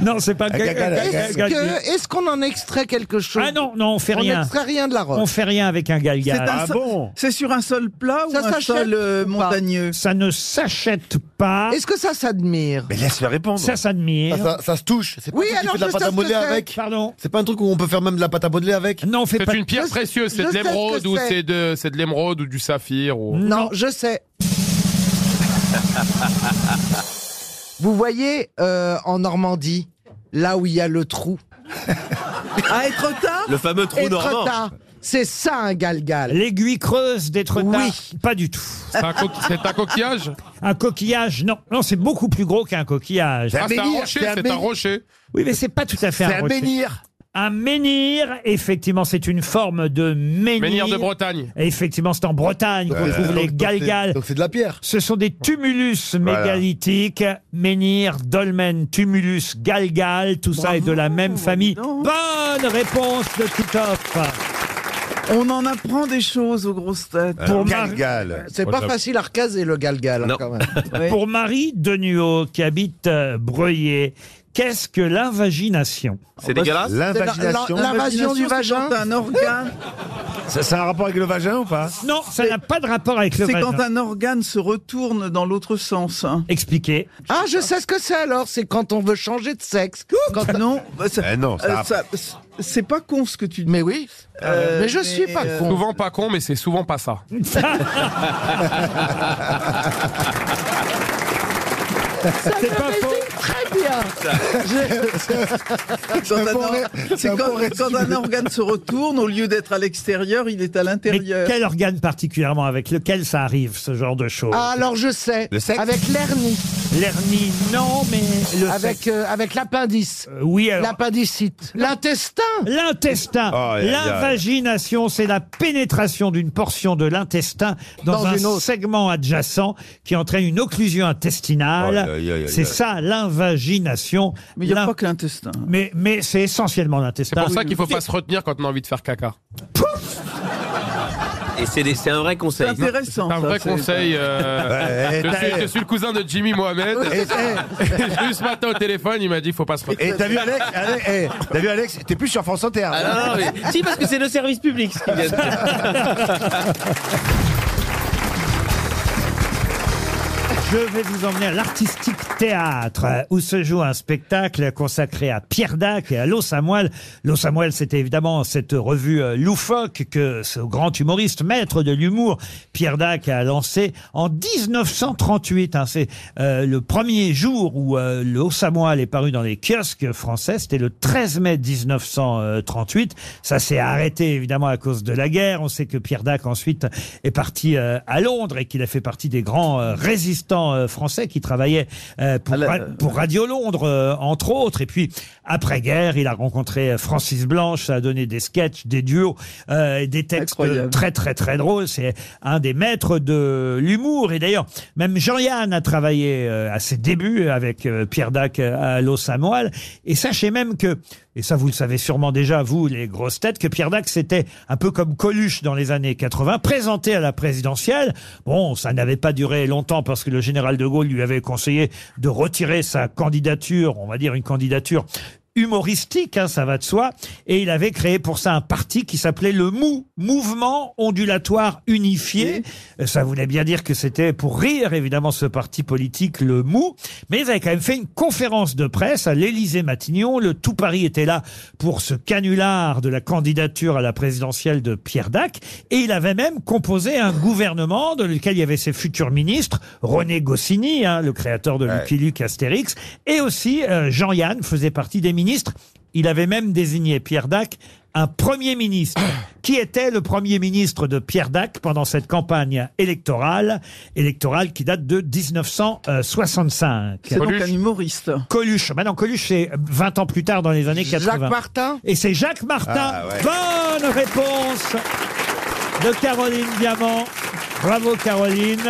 Speaker 2: Non, c'est
Speaker 3: Ah,
Speaker 2: pas un gal-
Speaker 15: galgal,
Speaker 2: un
Speaker 3: Est-ce
Speaker 2: galgal.
Speaker 3: que- est-ce qu'on en extrait quelque chose
Speaker 2: Ah non, non, on fait
Speaker 3: On
Speaker 2: rien.
Speaker 3: n'extrait rien de la roche.
Speaker 2: On fait rien avec un
Speaker 7: C'est
Speaker 2: galgal.
Speaker 7: un
Speaker 15: Ah
Speaker 7: sol- C'est sur un sol plat
Speaker 3: Ça
Speaker 7: ou un
Speaker 3: s'achète
Speaker 7: sol euh,
Speaker 3: ou pas
Speaker 7: montagneux
Speaker 2: Ça ne s'achète pas.
Speaker 3: Est-ce que ça s'admire
Speaker 4: Mais laisse-le répondre.
Speaker 2: Ça s'admire.
Speaker 6: ça, Ah, ça- ça se touche. C'est pas
Speaker 3: Oui,
Speaker 6: un truc
Speaker 3: alors
Speaker 6: qui fait de la
Speaker 3: je
Speaker 6: pâte
Speaker 3: sais
Speaker 6: à
Speaker 3: ce
Speaker 6: modeler
Speaker 3: que c'est.
Speaker 6: avec.
Speaker 2: Pardon.
Speaker 6: C'est pas un truc où on peut faire même de la pâte à modeler avec.
Speaker 2: Non, on fait
Speaker 8: C'est
Speaker 2: pas.
Speaker 8: une pierre
Speaker 3: Je-
Speaker 8: précieuse, c'est
Speaker 3: je
Speaker 8: de
Speaker 3: sais ce que
Speaker 8: l'émeraude ou
Speaker 3: c'est.
Speaker 8: c'est de, c'est de l'émeraude ou du saphir ou...
Speaker 3: Non, je sais. Vous voyez euh, en Normandie, là où il y a le trou.
Speaker 2: Ah,
Speaker 7: À être tard
Speaker 5: Le fameux trou normand.
Speaker 3: Étretat, c'est ça un galgal.
Speaker 2: L'aiguille creuse d'être
Speaker 3: Oui.
Speaker 2: Pas du tout.
Speaker 8: C'est un, co- c'est un coquillage
Speaker 2: Un coquillage, non, non, c'est beaucoup plus gros qu'un coquillage.
Speaker 8: Ah, C'est un rocher, c'est un rocher.
Speaker 2: Oui, mais c'est pas tout à fait un,
Speaker 4: C'est un
Speaker 2: rocher.
Speaker 4: menhir.
Speaker 2: Un menhir, effectivement, c'est une forme de menhir.
Speaker 8: Menhir de Bretagne.
Speaker 2: Et effectivement, c'est en Bretagne qu'on trouve
Speaker 6: Donc,
Speaker 2: les
Speaker 6: c'est-
Speaker 2: galgales.
Speaker 6: Donc c'est de la pierre.
Speaker 2: Ce sont des tumulus
Speaker 15: Voilà.
Speaker 2: mégalithiques, menhir, dolmen, tumulus, galgal, tout ça est de la même famille.
Speaker 7: donc.
Speaker 2: Bonne réponse de Titoff.
Speaker 7: On en apprend des choses aux grosses têtes.
Speaker 6: Euh,
Speaker 2: Pour Mar-
Speaker 15: Galgal.
Speaker 3: C'est
Speaker 8: Moi,
Speaker 3: pas
Speaker 8: j'avoue.
Speaker 3: facile à recaser le galgal hein,
Speaker 5: Non.
Speaker 3: quand même.
Speaker 7: Ouais.
Speaker 2: Pour Marie Denuot, qui habite euh, Breuillet, qu'est-ce que l'invagination
Speaker 5: C'est Ah, bah, dégueulasse
Speaker 15: L'invagination.
Speaker 3: C'est la- la- L'invasion du
Speaker 7: c'est
Speaker 3: vagin.
Speaker 7: quand un organe,
Speaker 4: Ça, ça a un rapport avec le vagin ou pas
Speaker 2: Non, ça n'a pas de rapport avec le
Speaker 7: c'est
Speaker 2: vagin.
Speaker 7: quand un organe se retourne dans l'autre sens. hein.
Speaker 2: Expliquez.
Speaker 3: Ah, je sais ce que c'est alors, c'est quand on veut changer de sexe. Quand-
Speaker 7: Non, bah, ça-
Speaker 4: Ah
Speaker 15: Eh non, ça-
Speaker 7: euh, ça- c'est pas con ce que tu dis.
Speaker 3: Mais oui.
Speaker 7: Euh,
Speaker 3: mais je suis pas
Speaker 7: euh,
Speaker 3: con.
Speaker 8: Souvent pas con, mais c'est souvent pas ça.
Speaker 2: C'est pas faux.
Speaker 7: Très bien. Je- Quand un or- C'est quand, quand un organe se retourne, au lieu d'être à l'extérieur, il est à
Speaker 2: Mais
Speaker 7: l'intérieur.
Speaker 2: quel organe particulièrement avec lequel ça arrive, ce genre de choses
Speaker 14: Ah, alors je sais.
Speaker 2: Le sexe
Speaker 14: Avec l'hernie.
Speaker 2: L'hernie, non, mais le
Speaker 14: Avec, euh, avec l'appendice.
Speaker 2: Euh, oui, alors-
Speaker 14: L'appendicite. L'intestin.
Speaker 2: L'intestin.
Speaker 14: aïe, aïe, aïe.
Speaker 2: L'invagination, c'est la pénétration d'une portion de l'intestin dans,
Speaker 14: Dans
Speaker 2: un
Speaker 14: une autre.
Speaker 2: segment adjacent qui entraîne une occlusion
Speaker 8: Oh,
Speaker 2: intestinale.
Speaker 14: Aïe, aïe, aïe, aïe,
Speaker 2: c'est
Speaker 14: aïe.
Speaker 2: ça, l'invagination.
Speaker 7: Mais il n'y a
Speaker 2: L'in-
Speaker 7: pas que l'intestin.
Speaker 2: Mais, mais c'est essentiellement
Speaker 8: C'est
Speaker 2: l'intestin.
Speaker 8: pour ça qu'il faut pas se retenir quand on a envie de faire caca.
Speaker 5: Et c'est des- c'est un vrai conseil.
Speaker 8: C'est un vrai
Speaker 5: ça, c'est-
Speaker 8: conseil. euh,
Speaker 5: Ouais,
Speaker 8: je,
Speaker 5: t'as-
Speaker 8: suis, je suis le cousin de Jimmy Mohamed.
Speaker 5: Et-
Speaker 8: J'ai eu ce matin au téléphone, il m'a dit faut pas se retenir.
Speaker 4: Et t'as vu Alex, Alex, eh, t'as vu Alex, t'es plus sur France Inter.
Speaker 5: Ah non, non, mais- Si, parce que c'est le service public, ce qu'il vient de dire.
Speaker 2: Je vais vous emmener à l'Artistique Théâtre, euh, où se joue un spectacle consacré à Pierre Dac et à L'eau Samuel. L'eau Samuel, c'était évidemment cette revue euh, loufoque que ce grand humoriste, maître de l'humour, Pierre Dac a lancé en 1938. hein. C'est euh, le premier jour où euh, L'eau Samuel est paru dans les kiosques français. C'était le 13 mai 1938. Ça s'est arrêté évidemment à cause de la guerre. On sait que Pierre Dac ensuite est parti euh, à Londres et qu'il a fait partie des grands euh, résistants euh, français qui travaillaient euh, pour, Ra- pour Radio Londres euh, entre autres. Et puis après guerre, il a rencontré euh, Francis Blanche, ça a donné des sketchs, des duos, euh, et des textes
Speaker 7: Incroyable.
Speaker 2: très très très drôles. C'est un des maîtres de l'humour. Et d'ailleurs, même Jean-Yann a travaillé euh, à ses débuts avec euh, Pierre Dac à Los Samoal. Et sachez même que, et ça vous le savez sûrement déjà, vous les grosses têtes, que Pierre Dac c'était un peu comme Coluche dans les années 80, présenté à la présidentielle. Bon, ça n'avait pas duré longtemps parce que le général de Gaulle lui avait conseillé de retirer sa candidature, on va dire une candidature humoristique, hein, ça va de soi. Et il avait créé pour ça un parti qui s'appelait le MOU, Mouvement Ondulatoire Unifié. Euh, Ça voulait bien dire que c'était pour rire, évidemment, ce parti politique, le MOU. Mais ils avaient quand même fait une conférence de presse à l'Élysée-Matignon. Le Tout Paris était là pour ce canular de la candidature à la présidentielle de Pierre Dac. Et il avait même composé un gouvernement dans lequel il y avait ses futurs ministres, René Goscinny, hein, le créateur de Lucky Luke Astérix, et aussi euh, Jean-Yann faisait partie des ministres. Il avait même désigné Pierre Dac un premier ministre. Qui était le premier ministre de Pierre Dac pendant cette campagne électorale, électorale qui date de euh, 1965
Speaker 7: C'est donc un humoriste.
Speaker 2: Coluche. Maintenant, Coluche, c'est 20 ans plus tard dans les années 80.
Speaker 7: Martin
Speaker 2: Et c'est Jacques Martin.
Speaker 7: Ah, ouais.
Speaker 2: Bonne réponse de Caroline Diamant. Bravo, Caroline.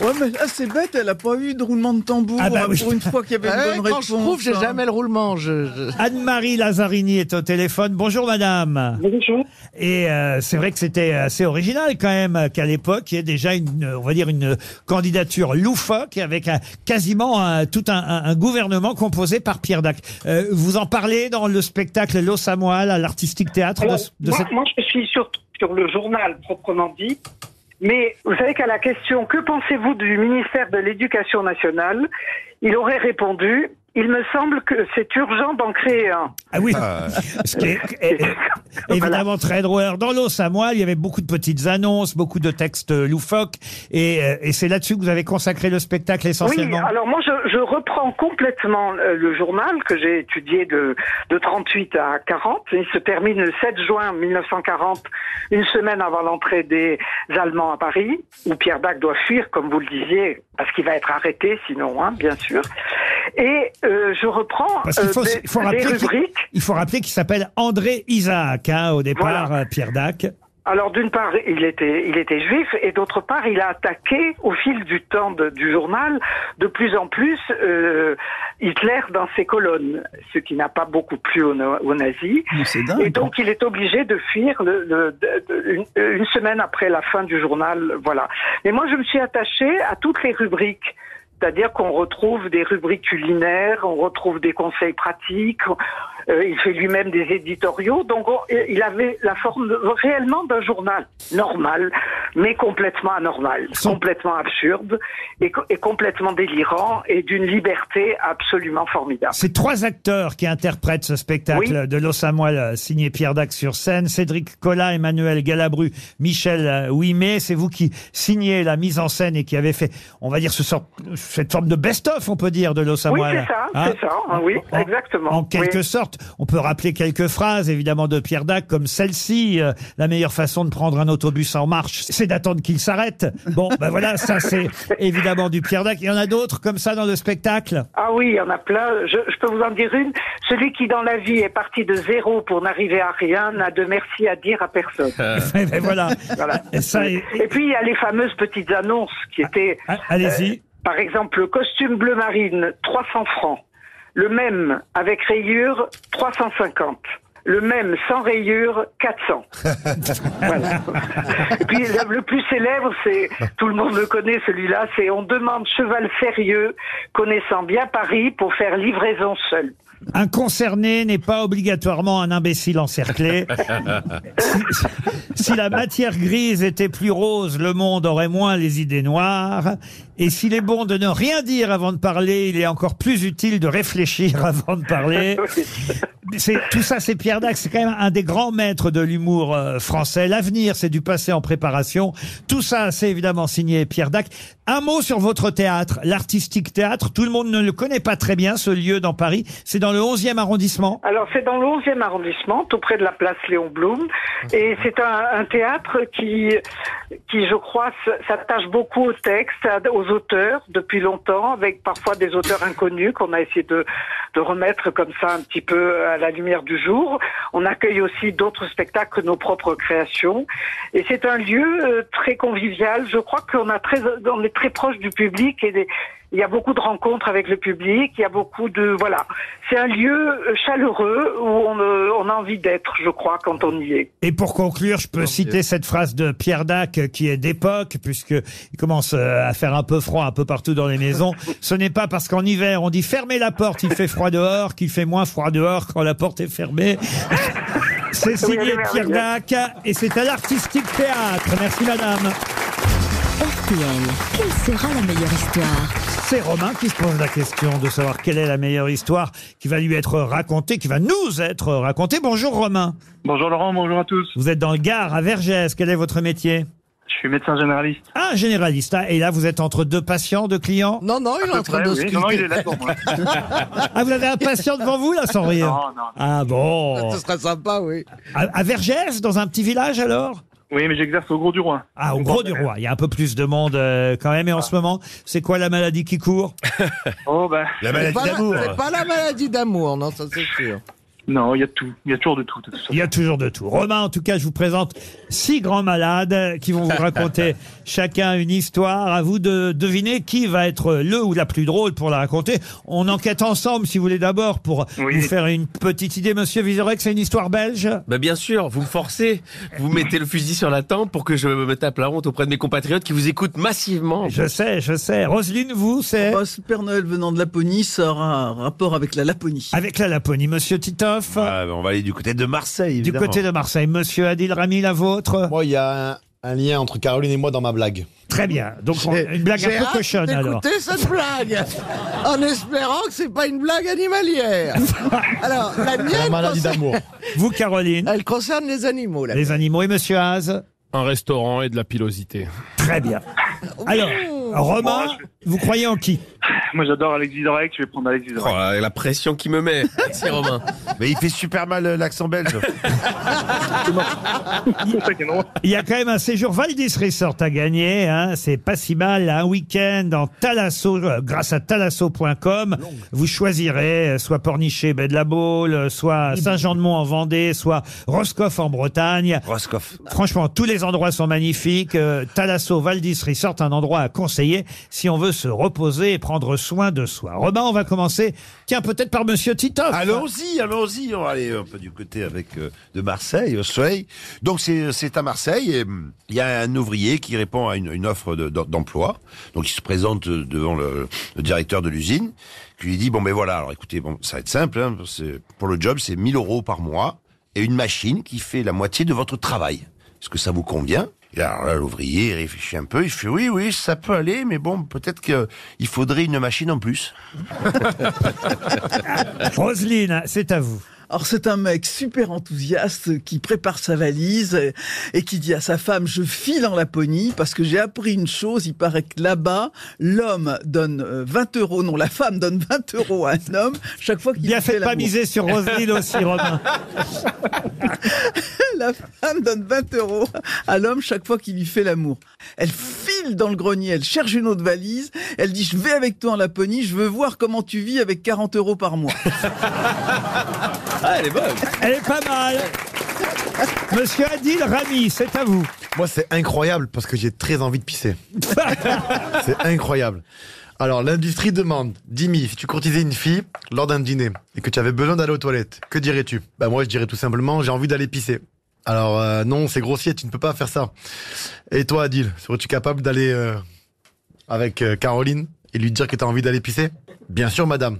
Speaker 7: Ouais, mais ah, c'est bête, elle a pas eu de roulement de tambour
Speaker 2: Ah bah
Speaker 7: hein,
Speaker 2: oui.
Speaker 7: pour une fois qu'il y avait une
Speaker 14: Ah Ouais,
Speaker 7: bonne
Speaker 14: quand
Speaker 7: réponse. hein.
Speaker 14: je trouve, j'ai jamais le roulement. Je,
Speaker 2: Anne-Marie Lazzarini est au téléphone. Bonjour, madame.
Speaker 10: Bonjour.
Speaker 2: Et euh, c'est vrai que c'était assez original quand même euh, qu'à l'époque, il y ait déjà une, euh, on va dire, une candidature loufoque avec un- quasiment un- tout un, un- un gouvernement composé par Pierre Dac. Euh, vous en parlez dans le spectacle L'eau Samoal à l'Artistique Théâtre de,
Speaker 11: Alors,
Speaker 2: de
Speaker 11: moi,
Speaker 2: cette...
Speaker 11: moi, je suis sur, sur le journal proprement dit. Mais vous savez qu'à la question Que pensez-vous du ministère de l'Éducation nationale il aurait répondu Il me semble que c'est urgent d'en créer un.
Speaker 2: Ah oui. Ce qui est é- é- évidemment très drôle. Alors, dans l'os à moi, il y avait beaucoup de petites annonces, beaucoup de textes euh, loufoques. Et, euh, et c'est là-dessus que vous avez consacré le spectacle
Speaker 11: Oui,
Speaker 2: essentiellement.
Speaker 11: alors moi je, je reprends complètement euh, le journal que j'ai étudié de, de 38 à 40. Il se termine le 7 juin 1940, une semaine avant l'entrée des Allemands à Paris, où Pierre Dac doit fuir, comme vous le disiez, parce qu'il va être arrêté sinon, hein, bien sûr. Et euh, je reprends
Speaker 2: Parce qu'il
Speaker 11: euh,
Speaker 2: faut,
Speaker 11: des,
Speaker 2: il faut
Speaker 11: des
Speaker 2: rappeler qu'il,
Speaker 11: rubriques.
Speaker 2: il faut rappeler qu'il s'appelle André Isaac, hein, au départ,
Speaker 11: Voilà.
Speaker 2: euh, Pierre Dac.
Speaker 11: Alors d'une part, il était, il était juif et d'autre part, il a attaqué au fil du temps de- du journal de plus en plus euh, Hitler dans ses colonnes, ce qui n'a pas beaucoup plu aux, na- aux nazis. Et donc il est obligé de fuir le- le- de- de- une, une semaine après la fin du journal. Voilà. Mais moi, je me suis attachée à toutes les rubriques. C'est-à-dire qu'on retrouve des rubriques culinaires, on retrouve des conseils pratiques, euh, il fait lui-même des éditoriaux, donc on- il avait la forme réellement d'un journal normal. mais complètement anormal, complètement absurde et, co- et complètement délirant et d'une liberté absolument formidable.
Speaker 2: C'est trois acteurs qui interprètent ce spectacle de Los Samuel, signé Pierre Dac sur scène. Cédric Collat, Emmanuel Galabru, Michel euh, Ouimet. C'est vous qui signez la mise en scène et qui avez fait, on va dire, ce sort- cette forme de best-of, on peut dire, de Los
Speaker 11: Oui,
Speaker 2: Samuel.
Speaker 11: c'est ça,
Speaker 2: Hein
Speaker 11: c'est ça, hein, oui, exactement.
Speaker 2: En quelque
Speaker 11: Oui.
Speaker 2: sorte, on peut rappeler quelques phrases, évidemment, de Pierre Dac, comme celle-ci. euh, la meilleure façon de prendre un autobus en marche, c'est d'attendre qu'il s'arrête. Bon, ben voilà, ça c'est évidemment du Pierre Dac. Il y en a d'autres comme ça dans le spectacle
Speaker 11: Ah oui, il y en a plein. Je, je peux vous en dire une. Celui qui dans la vie est parti de zéro pour n'arriver à rien n'a de merci à dire à personne.
Speaker 2: Eh ben voilà.
Speaker 11: Voilà.
Speaker 2: Et ça,
Speaker 11: et,
Speaker 2: et-
Speaker 11: puis il y a les fameuses petites annonces qui étaient.
Speaker 2: allez-y.
Speaker 11: euh, par exemple, le costume bleu marine, 300 francs. Le même avec rayures, 350. Le même sans rayures, 400. Voilà. Et puis le le plus célèbre, c'est tout le monde le connaît celui-là, c'est on demande cheval sérieux connaissant bien Paris pour faire livraison seul.
Speaker 2: Un concerné n'est pas obligatoirement un imbécile encerclé. Si la matière grise était plus rose, le monde aurait moins les idées noires. Et s'il est bon de ne rien dire avant de parler, il est encore plus utile de réfléchir avant de parler. C'est, tout ça, c'est Pierre Dac. C'est quand même un des grands maîtres de l'humour euh, français. L'avenir, c'est du passé en préparation. Tout ça, c'est évidemment signé Pierre Dac. Un mot sur votre théâtre, l'artistique théâtre. Tout le monde ne le connaît pas très bien, ce lieu dans Paris. C'est dans le 11e arrondissement.
Speaker 11: Alors, c'est dans le 11e arrondissement, tout près de la place Léon Blum. Et c'est un, un théâtre qui, qui, je crois, s- s'attache beaucoup aux textes, à- aux auteurs depuis longtemps, avec parfois des auteurs inconnus qu'on a essayé de, de remettre comme ça un petit peu à la lumière du jour. On accueille aussi d'autres spectacles que nos propres créations. Et c'est un lieu euh, très convivial. Je crois qu'on a très, on est très proche du public et des, il y a beaucoup de rencontres avec le public, il y a beaucoup de voilà. C'est un lieu euh, chaleureux où on, euh, on a envie d'être, je crois, quand on y est.
Speaker 2: Et pour conclure, je peux citer cette phrase de Pierre Dac euh, qui est d'époque, puisque il commence euh, à faire un peu froid un peu partout dans les maisons. Ce n'est pas parce qu'en hiver on dit fermez la porte, il fait froid dehors, qu'il fait moins froid dehors quand la porte est fermée. C'est
Speaker 16: Oui, elle
Speaker 2: signé
Speaker 16: est
Speaker 2: Pierre Dac et c'est à l'artistique théâtre. Merci madame.
Speaker 9: RTL, quelle sera la meilleure histoire
Speaker 2: C'est Romain qui se pose la question de savoir quelle est la meilleure histoire qui va lui être racontée, qui va nous être racontée. Bonjour Romain.
Speaker 17: Bonjour Laurent, bonjour à tous.
Speaker 2: Vous êtes dans le Gard, à Vergès. Quel est votre métier
Speaker 17: Je suis médecin généraliste.
Speaker 2: Un généraliste. ah, Et là, vous êtes entre deux patients, deux clients
Speaker 17: Non, non, il est en train de se Non, non, il est là pour moi.
Speaker 2: Ah, vous avez un patient devant vous, là, sans rire
Speaker 17: Non, non, non.
Speaker 2: Ah bon
Speaker 17: Ce serait
Speaker 2: sympa, oui. À, à Vergès, dans un petit village, alors
Speaker 17: Oui, mais j'exerce au Gros du Roi.
Speaker 2: Ah, au Gros du Roi. Il y a un peu plus de monde euh, quand même. Et en ce moment, c'est quoi la maladie qui court
Speaker 17: Oh, bah.
Speaker 2: La
Speaker 14: C'est pas, la- c'est pas la maladie d'amour, non, ça c'est sûr.
Speaker 17: Non, il y a de tout. Il y a toujours de tout.
Speaker 2: Il y a toujours de tout. Romain, en tout cas, je vous présente six grands malades euh, qui vont vous raconter chacun une histoire. À vous de deviner qui va être le ou la plus drôle pour la raconter. On enquête ensemble, si vous voulez, d'abord pour vous faire une petite idée. Monsieur Vizorek, c'est une histoire belge
Speaker 5: Bah bien sûr, vous me forcez, vous mettez le fusil sur la tempe pour que je me tape la honte auprès de mes compatriotes qui vous écoutent massivement.
Speaker 2: Je sais, je sais. Roselyne, vous, c'est
Speaker 7: Ce Père Noël venant de Laponie, ça aura un rapport avec la Laponie.
Speaker 2: Avec la Laponie, monsieur Titoff
Speaker 4: Ah, on va aller du côté de Marseille,
Speaker 2: Du côté de Marseille, monsieur Adil Rami, la vôtre
Speaker 6: Moi, il y a un, un lien entre Caroline et moi dans ma blague.
Speaker 2: Très bien. Donc, on- une blague
Speaker 14: J'ai
Speaker 2: un peu
Speaker 14: hâte
Speaker 2: cochonne, alors.
Speaker 14: d'écouter cette blague en espérant que c'est pas une blague animalière. Alors, la mienne. concerne-
Speaker 2: Vous, Caroline
Speaker 14: Elle concerne les animaux, là.
Speaker 2: Les animaux et monsieur Haas
Speaker 8: Un restaurant et de la pilosité.
Speaker 2: Très bien. Alors, Oh, Romain, vous croyez en qui
Speaker 17: Moi, j'adore Alex Vizorek, je vais prendre Alex Vizorek.
Speaker 5: Oh, la pression qui me met. Merci Romain.
Speaker 4: Mais il fait super mal euh, l'accent belge.
Speaker 2: Il y a quand même un séjour Valdis Resort à gagner. hein. C'est pas si mal. Un week-end en Talasso, euh, grâce à talasso.com. Vous choisirez euh, soit Pornichet, Baie de la Baule, euh, soit Saint-Jean-de-Mont en Vendée, soit Roscoff en Bretagne.
Speaker 4: Roscoff.
Speaker 2: Franchement, tous les endroits sont magnifiques. Euh, Talasso Valdis Resort, un endroit à conseiller si on veut se reposer et prendre soin de soi. Robin, on va commencer. Tiens, peut-être par Monsieur Titoff.
Speaker 15: Allons-y, allons-y, on va aller un peu du côté avec euh, de Marseille, au soleil. Donc c'est c'est à Marseille et hum, il y a un ouvrier qui répond à une, une offre de- d'em- d'emploi. Donc il se présente euh, devant le, le directeur de l'usine qui lui dit bon ben voilà, alors écoutez, bon ça va être simple, hein, c'est- pour le job c'est 1000 euros par mois et une machine qui fait la moitié de votre travail. Est-ce que ça vous convient
Speaker 4: Et alors là, l'ouvrier il réfléchit un peu, il fait oui, oui, ça peut aller, mais bon, peut-être qu'il faudrait une machine en plus.
Speaker 2: Roselyne, c'est à vous.
Speaker 7: Alors c'est un mec super enthousiaste qui prépare sa valise et- et qui dit à sa femme je file en Laponie parce que j'ai appris une chose, il paraît que là-bas l'homme donne euh, 20 euros, non la femme donne 20 euros à un homme chaque fois qu'il
Speaker 2: Bien
Speaker 7: lui fait
Speaker 2: fait de pas
Speaker 7: l'amour.
Speaker 2: miser sur Roselyne aussi, Romain.
Speaker 7: La femme donne 20 euros à l'homme chaque fois qu'il lui fait l'amour. Elle file dans le grenier, elle cherche une autre valise, elle dit je vais avec toi en Laponie, je veux voir comment tu vis avec 40 euros par mois.
Speaker 5: Ah, elle est bonne.
Speaker 2: Elle est pas mal. Monsieur Adil Rami, c'est à vous.
Speaker 6: Moi, c'est incroyable parce que j'ai très envie de pisser. c'est incroyable. Alors, l'industrie demande, Dimi, si tu courtisais une fille lors d'un dîner et que tu avais besoin d'aller aux toilettes, que dirais-tu Bah moi, je dirais tout simplement, j'ai envie d'aller pisser. Alors euh, non, c'est grossier, tu ne peux pas faire ça. Et toi, Adil, serais-tu capable d'aller euh, avec euh, Caroline et lui dire que tu as envie d'aller pisser Bien sûr, madame.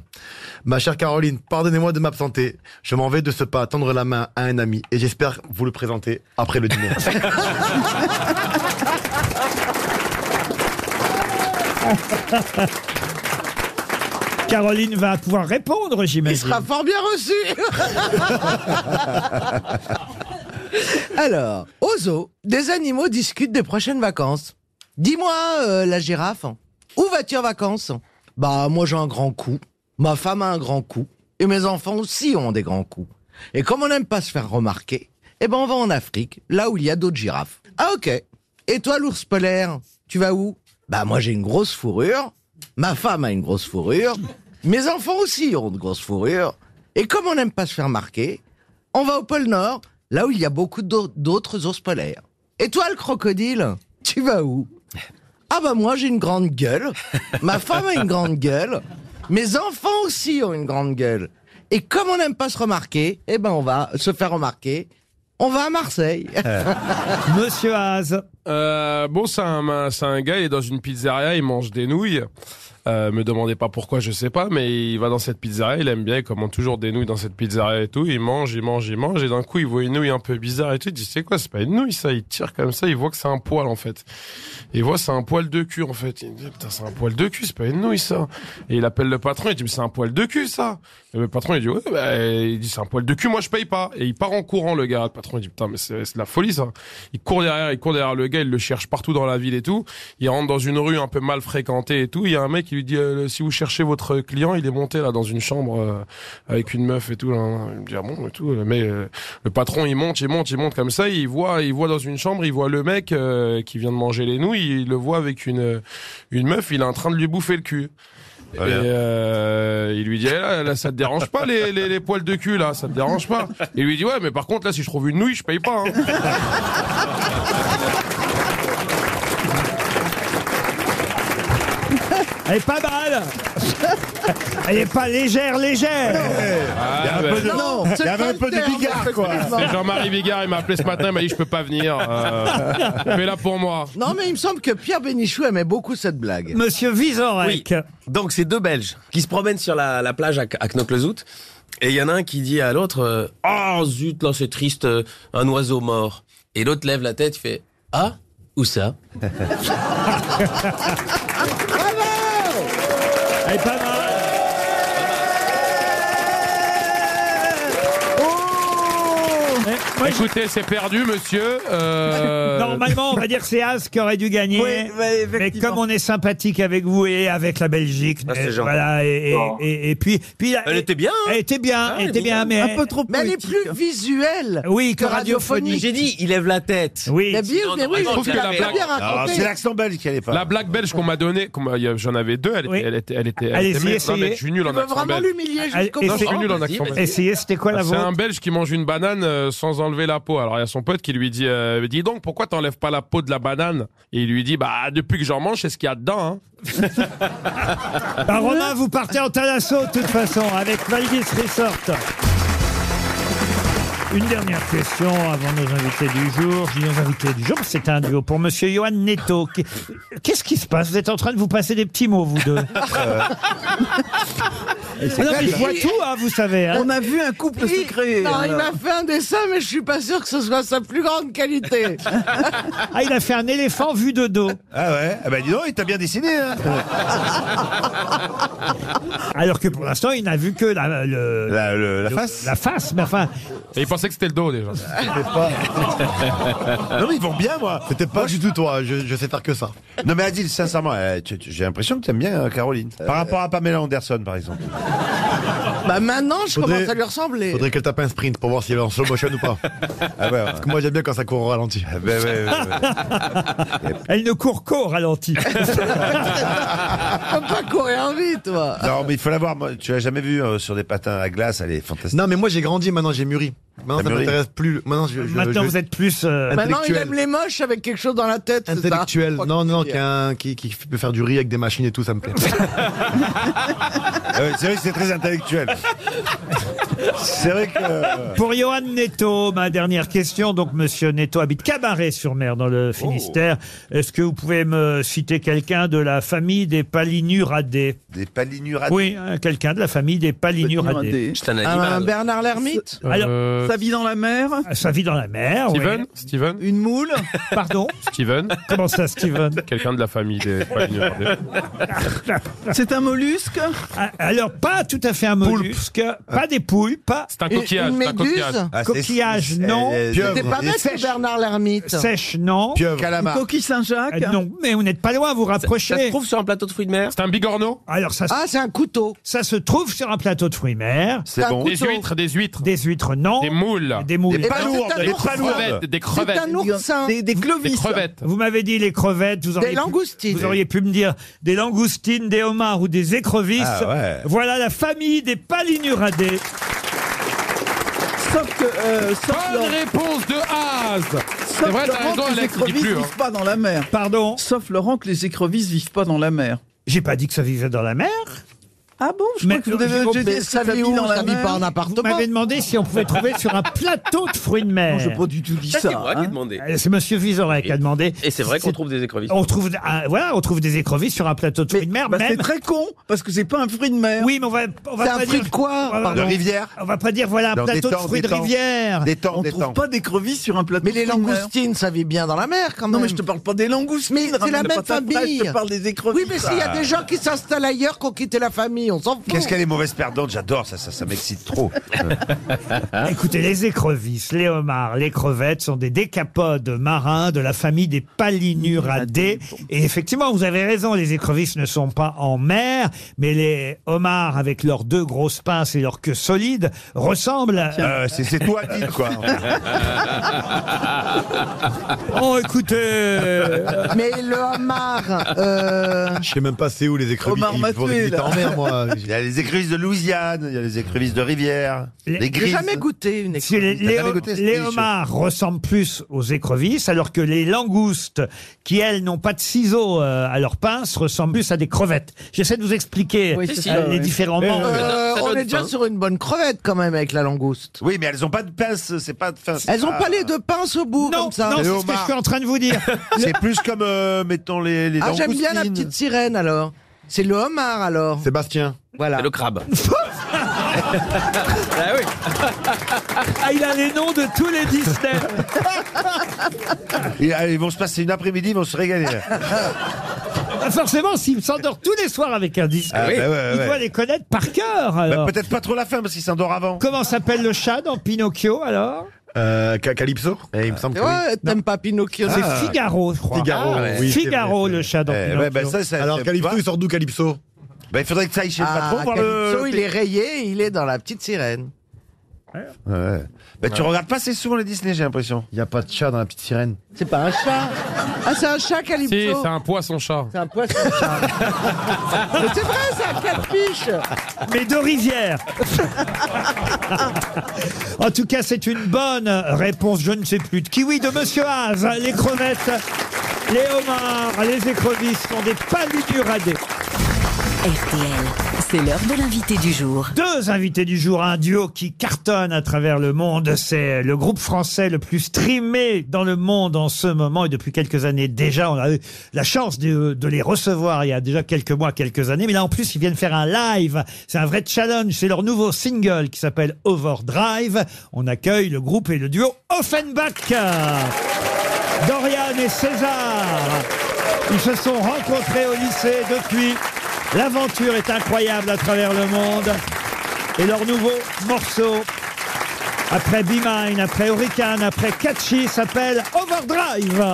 Speaker 6: Ma chère Caroline, pardonnez-moi de m'absenter. Je m'en vais de ce pas tendre la main à un ami et j'espère vous le présenter après le dîner.
Speaker 2: Caroline va pouvoir répondre,
Speaker 3: Il
Speaker 2: j'imagine.
Speaker 3: sera fort bien reçu. Alors, au zoo, des animaux discutent des prochaines vacances. Dis-moi, euh, la girafe, où vas-tu en vacances Bah, moi j'ai un grand coup, ma femme a un grand coup, et mes enfants aussi ont des grands coups. Et comme on n'aime pas se faire remarquer, eh ben on va en Afrique, là où il y a d'autres girafes. Ah ok. Et toi, l'ours polaire, tu vas où Bah, moi j'ai une grosse fourrure, ma femme a une grosse fourrure, mes enfants aussi ont de grosses fourrures. Et comme on n'aime pas se faire marquer, on va au pôle Nord, là où il y a beaucoup d'au- d'autres ours polaires. Et toi, le crocodile, tu vas où Ah bah moi, j'ai une grande gueule. Ma femme a une grande gueule. Mes enfants aussi ont une grande gueule. Et comme on n'aime pas se remarquer, eh ben on va se faire remarquer. On va à Marseille.
Speaker 8: Euh.
Speaker 2: Monsieur Haas.
Speaker 8: bon, c'est un, un- c'est un gars, il est dans une pizzeria, il mange des nouilles. Euh, me demandez pas pourquoi, je sais pas, mais il va dans cette pizzeria, il aime bien, il commande toujours des nouilles dans cette pizzeria et tout. Il mange, il mange, il mange, et d'un coup, il voit une nouille un peu bizarre et tout. Il dit, c'est quoi, c'est pas une nouille ça Il tire comme ça, il voit que c'est un poil en fait. Il voit, c'est un poil de cul en fait. Il dit, putain, c'est un poil de cul, c'est pas une nouille ça. Et il appelle le patron, il dit, mais c'est un poil de cul ça. Et le patron, il dit, ouais, bah, il dit, c'est un poil de cul, moi je paye pas. Et il part en courant, le gars. Le patron, il dit, putain, mais c'est c'est de la folie ça. hein. Il court derrière, il court derrière le gars, il le cherche partout dans la ville et tout. Il rentre dans une rue un peu mal fréquentée et tout. Il y a un mec qui lui dit, euh, si vous cherchez votre client, il est monté là dans une chambre euh, avec une meuf et tout. là. Il me dit, ah bon, et tout. Mais euh, le patron, il monte, il monte, il monte comme ça. Il voit, il voit dans une chambre, il voit le mec euh, qui vient de manger les nouilles. Il le voit avec une, une meuf, il est en train de lui bouffer le cul. Et euh, il lui dit, Eh là, là, ça te dérange pas les, les, les poils de cul là, ça te dérange pas. Il lui dit, ouais, mais par contre là, si je trouve une nouille, je paye pas. hein.
Speaker 2: Elle est pas mal. Elle est pas légère, légère.
Speaker 8: Ah,
Speaker 2: Il y a un
Speaker 8: ben.
Speaker 2: peu de- Non, il y c'est avait pas un peu le de terme, Bigard, quoi. effectivement.
Speaker 8: C'est Jean-Marie Bigard, il m'a appelé ce matin, il m'a dit je peux pas venir. Euh, Fais-la pour moi.
Speaker 3: Non, mais il me semble que Pierre Bénichou aimait beaucoup cette blague.
Speaker 2: Monsieur Vizorek.
Speaker 5: Donc, c'est deux Belges qui se promènent sur la, la plage à, à Knokke-le-Zout. Et il y en a un qui dit à l'autre euh, Ah, zut, là, c'est triste, euh, un oiseau mort. Et l'autre lève la tête, il fait Ah, où ça
Speaker 2: Elle est pas mal.
Speaker 3: Oh.
Speaker 8: Écoutez, c'est perdu, monsieur. Euh,
Speaker 2: Eh, Normalement, on va dire que c'est As qui aurait dû gagner.
Speaker 8: Oui,
Speaker 2: mais comme on est sympathique avec vous et avec la Belgique,
Speaker 5: Ah, c'est
Speaker 2: et,
Speaker 5: gentil.
Speaker 2: voilà, et, et-
Speaker 5: Oh.
Speaker 2: et- et puis, puis
Speaker 5: Elle était bien, hein
Speaker 2: Elle était bien, elle était bien, mais
Speaker 3: Un peu trop Mais elle est
Speaker 7: hein.
Speaker 3: plus visuelle
Speaker 2: Oui, que radiophonique.
Speaker 5: J'ai dit, il lève la tête.
Speaker 2: Eh Oui.
Speaker 3: La bière, mais oui,
Speaker 8: je trouve
Speaker 3: tu
Speaker 8: que
Speaker 3: l'as
Speaker 8: la
Speaker 3: très
Speaker 8: blague-
Speaker 3: bien raconté.
Speaker 4: belge qui allait pas.
Speaker 8: La blague belge qu'on m'a donnée, qu'on m'a- il y a- j'en avais deux, elle était, elle était, elle était, elle
Speaker 2: Allez-y,
Speaker 8: était mais- non,
Speaker 2: essayez.
Speaker 8: mais je suis nul
Speaker 2: Tu
Speaker 8: en
Speaker 2: vas
Speaker 8: accent
Speaker 2: vraiment
Speaker 8: belge.
Speaker 2: l'humilier jusqu'au
Speaker 8: Allez,
Speaker 2: bout.
Speaker 8: Je suis nul en
Speaker 2: Vas-y,
Speaker 8: accent
Speaker 2: vas-y.
Speaker 8: belge. Ah,
Speaker 2: Essayez, c'était quoi la
Speaker 8: C'est un
Speaker 2: vôtre
Speaker 8: belge qui mange une banane euh, sans enlever la peau. Alors il y a son pote qui lui dit, euh, dis donc pourquoi t'enlèves pas la peau de la banane Et il lui dit, bah depuis que j'en mange, c'est ce qu'il y a dedans. hein.
Speaker 2: Bah, Romain, vous partez en Talasso de toute façon avec Valdis Resort. Une dernière question avant nos invités du jour. Je dis nos invités du jour, c'est un duo pour Monsieur Johan Netto. Qui- Qu'est-ce qui se passe Vous êtes en train de vous passer des petits mots, vous
Speaker 4: Euh,
Speaker 2: deux. Ah non, mais je vois tout, hein, vous savez. hein.
Speaker 7: vu un couple
Speaker 3: Il-
Speaker 7: se créer,
Speaker 3: Non, il
Speaker 7: alors.
Speaker 3: m'a fait un dessin, mais je suis pas sûr que ce soit sa plus grande qualité.
Speaker 2: Ah, il a fait un éléphant vu de dos.
Speaker 4: Ah ouais Ah bah dis donc, il t'a bien dessiné. Hein
Speaker 2: Alors que pour l'instant, il n'a vu que la, le-
Speaker 4: la
Speaker 2: le-
Speaker 4: face.
Speaker 2: La face, mais enfin.
Speaker 8: Et il pensait que c'était le dos déjà.
Speaker 4: non, mais ils vont bien, moi.
Speaker 6: C'était pas du tout toi, je, je sais faire que ça.
Speaker 4: Non, mais Adil, sincèrement, euh, tu- tu- j'ai l'impression que t'aimes bien euh, Caroline. Par rapport à Pamela Anderson, par exemple.
Speaker 3: bah maintenant, je
Speaker 6: Faudrait-
Speaker 3: commence à lui ressembler.
Speaker 6: Faudrait qu'elle tape un sprint pour voir si elle est en slow motion ou pas.
Speaker 4: Ah
Speaker 6: Parce que moi j'aime bien quand ça court au ralenti.
Speaker 2: Elle ne court qu'au ralenti.
Speaker 3: Faut pas courir en vie, toi.
Speaker 4: Non, mais il faut la voir. moi, Tu l'as jamais vue euh, sur des patins à glace, elle est fantastique.
Speaker 6: Non, mais moi j'ai grandi, maintenant j'ai mûri. Maintenant
Speaker 4: T'as
Speaker 6: ça
Speaker 4: mûri.
Speaker 6: m'intéresse plus. Maintenant, je, je-
Speaker 2: Maintenant,
Speaker 6: je-
Speaker 2: vous êtes plus. euh,
Speaker 3: Maintenant, il
Speaker 6: Intellectuel.
Speaker 3: aime les moches avec quelque chose dans la tête. c'est ça
Speaker 6: Intellectuel.
Speaker 4: hein.
Speaker 3: Je crois
Speaker 6: Non,
Speaker 3: que
Speaker 6: non,
Speaker 3: c'est
Speaker 6: qui, a un- qui, qui peut faire du riz avec des machines et tout, ça me plaît.
Speaker 4: Ah ouais, c'est vrai que c'est très intellectuel. c'est vrai que. euh,
Speaker 2: Pour Johan Netto, ma dernière question. Donc, monsieur Netto habite Cabaret-sur-Mer dans le Finistère.
Speaker 4: Oh.
Speaker 2: Est-ce que vous pouvez me citer quelqu'un de la famille des Palinuradae
Speaker 4: Des Palinuradae
Speaker 2: Oui, hein, quelqu'un de la famille des Palinuradae.
Speaker 5: C'est un
Speaker 7: Un Bernard Lermite
Speaker 2: Alors,
Speaker 8: Euh,
Speaker 7: Sa vie dans la mer
Speaker 2: sa vie dans la mer. oui.
Speaker 8: Steven Steven
Speaker 7: Une moule
Speaker 2: Pardon
Speaker 8: Steven
Speaker 2: Comment ça, Steven
Speaker 8: Quelqu'un de la famille des. pas une-
Speaker 7: C'est un mollusque
Speaker 2: Ah, Alors, pas tout à fait un mollusque,
Speaker 4: Ah.
Speaker 2: pas des pouilles, pas.
Speaker 8: C'est un
Speaker 3: Une- coquillage, une c'est un méduse coquillage. Ah, c'est-
Speaker 2: Coquillage, non.
Speaker 6: euh,
Speaker 3: T'es pas bête, ce Bernard Lermite.
Speaker 2: Euh, Sèche, non.
Speaker 7: Une coquille Saint-Jacques
Speaker 2: Euh, Non, mais vous n'êtes pas loin, vous rapprochez.
Speaker 5: Ça se trouve sur un plateau de fruits de mer
Speaker 8: C'est un bigorneau
Speaker 2: Alors ça, se-
Speaker 3: Ah, c'est un couteau.
Speaker 2: ça se trouve sur un plateau de fruits mer.
Speaker 4: C'est
Speaker 3: un
Speaker 4: bon.
Speaker 8: Des
Speaker 3: couteau.
Speaker 8: huîtres, des huîtres.
Speaker 2: Des huîtres, non.
Speaker 8: Des moules.
Speaker 2: Des moules.
Speaker 4: Des
Speaker 3: Eh ben,
Speaker 4: palourdes,
Speaker 3: c'est un
Speaker 4: des
Speaker 3: ours.
Speaker 4: palourdes.
Speaker 8: crevettes, Des
Speaker 3: C'est
Speaker 8: crevettes.
Speaker 3: un oursin.
Speaker 7: Des, des
Speaker 8: Des
Speaker 7: clovisses
Speaker 8: crevettes.
Speaker 2: Vous m'avez dit les crevettes, vous auriez,
Speaker 3: Des
Speaker 2: pu-
Speaker 3: langoustines.
Speaker 2: vous auriez pu me dire des langoustines, des homards ou des écrevisses.
Speaker 4: Ah ouais.
Speaker 2: Voilà la famille des palinuradae.
Speaker 7: Sauf que... euh, sauf
Speaker 8: Bonne
Speaker 7: Laurent-
Speaker 8: réponse de Haas C'est
Speaker 7: sauf
Speaker 8: vrai, t'as
Speaker 7: Laurent
Speaker 8: raison,
Speaker 7: que les
Speaker 8: Alex, il dit
Speaker 7: écrevisses
Speaker 8: plus. hein.
Speaker 7: vivent pas dans la mer.
Speaker 2: Pardon,
Speaker 7: Sauf Laurent que les écrevisses vivent pas dans la mer.
Speaker 2: j'ai pas dit que ça vivait dans la mer.
Speaker 7: Ah bon Je
Speaker 2: Mais-
Speaker 7: crois que vous devez
Speaker 3: Mais
Speaker 7: jeter
Speaker 3: ça
Speaker 7: sa
Speaker 3: vit
Speaker 7: vie
Speaker 3: où
Speaker 7: dans la
Speaker 3: Ça vit
Speaker 7: mer.
Speaker 3: pas en
Speaker 2: Vous
Speaker 3: appartement.
Speaker 2: m'avez demandé si on pouvait trouver sur un plateau de fruits de mer.
Speaker 7: Je n'ai pas du tout dit
Speaker 5: Ça,
Speaker 7: ça.
Speaker 5: c'est moi qui
Speaker 7: hein.
Speaker 5: demandais.
Speaker 2: Euh, C'est Monsieur Vizorek qui a demandé.
Speaker 5: Et c'est vrai qu'on trouve des écrevisses.
Speaker 2: On trouve, ah, voilà, on trouve des écrevisses sur un plateau de fruits de mer,
Speaker 7: Bah, c'est
Speaker 2: même.
Speaker 7: très con, parce que c'est pas un fruit de mer.
Speaker 2: Oui, mais on va, on va
Speaker 3: C'est
Speaker 2: pas
Speaker 3: un
Speaker 2: dire-
Speaker 3: fruit de quoi
Speaker 2: on va-
Speaker 4: De rivière
Speaker 2: On va pas dire voilà un
Speaker 4: Non,
Speaker 2: plateau de
Speaker 4: détends,
Speaker 2: fruits de
Speaker 4: détends.
Speaker 2: rivière.
Speaker 4: Des temps,
Speaker 7: On
Speaker 4: des temps.
Speaker 7: trouve pas d'écrevisses sur un plateau
Speaker 3: Mais les
Speaker 7: de fruits de mer.
Speaker 3: langoustines, ça vit bien dans la mer quand même.
Speaker 7: Non, mais je te parle pas des langoustines.
Speaker 3: Mais c'est
Speaker 7: ramène
Speaker 3: la
Speaker 7: de
Speaker 3: même
Speaker 7: patates fraîches, Je
Speaker 3: famille.
Speaker 7: te parle des écrevisses.
Speaker 3: Oui, mais s'il y
Speaker 7: Ah.
Speaker 3: a des gens qui s'installent ailleurs, qui ont quitté la famille, on s'en fout.
Speaker 4: Qu'est-ce qu'elle est mauvaise perdante J'adore ça, ça, ça m'excite trop. Hein
Speaker 2: Écoutez, les écrevisses, les homards, les crevettes sont des décapodes marins de la famille des
Speaker 4: Ah,
Speaker 2: palinuradae. Et effectivement, vous avez raison, les écrevisses ne sont pas en mer, mais les homards, avec leurs deux grosses pinces et leur queue solide, ressemblent à...
Speaker 4: Euh, c'est c'est toi, Adil, quoi.
Speaker 2: Oh,
Speaker 4: euh,
Speaker 2: écoutez
Speaker 3: Mais le homard, euh,
Speaker 6: Je sais même pas c'est où les écrevisses.
Speaker 7: Omar
Speaker 6: Ils vont
Speaker 7: Mathieu,
Speaker 6: vite
Speaker 7: là.
Speaker 6: en mer, moi.
Speaker 4: Il y a les écrevisses de Louisiane, il y a les écrevisses de Rivière,
Speaker 2: Les-
Speaker 4: les
Speaker 3: j'ai
Speaker 4: grises.
Speaker 3: jamais goûté une
Speaker 2: Si les,
Speaker 3: écrevisse.
Speaker 2: les-
Speaker 4: jamais goûté, c'est
Speaker 2: les
Speaker 4: délicieux.
Speaker 2: homards ressemblent plus aux écrevisses, alors que les langoustes, qui elles n'ont pas de ciseaux euh, à leurs pinces, ressemblent plus à des crevettes. J'essaie de vous expliquer
Speaker 7: Oui,
Speaker 2: euh,
Speaker 7: c'est ça,
Speaker 2: les
Speaker 7: Ah, oui.
Speaker 2: différents
Speaker 4: Mais,
Speaker 2: membres.
Speaker 4: euh,
Speaker 3: Euh,
Speaker 5: Ça doit
Speaker 3: on
Speaker 5: être
Speaker 3: est déjà
Speaker 5: fin.
Speaker 3: sur une bonne crevette quand même avec la langouste.
Speaker 4: Oui, mais elles ont pas de pince, c'est pas de fin. c'est
Speaker 3: Elles ont pas les deux pinces au bout
Speaker 2: non,
Speaker 3: comme ça.
Speaker 2: non, c'est
Speaker 4: Les
Speaker 2: ce que je
Speaker 4: homards.
Speaker 2: suis en train de vous dire.
Speaker 4: C'est plus comme, euh, mettons, les, les
Speaker 3: ah, j'aime bien la
Speaker 4: langoustines.
Speaker 3: petite sirène alors. C'est le homard alors.
Speaker 6: Sébastien.
Speaker 3: Voilà.
Speaker 5: C'est le crabe.
Speaker 2: Ah, il a les noms de tous les Disney.
Speaker 4: Et, ah, Ils vont se passer une après-midi, ils vont se régaler.
Speaker 2: Ah, Forcément, s'il s'endort tous les soirs avec un Disney,
Speaker 4: Ah oui. Bah ouais,
Speaker 2: il
Speaker 4: ouais.
Speaker 2: doit les connaître par cœur.
Speaker 4: Bah,
Speaker 2: alors.
Speaker 4: Peut-être pas trop la fin, parce qu'ils s'endorment avant.
Speaker 2: Comment s'appelle le chat dans Pinocchio alors
Speaker 6: Euh, Ca- Calypso Eh, Il me semble que oui.
Speaker 3: Ouais, t'aimes pas
Speaker 4: Ah.
Speaker 3: Ah. Pinocchio.
Speaker 2: C'est Figaro, je crois.
Speaker 6: Figaro,
Speaker 2: Ah,
Speaker 6: oui, c'est
Speaker 2: Figaro,
Speaker 6: vrai,
Speaker 2: le chat dans
Speaker 4: Eh,
Speaker 2: Pinocchio.
Speaker 4: ouais, bah, ça, ça-
Speaker 6: Alors
Speaker 4: c'est-
Speaker 6: Calypso,
Speaker 4: bah,
Speaker 6: il sort d'où Calypso
Speaker 4: bah, il faudrait que ça aille chez le
Speaker 3: Ah,
Speaker 4: patron voir
Speaker 3: Calypso,
Speaker 4: le.
Speaker 3: il est rayé, il est dans la petite sirène.
Speaker 4: Ouais. Bah, tu regardes pas assez souvent les Disney, j'ai l'impression.
Speaker 6: Il n'y a pas de chat dans la petite sirène.
Speaker 3: C'est pas un chat. Ah, c'est un chat Calypso.
Speaker 8: Si, c'est un poisson-chat.
Speaker 3: C'est un poisson chat. Mais c'est vrai, c'est un catfish.
Speaker 2: mais de rivière. en tout cas, c'est une bonne réponse, je ne sais plus, de kiwi de Monsieur Haas. Les crevettes, les homards, les écrevisses sont des paluduradés.
Speaker 14: RTL,
Speaker 9: C'est l'heure de l'invité du jour.
Speaker 2: Deux invités du jour, un duo qui cartonne à travers le monde. C'est le groupe français le plus streamé dans le monde en ce moment et depuis quelques années déjà. On a eu la chance de, de les recevoir il y a déjà quelques mois, quelques années. Mais là, en plus, ils viennent faire un live. C'est un vrai challenge. C'est leur nouveau single qui s'appelle Overdrive. On accueille le groupe et le duo Offenbach. Dorian et César. Ils se sont rencontrés au lycée depuis. L'aventure est incroyable à travers le monde. Et leur nouveau morceau, après Be Mine, après Hurricane, après Catchy, s'appelle Overdrive.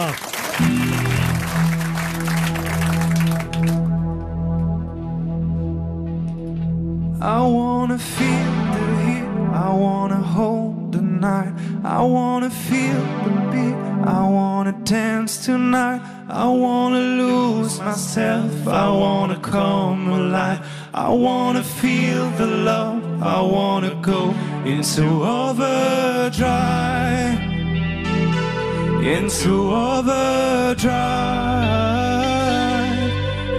Speaker 16: I wanna feel the heat, I wanna hold the night, I wanna feel the beat, I wanna dance tonight, I wanna lose myself, I wanna come alive, I wanna feel the love, I wanna go into overdrive, into overdrive,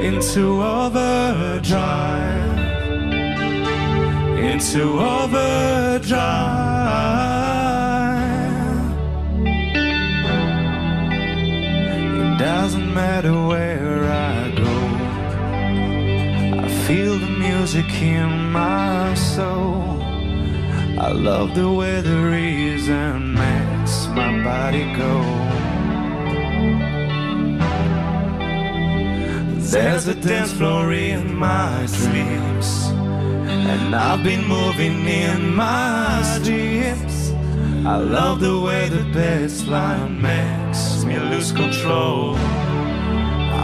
Speaker 16: into overdrive into overdrive. It doesn't matter where I go, I feel the music in my soul. I love the way the reason makes my body go. There's a dance floor in my dreams, and I've been moving in my dreams. I love the way the bassline makes me lose control.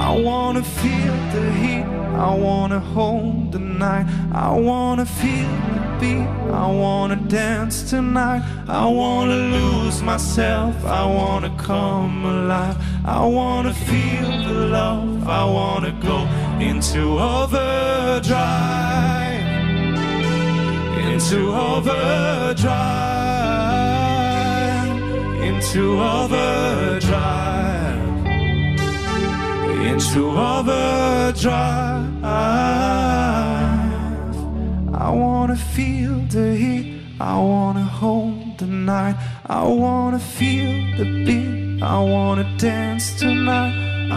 Speaker 16: I wanna feel the heat, I wanna hold the night, I wanna feel the beat, I wanna dance tonight, I wanna lose myself, I wanna come alive, I wanna feel the love, I wanna go into overdrive, into overdrive, into overdrive into overdrive. I wanna feel the heat, I wanna hold the night, I wanna feel the beat, I wanna dance tonight,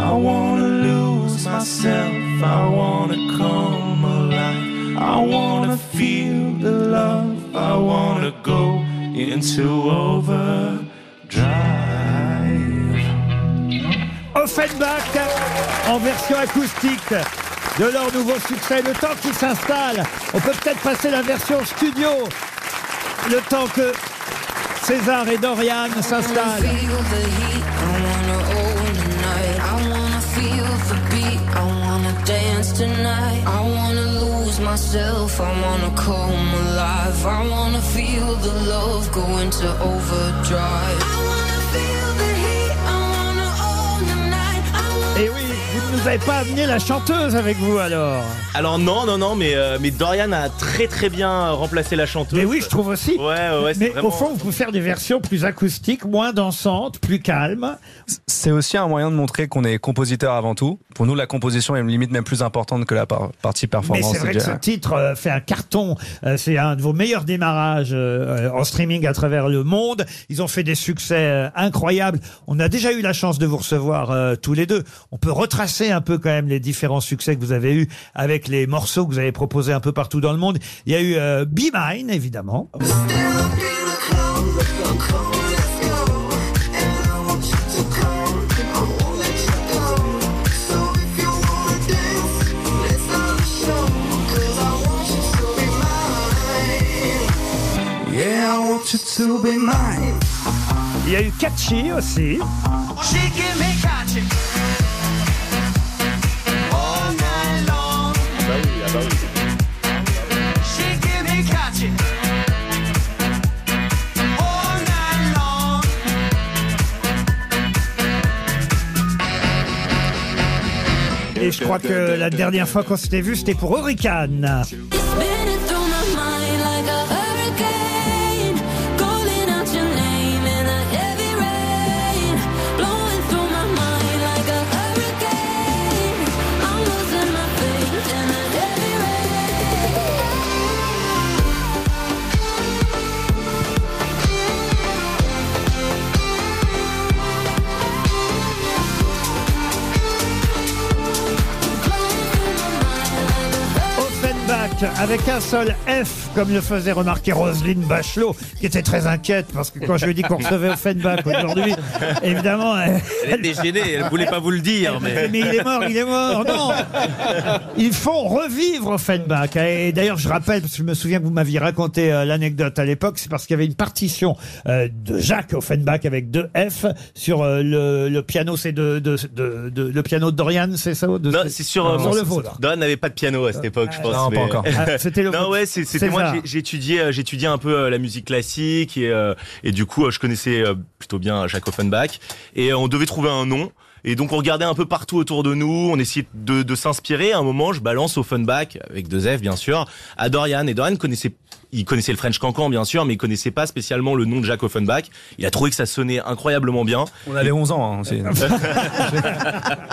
Speaker 16: I wanna lose myself, I wanna come alive, I wanna feel the love, I wanna go into overdrive.
Speaker 2: Offenbach en version acoustique de leur nouveau succès. Le temps qu'ils s'installent, on peut peut-être passer la version studio. Le temps que César et Dorian s'installent.
Speaker 18: Tonight, I wanna lose myself. I wanna come alive. I wanna feel the love go into overdrive. I wanna feel the heat. I wanna own the night. I wanna
Speaker 2: Et Eh oui, vous ne nous avez pas amené la chanteuse avec vous alors.
Speaker 19: Alors non, non, non, mais, euh, mais Dorian a très très bien remplacé la chanteuse.
Speaker 2: Mais oui, je trouve aussi.
Speaker 19: Ouais, ouais, ouais, c'est
Speaker 2: Mais
Speaker 19: vraiment-
Speaker 2: au fond, vous pouvez faire des versions plus acoustiques, moins dansantes, plus calmes.
Speaker 20: C'est aussi un moyen de montrer qu'on est compositeur avant tout. Pour nous, la composition est limite même plus importante que la par- partie
Speaker 2: Mais
Speaker 20: performance.
Speaker 2: c'est vrai que
Speaker 20: je
Speaker 2: ce
Speaker 20: dirais.
Speaker 2: titre euh, fait un carton. Euh, c'est un de vos meilleurs démarrages euh, euh, en streaming à travers le monde. Ils ont fait des succès euh, incroyables. On a déjà eu la chance de vous recevoir euh, tous les deux. On peut retracer un peu quand même les différents succès que vous avez eus avec les morceaux que vous avez proposés un peu partout dans le monde. Il y a eu euh, Be Mine, évidemment.
Speaker 18: Yeah, I want you to be mine.
Speaker 2: Il y a eu Catchy aussi.
Speaker 18: She give me catching. All night long. She give me catching. All night long.
Speaker 2: Et je crois que la dernière fois qu'on s'était vu, c'était pour Hurricane.
Speaker 18: Spinning through my mind like a hurricane. Calling out your name in a heavy rain. Blowing through my mind like a hurricane. I'm losing my faith in a heavy rain.
Speaker 2: note avec un seul F, comme le faisait remarquer Roselyne Bachelot, qui était très inquiète parce que quand je lui ai dit qu'on recevait Offenbach aujourd'hui, évidemment. Elle,
Speaker 19: Elle était gênée, elle voulait pas vous le dire, mais.
Speaker 2: Mais il est mort, il est mort, non Ils font revivre Offenbach. Et d'ailleurs, je rappelle, parce que je me souviens que vous m'aviez raconté euh, l'anecdote à l'époque, c'est parce qu'il y avait une partition euh, de Jacques Offenbach avec deux F sur euh, le, le piano, c'est de, de- de- de- le piano de Dorian, c'est ça de-
Speaker 19: Non, c'est sur, euh,
Speaker 2: sur
Speaker 19: mon-
Speaker 2: le vôtre.
Speaker 19: Don n'avait pas de piano à cette époque, je pense.
Speaker 2: Non, pas
Speaker 19: mais-
Speaker 2: encore. Ah, c'était le
Speaker 19: Non, ouais, c'est- c'était moi.
Speaker 2: César.
Speaker 19: j'ai- J'étudiais, euh, j'étudiais un peu euh, la musique classique et, euh, et du coup, euh, je connaissais euh, plutôt bien Jacques Offenbach. Et euh, on devait trouver un nom. Et donc, on regardait un peu partout autour de nous. On essayait de, de s'inspirer. À un moment, je balance Offenbach avec deux F, bien sûr, à Dorian. Et Dorian connaissait. Il connaissait le French Cancan, bien sûr, mais il connaissait pas spécialement le nom de Jacques Offenbach. Il a trouvé que ça sonnait incroyablement bien.
Speaker 20: On avait 11 ans hein, aussi.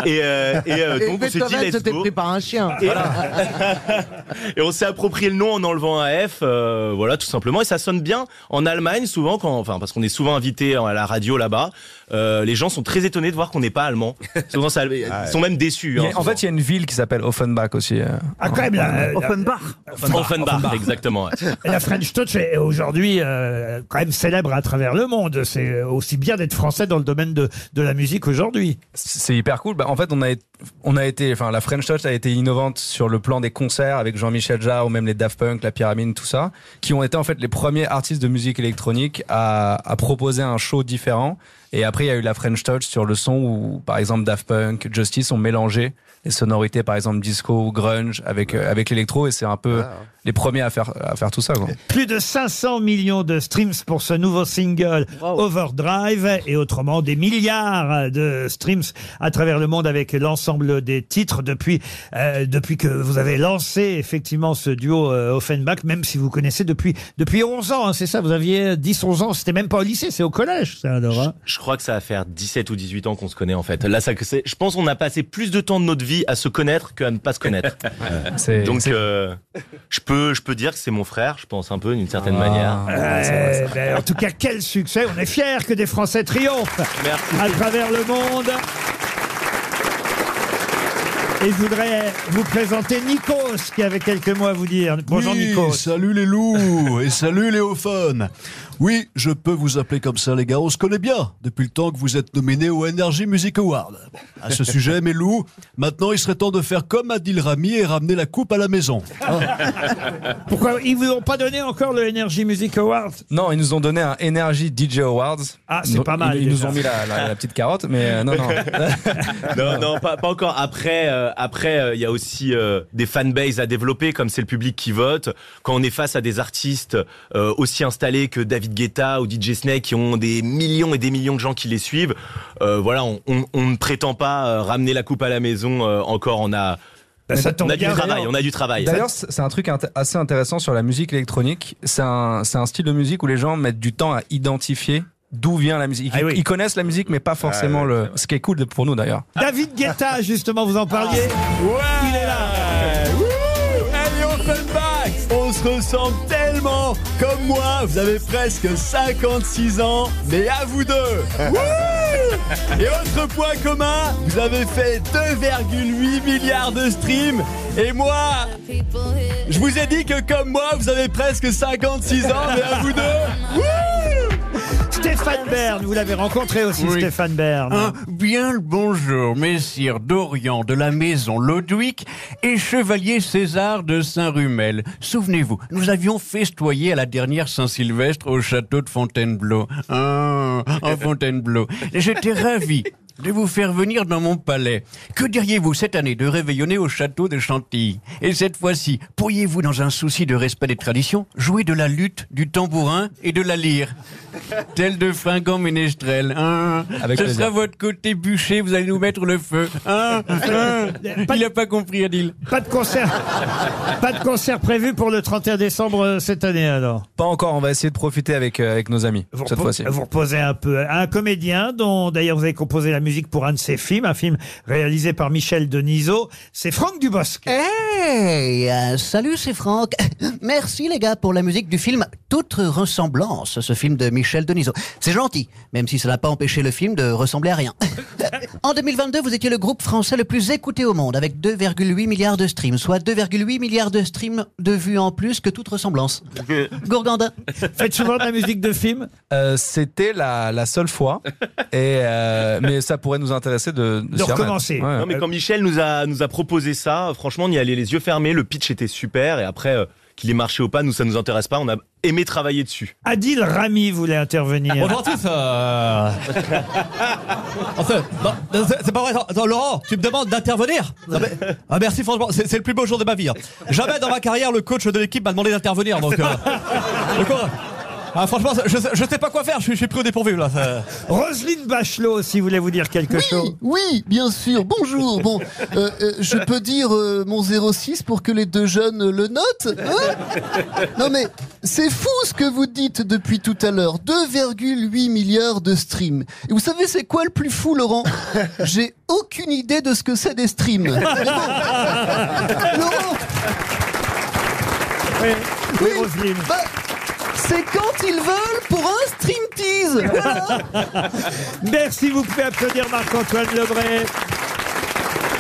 Speaker 19: Et, euh, et, euh,
Speaker 14: Et
Speaker 19: donc, on s'est dit,
Speaker 14: Beethoven
Speaker 19: let's
Speaker 14: s'était
Speaker 19: go.
Speaker 14: pris par un chien.
Speaker 19: Et on s'est approprié le nom en enlevant un F, euh, voilà, tout simplement. Et ça sonne bien en Allemagne, souvent, quand, enfin, parce qu'on est souvent invité à la radio là-bas. euh, les gens sont très étonnés de voir qu'on n'est pas allemand. Souvent, ça- ils sont même déçus.
Speaker 20: Il y
Speaker 19: hein,
Speaker 20: a- en fait, il y a une ville qui s'appelle Offenbach aussi. euh,
Speaker 2: Ah, quand même, la- la-
Speaker 19: Offenbach, Offenbach, exactement. ouais.
Speaker 2: La French Touch est aujourd'hui euh, quand même célèbre à travers le monde. C'est aussi bien d'être français dans le domaine de, de la musique aujourd'hui.
Speaker 20: C'est hyper cool. Bah, en fait, on a, on a été, enfin, la French Touch a été innovante sur le plan des concerts avec Jean-Michel Jarre ou même les Daft Punk, la Pyramide, tout ça, qui ont été en fait les premiers artistes de musique électronique à, à proposer un show différent. Et après, il y a eu la French Touch sur le son où, par exemple, Daft Punk, Justice ont mélangé les sonorités, par exemple, disco ou grunge avec, euh, avec l'électro. Et c'est un peu les premiers à faire, à faire tout ça. quoi.
Speaker 2: Plus de 500 millions de streams pour ce nouveau single Overdrive et autrement des milliards de streams à travers le monde avec l'ensemble des titres depuis euh, depuis que vous avez lancé effectivement ce duo euh, Offenbach même si vous connaissez depuis depuis 11 ans hein, c'est ça vous aviez 10 11 ans c'était même pas au lycée c'est au collège ça alors hein.
Speaker 19: Je crois que ça va faire 17 ou 18 ans qu'on se connaît en fait. Là, ça, c'est- je pense qu'on a passé plus de temps de notre vie à se connaître qu'à ne pas se connaître.
Speaker 20: C'est-
Speaker 19: Donc, euh, je peux, je peux dire que c'est mon frère, je pense un peu d'une certaine
Speaker 20: Ah,
Speaker 19: manière.
Speaker 2: Eh ben, en tout cas, quel succès On est fiers que des Français triomphent à travers le monde. Et je voudrais vous présenter Nikos, qui avait quelques mots à vous dire. Bonjour
Speaker 21: Oui,
Speaker 2: Nikos.
Speaker 21: Salut les loups et salut les hophones. Oui, je peux vous appeler comme ça les gars, on se connaît bien depuis le temps que vous êtes nominés au Energy Music Award. Bon, à ce sujet mes loups, maintenant il serait temps de faire comme Adil Rami et ramener la coupe à la maison.
Speaker 2: Pourquoi ils vous ont pas donné encore le Energy Music Award
Speaker 20: Non, ils nous ont donné un Energy DJ Awards.
Speaker 2: Ah,
Speaker 19: c'est pas mal,
Speaker 20: Ils, ils nous
Speaker 19: déjà.
Speaker 20: ont mis la, la- la petite carotte, mais euh, non, non.
Speaker 19: non, non, pas, pas encore. Après, euh, après, euh, il y a aussi euh, des fanbases à développer, comme c'est le public qui vote. Quand on est face à des artistes euh, aussi installés que David Guetta ou DJ Snake, qui ont des millions et des millions de gens qui les suivent, euh, voilà, on, on- on ne prétend pas euh, ramener la coupe à la maison. euh, encore, on a,
Speaker 20: Bah, ça
Speaker 19: on
Speaker 20: tombe
Speaker 19: a du
Speaker 20: bien,
Speaker 19: travail.
Speaker 20: d'ailleurs.
Speaker 19: On a du travail.
Speaker 20: D'ailleurs, c'est c'est un truc int- assez intéressant sur la musique électronique. C'est un, c'est un style de musique où les gens mettent du temps à identifier d'où vient la musique.
Speaker 2: Ah
Speaker 20: Ils, ils connaissent la musique, mais pas forcément le. Ce qui est cool de- pour nous d'ailleurs.
Speaker 2: David Guetta, justement, vous en parliez. Il est là.
Speaker 22: Allez, Offenbach On se ressemble tellement Comme moi, vous avez presque 56 ans, mais à vous deux Wouh Et autre point commun, vous avez fait 2,8 milliards de streams, et moi, je vous ai dit que comme moi, vous avez presque 56 ans, mais à vous deux Wouh
Speaker 2: Stéphane Bern, vous l'avez rencontré aussi,
Speaker 23: Oui.
Speaker 2: Stéphane Bern.
Speaker 23: Un Ah, bien le bonjour, messire Dorian de la maison Lodwick et chevalier César de Saint-Rumel. Souvenez-vous, nous avions festoyé à la dernière Saint-Sylvestre au château de Fontainebleau. Ah, en Fontainebleau. Et J'étais ravi de vous faire venir dans mon palais. Que diriez-vous cette année de réveillonner au château de Chantilly Et cette fois-ci, pourriez-vous, dans un souci de respect des traditions, jouer de la lutte, du tambourin et de la lyre Tel de fringants ménestrels. hein
Speaker 20: Avec
Speaker 23: Ce
Speaker 20: plaisir.
Speaker 23: sera votre côté bûcher, vous allez nous mettre le feu. Hein Hein Il n'a pas compris, Adil.
Speaker 2: Pas de concert. Pas de concert prévu pour le 31 décembre euh, cette année alors.
Speaker 20: Pas encore, on va essayer de profiter avec, euh, avec nos amis cette
Speaker 2: Vous-
Speaker 20: fois-ci.
Speaker 2: Vous reposez un peu. Un comédien dont d'ailleurs vous avez composé la musique. musique pour un de ses films, un film réalisé par Michel Denisot. C'est Franck Dubosc.
Speaker 1: Hey, euh, salut, c'est Franck. Merci les gars pour la musique du film Toute ressemblance, ce film de Michel Denisot. C'est gentil, même si ça n'a pas empêché le film de ressembler à rien. en 2022, vous étiez le groupe français le plus écouté au monde, avec 2,8 milliards de streams, soit 2,8 milliards de streams de vues en plus que toute ressemblance. Gourgandin.
Speaker 2: Faites souvent de la musique de film
Speaker 20: Euh, C'était la, la seule fois. Et, euh, mais ça pourrait nous intéresser de, de s'y remettre. Ouais.
Speaker 19: Non, mais quand Michel nous a, nous a proposé ça, franchement, on y allait les yeux fermés. Le pitch était super. Et après, euh, qu'il ait marché ou pas, nous, ça nous intéresse pas. On a aimé travailler dessus.
Speaker 2: Adil Rami voulait intervenir.
Speaker 23: Bonjour à tous. euh. Enfin, non, non, c'est- c'est pas vrai. Attends, attends, Laurent, tu me demandes d'intervenir Non, mais- ah, Merci, franchement, c'est c'est le plus beau jour de ma vie. hein. Jamais dans ma carrière, le coach de l'équipe m'a demandé d'intervenir. Donc, euh, donc, euh, ah, franchement, je, je sais pas quoi faire. Je, suis- je suis pris au dépourvu là. ça-
Speaker 2: Roselyne Bachelot, si vous voulez vous dire quelque chose.
Speaker 24: Oui, bien sûr. Bonjour. Bon, euh, euh, je peux dire euh, mon 06 pour que les deux jeunes le notent hein Non mais c'est fou ce que vous dites depuis tout à l'heure. 2,8 milliards de streams. Et vous savez c'est quoi le plus fou, Laurent J'ai aucune idée de ce que c'est des streams. Vraiment. Laurent,
Speaker 2: oui,
Speaker 24: Roselyne.
Speaker 14: c'est quand ils veulent pour un stream tease. Voilà.
Speaker 2: Merci, vous pouvez applaudir Marc-Antoine Lebray.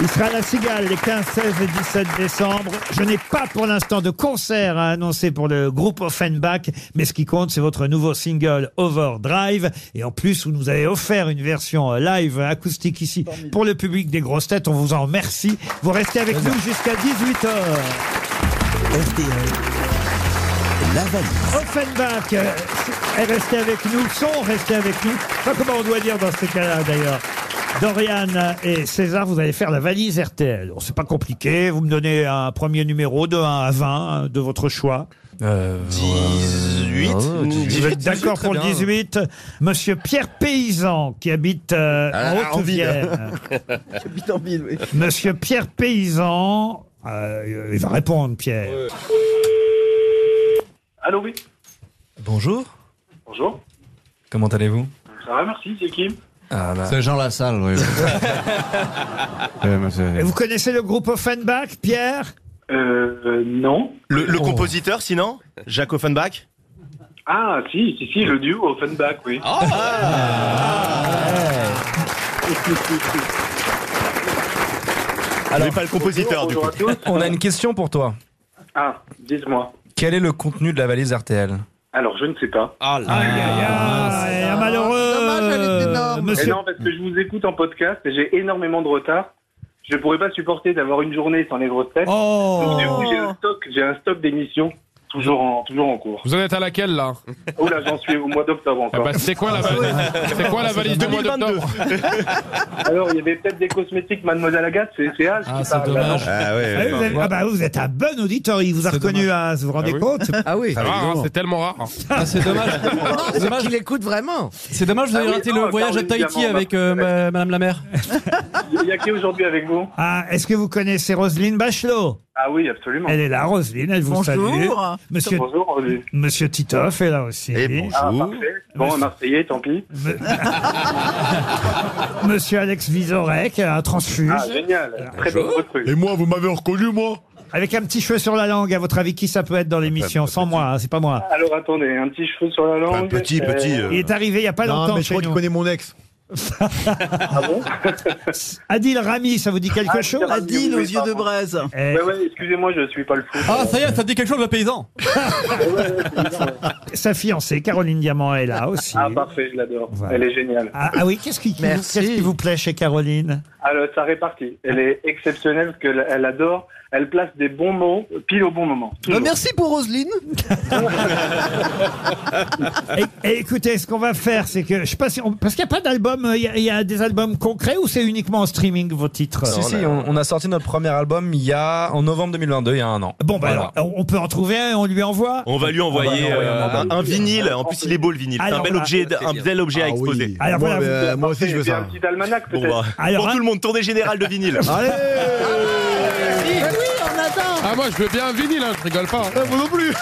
Speaker 2: Il sera à la Cigale les 15, 16 et 17 décembre. Je n'ai pas pour l'instant de concert à annoncer pour le groupe Offenbach, mais ce qui compte, c'est votre nouveau single Overdrive. Et en plus, vous nous avez offert une version euh, live acoustique ici pour le public des grosses têtes. On vous en remercie. Vous restez avec nous jusqu'à 18h. La valise. Offenbach euh, est resté avec nous, sont restés avec nous. Je sais pas comment on doit dire dans ces cas-là d'ailleurs. Dorian et César, vous allez faire la valise RTL. Bon, C'est pas compliqué. Vous me donnez un premier numéro de 1 à 20 euh, de votre choix.
Speaker 4: Ah,
Speaker 19: 18.
Speaker 2: Euh, Vous êtes d'accord pour le 18 Monsieur Pierre Paysan, qui habite euh, en Haute-Vienne.
Speaker 4: J'habite en ville, oui.
Speaker 2: Monsieur Pierre Paysan, euh, il va répondre, Pierre.
Speaker 12: Allô, oui
Speaker 20: Bonjour.
Speaker 12: Bonjour.
Speaker 20: Comment allez-vous Ah, bah.
Speaker 12: Ça va, merci, c'est qui
Speaker 20: C'est Jean Lassalle, oui.
Speaker 2: Et vous connaissez le groupe Offenbach, Pierre Oh.
Speaker 19: Euh,
Speaker 12: non.
Speaker 19: Le, le compositeur, sinon Jacques Offenbach
Speaker 12: Ah, si, si, si, le duo Offenbach, oui.
Speaker 17: Ah.
Speaker 19: Alors, pas le compositeur,
Speaker 20: du coup. On a une question pour toi.
Speaker 12: Ah, dites-moi.
Speaker 20: Quel est le contenu de la valise RTL
Speaker 12: Alors, je ne sais pas.
Speaker 19: Ah là
Speaker 2: un malheureux
Speaker 12: Mais non, parce que je vous écoute en podcast et j'ai énormément de retard. Je pourrais pas supporter d'avoir une journée sans les grosses têtes. Donc, du coup, j'ai un stock, j'ai un stock d'émissions toujours en, toujours en cours.
Speaker 8: Vous en êtes à laquelle là
Speaker 12: Oh là, j'en suis au mois d'octobre encore. Ah
Speaker 8: Eh ben, c'est quoi la valise C'est quoi la valise du mois d'octobre
Speaker 12: Alors, il y avait peut-être des cosmétiques Mademoiselle Agathe, c'est c'est As. Ah, c'est
Speaker 2: Ah, vous avez- ah bah, vous êtes un bon auditeur, il vous a reconnu, hein, vous vous rendez compte
Speaker 8: Ah oui. Ça va, hein, c'est tellement rare. Ah, c'est dommage.
Speaker 14: C'est qu'il écoute vraiment.
Speaker 23: C'est dommage, vous
Speaker 12: Ah
Speaker 23: avez
Speaker 12: oh,
Speaker 23: raté le voyage à Tahiti
Speaker 12: bah,
Speaker 23: avec euh, ma- Madame la mère.
Speaker 12: Il y a qui aujourd'hui avec vous
Speaker 2: Ah, est-ce que vous connaissez Roselyne Bachelot
Speaker 12: Ah oui, absolument.
Speaker 2: Elle est là, Roselyne, elle vous salue. Monsieur, Eh
Speaker 12: Bonjour, Roselyne.
Speaker 2: Monsieur Titoff est là aussi.
Speaker 12: Ah, parfait. Bon, Marseillais, tant pis.
Speaker 2: Monsieur Alex Vizorek, un transfuge.
Speaker 12: Ah, génial. Très bonne recrue.
Speaker 2: Et moi, vous m'avez reconnu, moi Avec un petit cheveu sur la langue, à votre avis, qui ça peut être dans l'émission Sans moi, hein, c'est pas moi.
Speaker 12: Alors, attendez, un petit cheveu sur la langue. Euh,
Speaker 2: Il est arrivé il n'y a pas
Speaker 25: Non,
Speaker 2: longtemps.
Speaker 25: mais je crois qu'il connaît
Speaker 2: mon ex. Adil Rami, ça vous dit quelque
Speaker 12: Ah,
Speaker 2: chose
Speaker 12: Adil Rami, Adil oui, aux yeux pardon. de braise.
Speaker 2: Eh,
Speaker 12: Ouais, ouais, excusez-moi, je suis pas le fou.
Speaker 23: Ah, ça y est, ça te dit quelque chose, le paysan
Speaker 2: Sa fiancée, Caroline Diamant, est là aussi.
Speaker 12: Ah, parfait, je l'adore. Elle est géniale.
Speaker 2: Ah, ah oui, qu'est-ce qui, qui- qu'est-ce qui vous plaît chez Caroline
Speaker 12: Alors, ça répartit. Elle est exceptionnelle parce qu'elle elle adore. Elle place des bons mots pile au bon moment.
Speaker 25: Bah,
Speaker 14: Euh, merci pour Roselyne.
Speaker 2: Et- et écoutez, ce qu'on va faire, c'est que je sais pas si on- parce qu'il n'y a pas d'album, euh, il y, a- il y a des albums concrets ou c'est uniquement en streaming vos titres.
Speaker 20: Si, si, on, on a sorti notre premier album il y a, en novembre 2022, il y a un an.
Speaker 2: Bon, bah alors, on peut en trouver un, et on lui envoie.
Speaker 19: On va lui envoyer
Speaker 20: On va lui envoyer
Speaker 19: euh,
Speaker 20: un
Speaker 19: un,
Speaker 20: album.
Speaker 19: un vinyle. En plus, il est beau le vinyle.
Speaker 2: Alors,
Speaker 19: un bel
Speaker 2: ah,
Speaker 19: objet,
Speaker 2: c'est
Speaker 19: un
Speaker 2: bien.
Speaker 19: bel objet à
Speaker 2: Ah oui.
Speaker 19: exposer.
Speaker 2: Alors, Moi, voilà, mais, vous- euh,
Speaker 19: moi aussi,
Speaker 12: je veux ça. Un petit almanach,
Speaker 19: Bon,
Speaker 12: peut-être.
Speaker 19: bah, pour tout le monde, tournée générale de vinyle.
Speaker 12: Allez
Speaker 14: Oui, on
Speaker 12: Jonathan
Speaker 8: Ah, moi, je veux bien un vinyle, hein, je rigole pas.
Speaker 2: moi non plus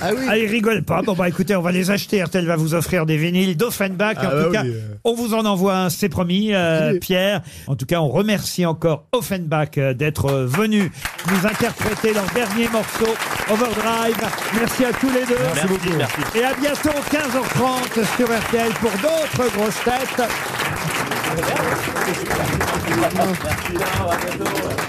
Speaker 2: ah, ils rigolent pas. Bon, bah écoutez, on va les acheter. RTL va vous offrir des vinyles d'Offenbach.
Speaker 22: Ah,
Speaker 2: en
Speaker 22: bah
Speaker 2: tout
Speaker 22: oui,
Speaker 2: cas,
Speaker 22: euh.
Speaker 2: on vous en envoie un, c'est promis, euh,
Speaker 22: Oui.
Speaker 2: Pierre. En tout cas, on remercie encore Offenbach euh, d'être euh, venu nous interpréter leur dernier morceau, Overdrive. Merci à tous les deux.
Speaker 22: Merci Merci, beaucoup. merci.
Speaker 2: Et à bientôt, 15h30 sur RTL pour d'autres grosses têtes.